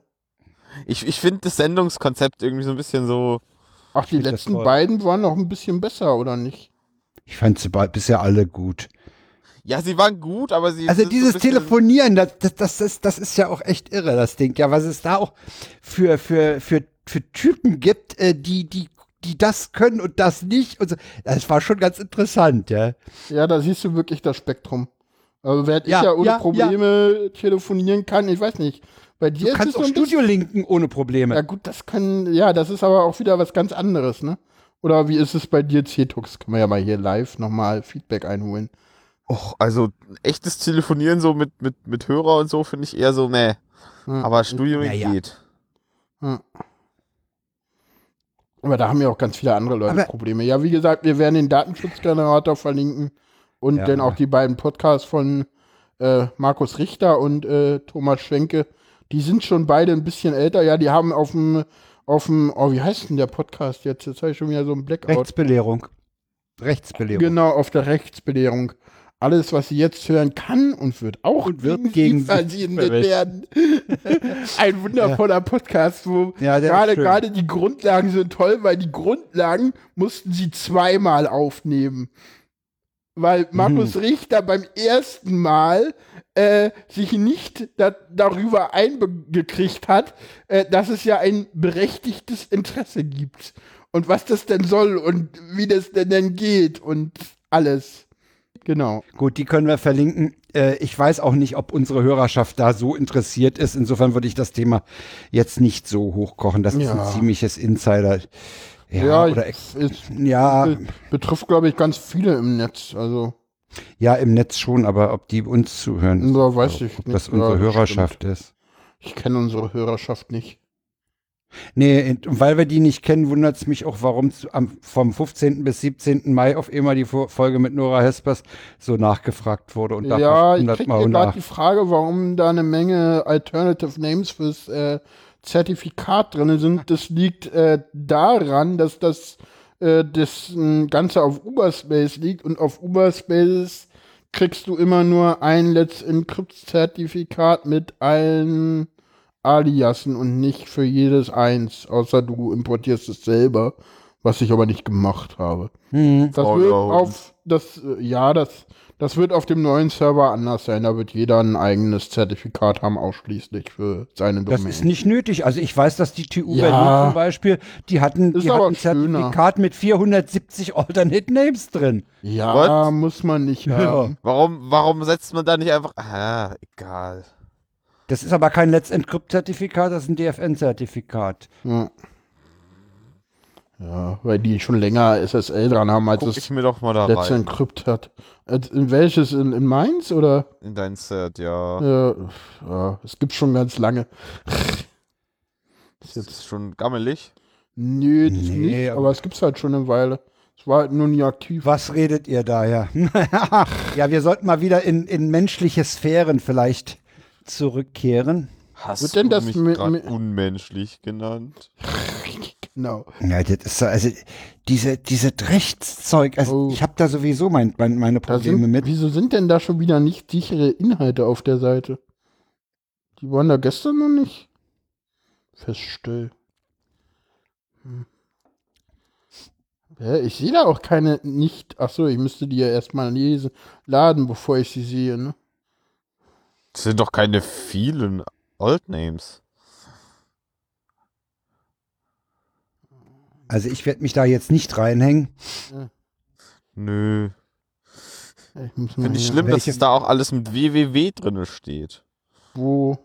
C: Ich, ich finde das Sendungskonzept irgendwie so ein bisschen so.
A: Ach, die
B: Spielt das
A: letzten
B: voll.
A: beiden waren noch ein bisschen besser, oder nicht?
B: Ich fand sie be- bisher alle gut.
C: Ja, sie waren gut, aber sie.
B: Also
C: sind so ein
B: dieses
C: bisschen-
B: Telefonieren, das, das, das, ist, das ist ja auch echt irre, das Ding. Ja, was es da auch für, für, für, für Typen gibt, äh, die, die, die das können und das nicht. Und so. Das war schon ganz interessant, ja.
A: Ja, da siehst du wirklich das Spektrum. Also während
B: Ja,
A: ich ja ohne
B: ja,
A: Probleme telefonieren kann, ich weiß nicht. Bei dir
B: Du
A: ist es
B: kannst
A: so
B: auch
A: ein bisschen,
B: Studio linken ohne Probleme.
A: ja gut, das kann, ja, das ist aber auch wieder was ganz anderes, ne? Oder wie ist es bei dir, C-Tux? Können wir ja mal hier live nochmal Feedback einholen.
C: Och, also echtes Telefonieren so mit, mit, mit Hörer und so finde ich eher so, nee.
A: Hm.
C: Aber Studio
B: Naja.
C: geht.
A: Aber da haben ja auch ganz viele andere Leute
B: Aber-
A: Probleme. Ja, wie gesagt, wir werden den Datenschutzgenerator verlinken und
B: Ja.
A: dann auch die beiden Podcasts von äh, Markus Richter und äh, Thomas Schwenke. Die sind schon beide ein bisschen älter. Ja, die haben auf dem, auf dem, oh, wie heißt denn der Podcast jetzt? Jetzt habe ich schon wieder so einen Blackout.
B: Rechtsbelehrung. Rechtsbelehrung.
A: Genau, auf der Rechtsbelehrung. Alles, was sie jetzt hören kann und wird auch
B: Und wird gegen
A: gegen
B: sie
A: [laughs] sie versiegelt werden. [laughs] Ein wundervoller Podcast, wo
B: Ja, der ist
A: gerade
B: schön.
A: gerade die Grundlagen sind toll, weil die Grundlagen mussten sie zweimal aufnehmen. Weil
B: Mhm.
A: Markus Richter beim ersten Mal äh, sich nicht da, darüber eingekriegt hat, äh, dass es ja ein berechtigtes Interesse gibt. Und was das denn soll und wie das denn denn geht und alles. Genau.
B: Gut, die können wir verlinken. Äh, ich weiß auch nicht, ob unsere Hörerschaft da so interessiert ist. Insofern würde ich das Thema jetzt nicht so hochkochen. Das ist
A: Ja.
B: ein ziemliches Insider. Ja,
A: ich-
B: oder ex
A: es
B: ja,
A: be- betrifft, glaube ich, ganz viele im Netz. Also,
B: ja, im Netz schon, aber ob die uns zuhören, ist-
A: da weiß ich
B: ob
A: nicht.
B: das
A: Ja,
B: unsere
A: das
B: Hörerschaft
A: stimmt.
B: ist.
A: Ich kenne unsere Hörerschaft nicht.
B: Nee, und weil wir die nicht kennen, wundert es mich auch, warum zu- am, vom 15. bis 17. Mai auf immer die Vor- Folge mit Nora Hespers so nachgefragt wurde und
A: ja, ich krieg
B: hundertmal
A: hier gerade
B: nach.
A: die Frage, warum da eine Menge Alternative Names fürs äh, Zertifikat drin sind. Das liegt äh, daran, dass das, äh, das äh, Ganze auf Uberspace liegt und auf Uberspace kriegst du immer nur ein Let's Encrypt-Zertifikat mit allen Aliasen und nicht für jedes eins, außer du importierst es selber, was ich aber nicht gemacht habe.
B: Hm.
A: Das
C: Faule
A: wird
C: Hund.
A: auf das, äh, ja, das, das wird auf dem neuen Server anders sein. Da wird jeder ein eigenes Zertifikat haben, ausschließlich für seine
B: Das
A: Domain.
B: ist nicht nötig. Also ich weiß, dass die TU
A: Ja.
B: Berlin zum Beispiel, die hatten,
A: Ist
B: die
A: aber
B: hatten ein
A: schöner.
B: Zertifikat mit 470 Alternate Names drin.
A: ja, muss man nicht haben.
C: Warum, warum setzt man da nicht einfach. Ah, egal.
B: Das ist aber kein Let's Encrypt Zertifikat, das ist ein DFN Zertifikat.
A: Ja. ja, weil die schon länger SSL dran haben, als
C: Guck
A: es
C: ich mir doch mal da
A: letzte
C: rein.
A: Encrypt hat. Als- In welches? In, in Mainz oder?
C: In dein Set, ja.
A: Ja, ja, es gibt schon ganz lange.
C: Das ist schon gammelig.
A: Nö, das
B: Nee,
A: nicht,
B: aber-
A: aber es gibt's halt schon eine Weile. Es war halt nur nie aktiv.
B: Was redet ihr da ja? [laughs] ja, wir sollten mal wieder in, in menschliche Sphären vielleicht zurückkehren.
C: Hast
A: Wird denn
C: du
A: das
C: mich
A: mit-
C: grad
A: mit-
C: unmenschlich genannt?
A: Genau.
B: Ja, das ist so, also diese, diese Rechtszeug, also
A: Oh. Also?
B: ich habe da sowieso mein, mein, meine
A: Da
B: Probleme
A: sind,
B: mit.
A: wieso sind denn da schon wieder nicht sichere Inhalte auf der Seite? Die waren da gestern noch nicht. Feststell. Hm. Hä, ich sehe da auch keine nicht. Achso, ich müsste die ja erstmal lesen, laden, bevor ich sie sehe, ne?
C: Das sind doch keine vielen Altnames.
B: Also ich werde mich da jetzt nicht reinhängen.
C: Nö.
A: Ich muss mal
C: Finde ich
A: hier-
C: schlimm, dass
B: welche-
C: es da auch alles mit www drinne steht.
A: Wo?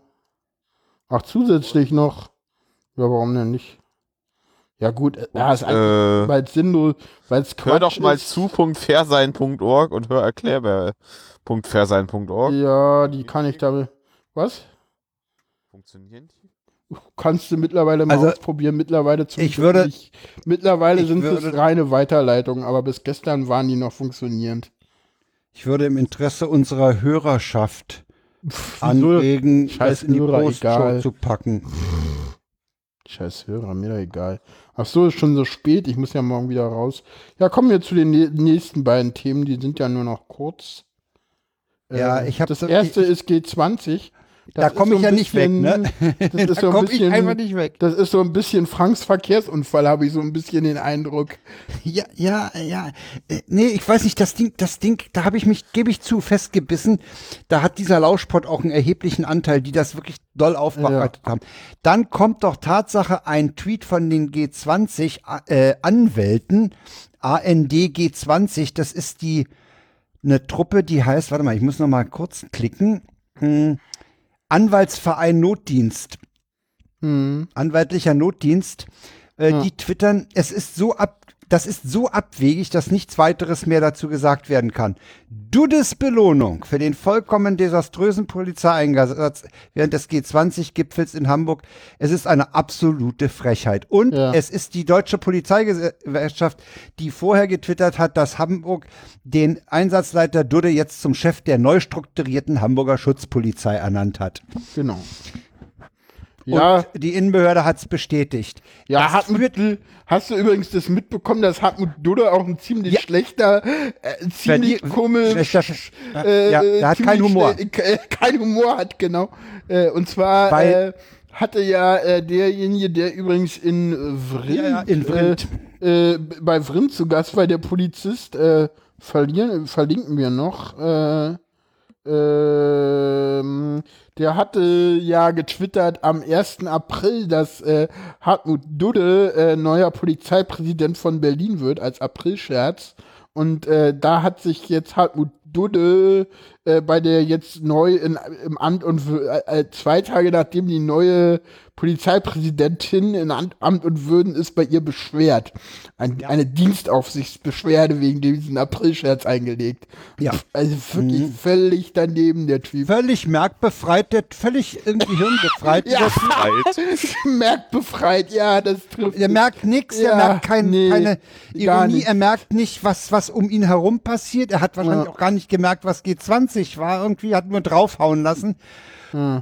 A: Ach, zusätzlich noch. Ja, warum denn nicht? Ja, gut, äh, ja, ist eigentlich,
C: Äh,
A: weil es sinnlos, weil es Quatsch
C: hör doch mal
A: ist.
C: zu Punkt versein.org und hör erklärbar.versein.org.
A: Ja, die kann ich da. Was?
C: Funktionieren die?
A: Kannst du mittlerweile mal
B: Also,
A: ausprobieren. Mittlerweile zum
B: ich würde-
A: nicht. Mittlerweile
B: ich
A: sind es
B: würde-
A: reine Weiterleitungen, aber bis gestern waren die noch funktionierend.
B: Ich würde im Interesse unserer Hörerschaft anregen, das
A: Scheiß
B: in die
A: Hörer,
B: Postshow
A: egal.
B: zu packen.
A: Scheiß Hörer, mir doch egal. Ach so, ist schon so spät. Ich muss ja morgen wieder raus. Ja, kommen wir zu den nä- nächsten beiden Themen. Die sind ja nur noch kurz. Ähm,
B: Ja, ich hab
A: das
B: so-
A: erste ist G20.
B: Da
A: Das ist
B: komme
A: so
B: ich
A: ein
B: ja nicht weg,
A: bisschen-
B: ne?
A: Das
B: [laughs]
A: ist
B: da
A: so ein
B: komme ich
A: bisschen,
B: einfach nicht weg.
A: Das ist so ein bisschen Franks Verkehrsunfall, habe ich so ein bisschen den Eindruck.
B: Ja, ja, ja. Äh, Nee, ich weiß nicht, das Ding, das Ding, da habe ich mich, gebe ich zu, festgebissen. Da hat dieser Lauschpott auch einen erheblichen Anteil, die das wirklich doll aufbereitet haben. Dann kommt doch Tatsache ein Tweet von den äh, G20-Anwälten, AND G20, das ist die, eine Truppe, die heißt, warte mal, ich muss noch mal kurz klicken, hm, Anwaltsverein Notdienst.
A: Hm.
B: Anwaltlicher Notdienst, äh,
A: Ja.
B: die twittern, es ist so ab, das ist so abwegig, dass nichts weiteres mehr dazu gesagt werden kann. Dudes Belohnung für den vollkommen desaströsen Polizeieinsatz während des G20-Gipfels in Hamburg. Es ist eine absolute Frechheit. Und
A: Ja.
B: es ist die deutsche Polizeigewerkschaft, die vorher getwittert hat, dass Hamburg den Einsatzleiter Dudde jetzt zum Chef der neu strukturierten Hamburger Schutzpolizei ernannt hat.
A: Genau. Ja,
B: Und die Innenbehörde hat es bestätigt.
A: ja
B: Das
A: Hartmut, hast du übrigens das mitbekommen, dass Hartmut Dudde auch ein ziemlich
B: Ja.
A: schlechter, äh, ziemlich
B: Verli-
A: komisch.
B: schlechter-
A: äh,
B: ja, der hat
A: ziemlich
B: keinen Humor.
A: schle- äh, kein Humor hat, genau. Äh, und zwar
B: Weil-
A: äh, hatte ja äh, derjenige, der übrigens in äh, Vrind,
B: Ja, ja, in Vrind.
A: Äh, äh, bei Vrind zu Gast war, der Polizist, äh, verlieren, verlinken wir noch, äh, ähm, der hatte ja getwittert am 1. April, dass äh, Hartmut Dudde äh, neuer Polizeipräsident von Berlin wird, als Aprilscherz. Und äh, da hat sich jetzt Hartmut Dudde äh, bei der jetzt neu in, im Amt und Wö- äh, zwei Tage nachdem die neue Polizeipräsidentin in Amt, Amt und Würden ist, bei ihr beschwert. Ein, Eine Dienstaufsichtsbeschwerde wegen diesem Aprilscherz eingelegt.
B: Ja.
A: Also wirklich völlig daneben der Typ.
B: völlig merkbefreit, der
A: [laughs]
B: völlig irgendwie hirnbefreit.
A: Ja,
C: Alt.
A: [laughs] merkt befreit, ja, das trifft.
B: Der merkt nichts,
A: Ja,
B: er merkt kein,
A: nee,
B: keine
A: gar
B: Ironie,
A: nicht.
B: er merkt nicht, was, was um ihn herum passiert. Er hat wahrscheinlich
A: Ja.
B: auch gar nicht gemerkt, was G20 war. Irgendwie hat nur draufhauen lassen.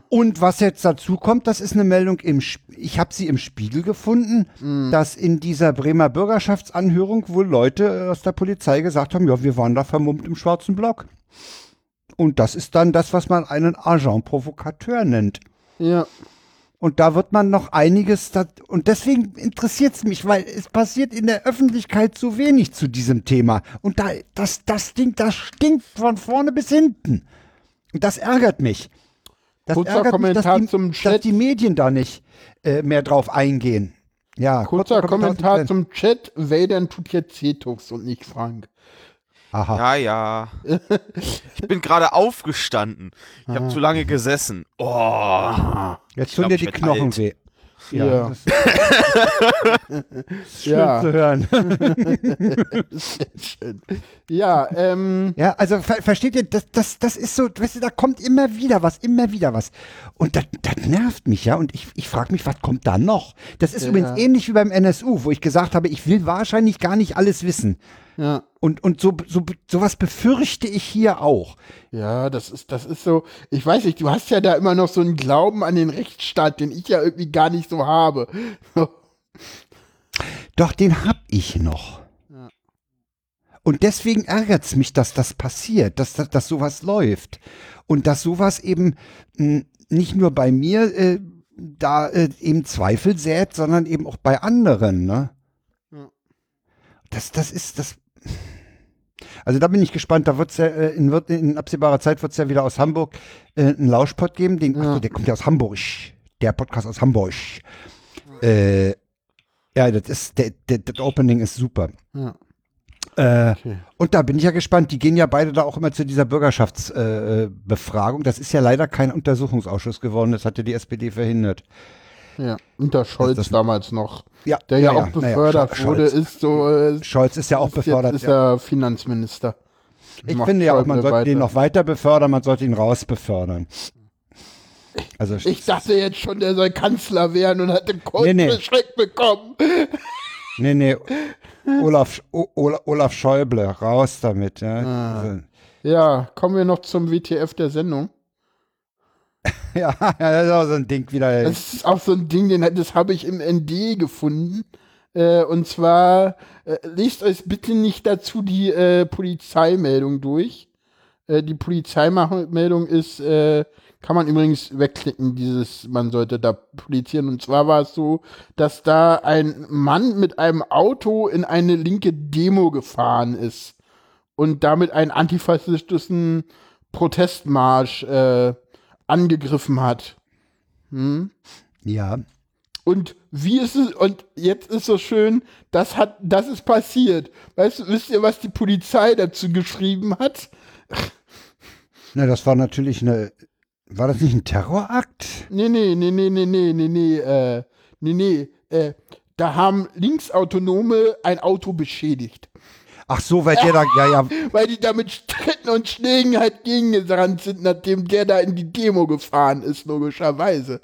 B: Und was jetzt dazu kommt, das ist eine Meldung im, Sp- ich habe sie im Spiegel gefunden,
A: Mhm.
B: dass in dieser Bremer Bürgerschaftsanhörung wohl Leute äh, aus der Polizei gesagt haben, ja, wir waren da vermummt im schwarzen Block. Und das ist dann das, was man einen Agent Provocateur nennt.
A: Ja,
B: Und da wird man noch einiges, da, und deswegen interessiert es mich, weil es passiert in der Öffentlichkeit zu wenig zu diesem Thema. Und da, das, das Ding, das stinkt von vorne bis hinten. Und das ärgert mich. Das
A: Kurzer
B: ärgert
A: Kommentar
B: mich, dass die,
A: zum
B: dass
A: Chat.
B: die Medien da nicht äh, mehr drauf eingehen. Ja,
A: Kurzer Kommentar
B: Chat.
A: zum Chat. Vaden tut jetzt Cetux und nicht Frank.
B: Aha.
C: Ja, ja.
B: [laughs]
C: Ich bin gerade aufgestanden. Ich
B: Ah.
C: habe zu lange gesessen. Oh.
B: Jetzt tun
C: glaub,
B: dir
C: ich
B: die
C: werd
B: Knochen
C: alt.
B: weh.
A: Ja.
B: das ist [laughs] schön
A: Ja.
B: zu hören.
A: Sehr schön. Ja, ähm,
B: Ja, also ver versteht ihr, das, das, das ist so, weißt du, da kommt immer wieder was, immer wieder was. Und das, das nervt mich, ja. Und ich, ich frage mich, was kommt da noch? Das ist übrigens ähnlich wie beim NSU, wo ich gesagt habe, ich will wahrscheinlich gar nicht alles wissen.
A: ja.
B: Und, und so, so, sowas befürchte ich hier auch.
A: Ja, das ist, das ist so, ich weiß nicht, du hast ja da immer noch so einen Glauben an den Rechtsstaat, den ich ja irgendwie gar nicht so habe. [laughs]
B: Doch den hab ich noch. Und deswegen ärgert's mich, dass das passiert, dass, dass, dass sowas läuft. Und dass sowas eben mh, nicht nur bei mir äh, da äh, eben Zweifel sät, sondern eben auch bei anderen. Ne?
A: Ja.
B: Das, das ist das. [sighs] Also da bin ich gespannt, da wird's ja, äh, in, wird, in absehbarer Zeit wird's ja wieder aus Hamburg äh, einen Lauschpod geben. Den, ach so, der kommt ja aus Hamburg. Der Podcast aus Hamburg. Äh, ja, das ist der, der, das Opening ist super.
A: Ja.
B: Äh,
A: Okay.
B: Und da bin ich ja gespannt. Die gehen ja beide da auch immer zu dieser Bürgerschaftsbefragung. Äh, Befragung. das ist ja leider kein Untersuchungsausschuss geworden. Das hatte die SPD verhindert.
A: Ja, unter Scholz
B: Das- das-
A: damals noch,
B: Ja,
A: der ja,
B: ja,
A: auch
B: ja, naja,
A: befördert
B: Sch-
A: wurde,
B: Scholz.
A: ist so, äh,
B: Scholz ist ja auch
A: ist
B: befördert.
A: jetzt ist
B: ja.
A: er Finanzminister.
B: Ich
A: macht
B: finde ja auch, man
A: Schäuble
B: sollte den
A: weiter.
B: noch weiter befördern. Man sollte ihn raus befördern. Also
A: Ich dachte jetzt schon, der soll Kanzler werden und hatte kurz
B: Nee, nee.
A: einen Schreck bekommen.
B: Nee, nee. Olaf, Sch- O- Ola- Olaf Schäuble, raus damit. Ja.
A: Ah.
B: Also,
A: Ja, kommen wir noch zum WTF der Sendung.
B: [laughs] ja, das ist auch so ein Ding wieder.
A: Das ist auch so ein Ding, den, das habe ich im ND gefunden. Äh, und zwar, äh, lest euch bitte nicht dazu die äh, Polizeimeldung durch. Äh, die Polizeimeldung ist, äh, kann man übrigens wegklicken, dieses, man sollte da publizieren. Und zwar war es so, dass da ein Mann mit einem Auto in eine linke Demo gefahren ist und damit einen antifaschistischen Protestmarsch äh, angegriffen hat.
B: Ja.
A: Und wie ist es, und jetzt ist so schön, das hat, das ist passiert. Weißt du, wisst ihr, was die Polizei dazu geschrieben hat?
B: Na, das war natürlich eine. War das nicht ein Terrorakt?
A: Nee, nee, nee, nee, nee, nee, nee, nee, äh, nee, nee, äh, da haben Linksautonome ein Auto beschädigt.
B: Ach so, weil der da. Ja, ja.
A: Weil die da mit Stritten und Schlägen halt gegengerannt sind, nachdem der da in die Demo gefahren ist, logischerweise.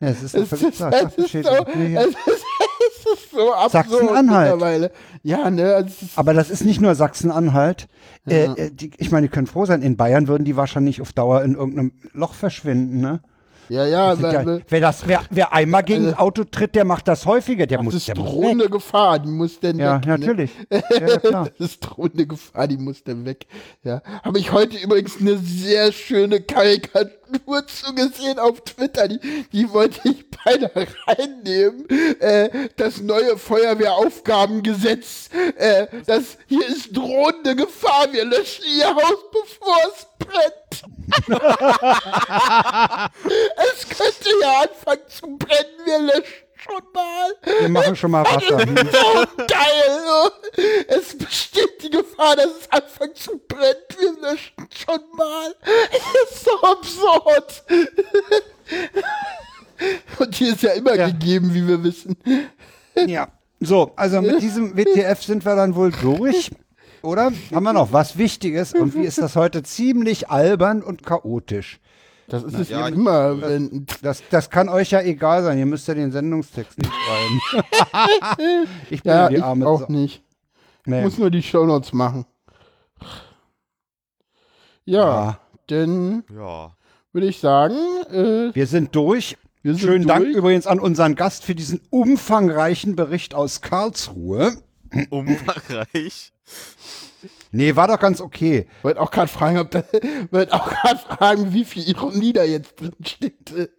B: Es ist,
A: Es ist, es ist, so, es ist, [laughs] es ist so absurd
B: Sachsen-Anhalt.
A: mittlerweile. Ja, ne, also es ist
B: Aber das ist nicht nur Sachsen-Anhalt. Äh, äh, die- ich meine, die können froh sein. In Bayern würden die wahrscheinlich auf Dauer in irgendeinem Loch verschwinden, ne?
A: Ja, ja, ne?
B: Sind ja,
A: weil-
B: wer, das, wer, wer einmal gegen ein Auto tritt, der macht das häufiger. Der
A: das
B: muss,
A: ist ne?
B: der muss weg.
A: drohende Gefahr, die muss denn
B: Ja,
A: weg. [laughs]
B: natürlich. Ja, ja, klar.
A: Das ist drohende Gefahr, die muss dann weg. Ja. Habe ich heute übrigens eine sehr schöne Karikatur [laughs] zugesehen auf Twitter. Die, die wollte ich beinahe reinnehmen. Äh, das neue Feuerwehraufgabengesetz. Äh, das hier ist drohende Gefahr. Wir löschen ihr Haus, bevor es
B: [laughs]
A: brennt. [laughs] es könnte ja anfangen zu brennen. Wir löschen schon mal.
B: Wir machen schon mal Wasser. Hm.
A: So geil! ne? Es besteht die Gefahr, dass es anfängt zu brennen. Wir löschen schon mal. Es ist so absurd. Und hier ist ja immer gegeben, wie wir wissen.
B: Ja. So, also mit diesem WTF sind wir dann wohl durch. Oder? Haben wir noch was Wichtiges? Und wie ist das heute? Ziemlich albern und chaotisch.
A: Das ist es
C: ja, ja.
A: immer, wenn.
B: Das, das kann euch ja egal sein. Ihr müsst ja den Sendungstext nicht schreiben.
A: [laughs]
B: ich bin
A: Ja,
B: ja,
A: ich
B: die arme
A: auch
B: Sau.
A: nicht.
B: Nee.
A: Muss nur die Shownotes machen. Ja,
B: Ja.
A: dann
C: Ja.
A: würde ich sagen, äh,
B: Wir sind durch.
A: wir sind
B: Schönen Dank
A: durch.
B: übrigens an unseren Gast für diesen umfangreichen Bericht aus Karlsruhe.
C: Umfangreich.
B: Nee, war doch ganz okay.
A: Wollte auch gerade [laughs] fragen, ob da, wollte auch gerade fragen, wie viel Ironie da jetzt drin steht.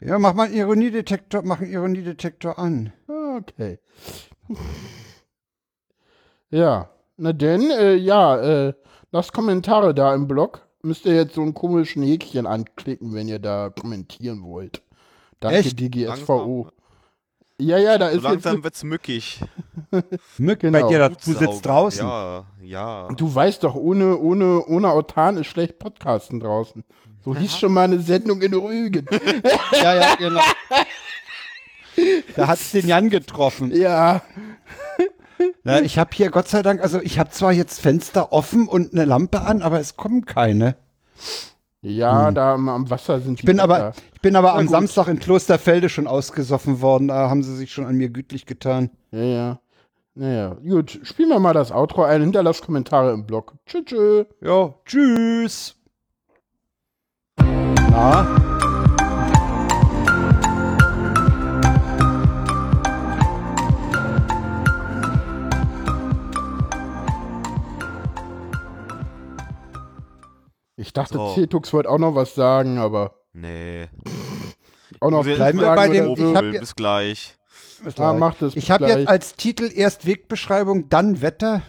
B: Ja, mach mal einen Ironiedetektor, mach einen Ironiedetektor an.
A: Ah, Okay. Ja, na denn, äh, ja, äh, lasst Kommentare da im Blog. Müsst ihr jetzt so einen komischen Häkchen anklicken, wenn ihr da kommentieren wollt. Danke,
B: Echt? ne?
A: DGSVO. Ja, ja, da
C: So
A: ist
C: langsam wird's mückig.
B: Mück,
A: Genau.
B: bei dir, da- du
C: Blutsaugen.
B: sitzt draußen.
C: Ja, ja.
A: jetzt. Du weißt doch, ohne, ohne, ohne Autan ist schlecht Podcasten draußen. So hieß schon mal eine Sendung in Rügen. [laughs]
B: Ja, ja, genau. Da hat's den Jan getroffen. Ne?
A: ja.
B: Ja, ich habe hier Gott sei Dank, also ich habe zwar jetzt Fenster offen und eine Lampe an, aber es kommen keine.
A: Ja, da am, am Wasser sind
B: Hm. Ich bin aber, ich bin aber am Samstag in Klosterfelde schon ausgesoffen worden. Da haben sie sich schon an mir gütlich getan.
A: Ja, ja. Naja, gut. Spielen wir mal das Outro ein. Hinterlasst Kommentare im Blog. Tschüss, tschüss.
B: Ja, tschüss. Na?
A: Ich dachte,
C: So.
A: Cetux wollte auch noch was sagen, aber
C: Nee.
A: auch noch
C: Muss jetzt
B: bleiben wir
A: sagen
B: bei
A: oder
B: dem-
A: so.
B: ich hab
C: Popel,
B: ja-
C: bis gleich.
A: Ah, macht es
B: ich habe
A: gleich.
B: jetzt als Titel erst Wegbeschreibung, dann Wetter.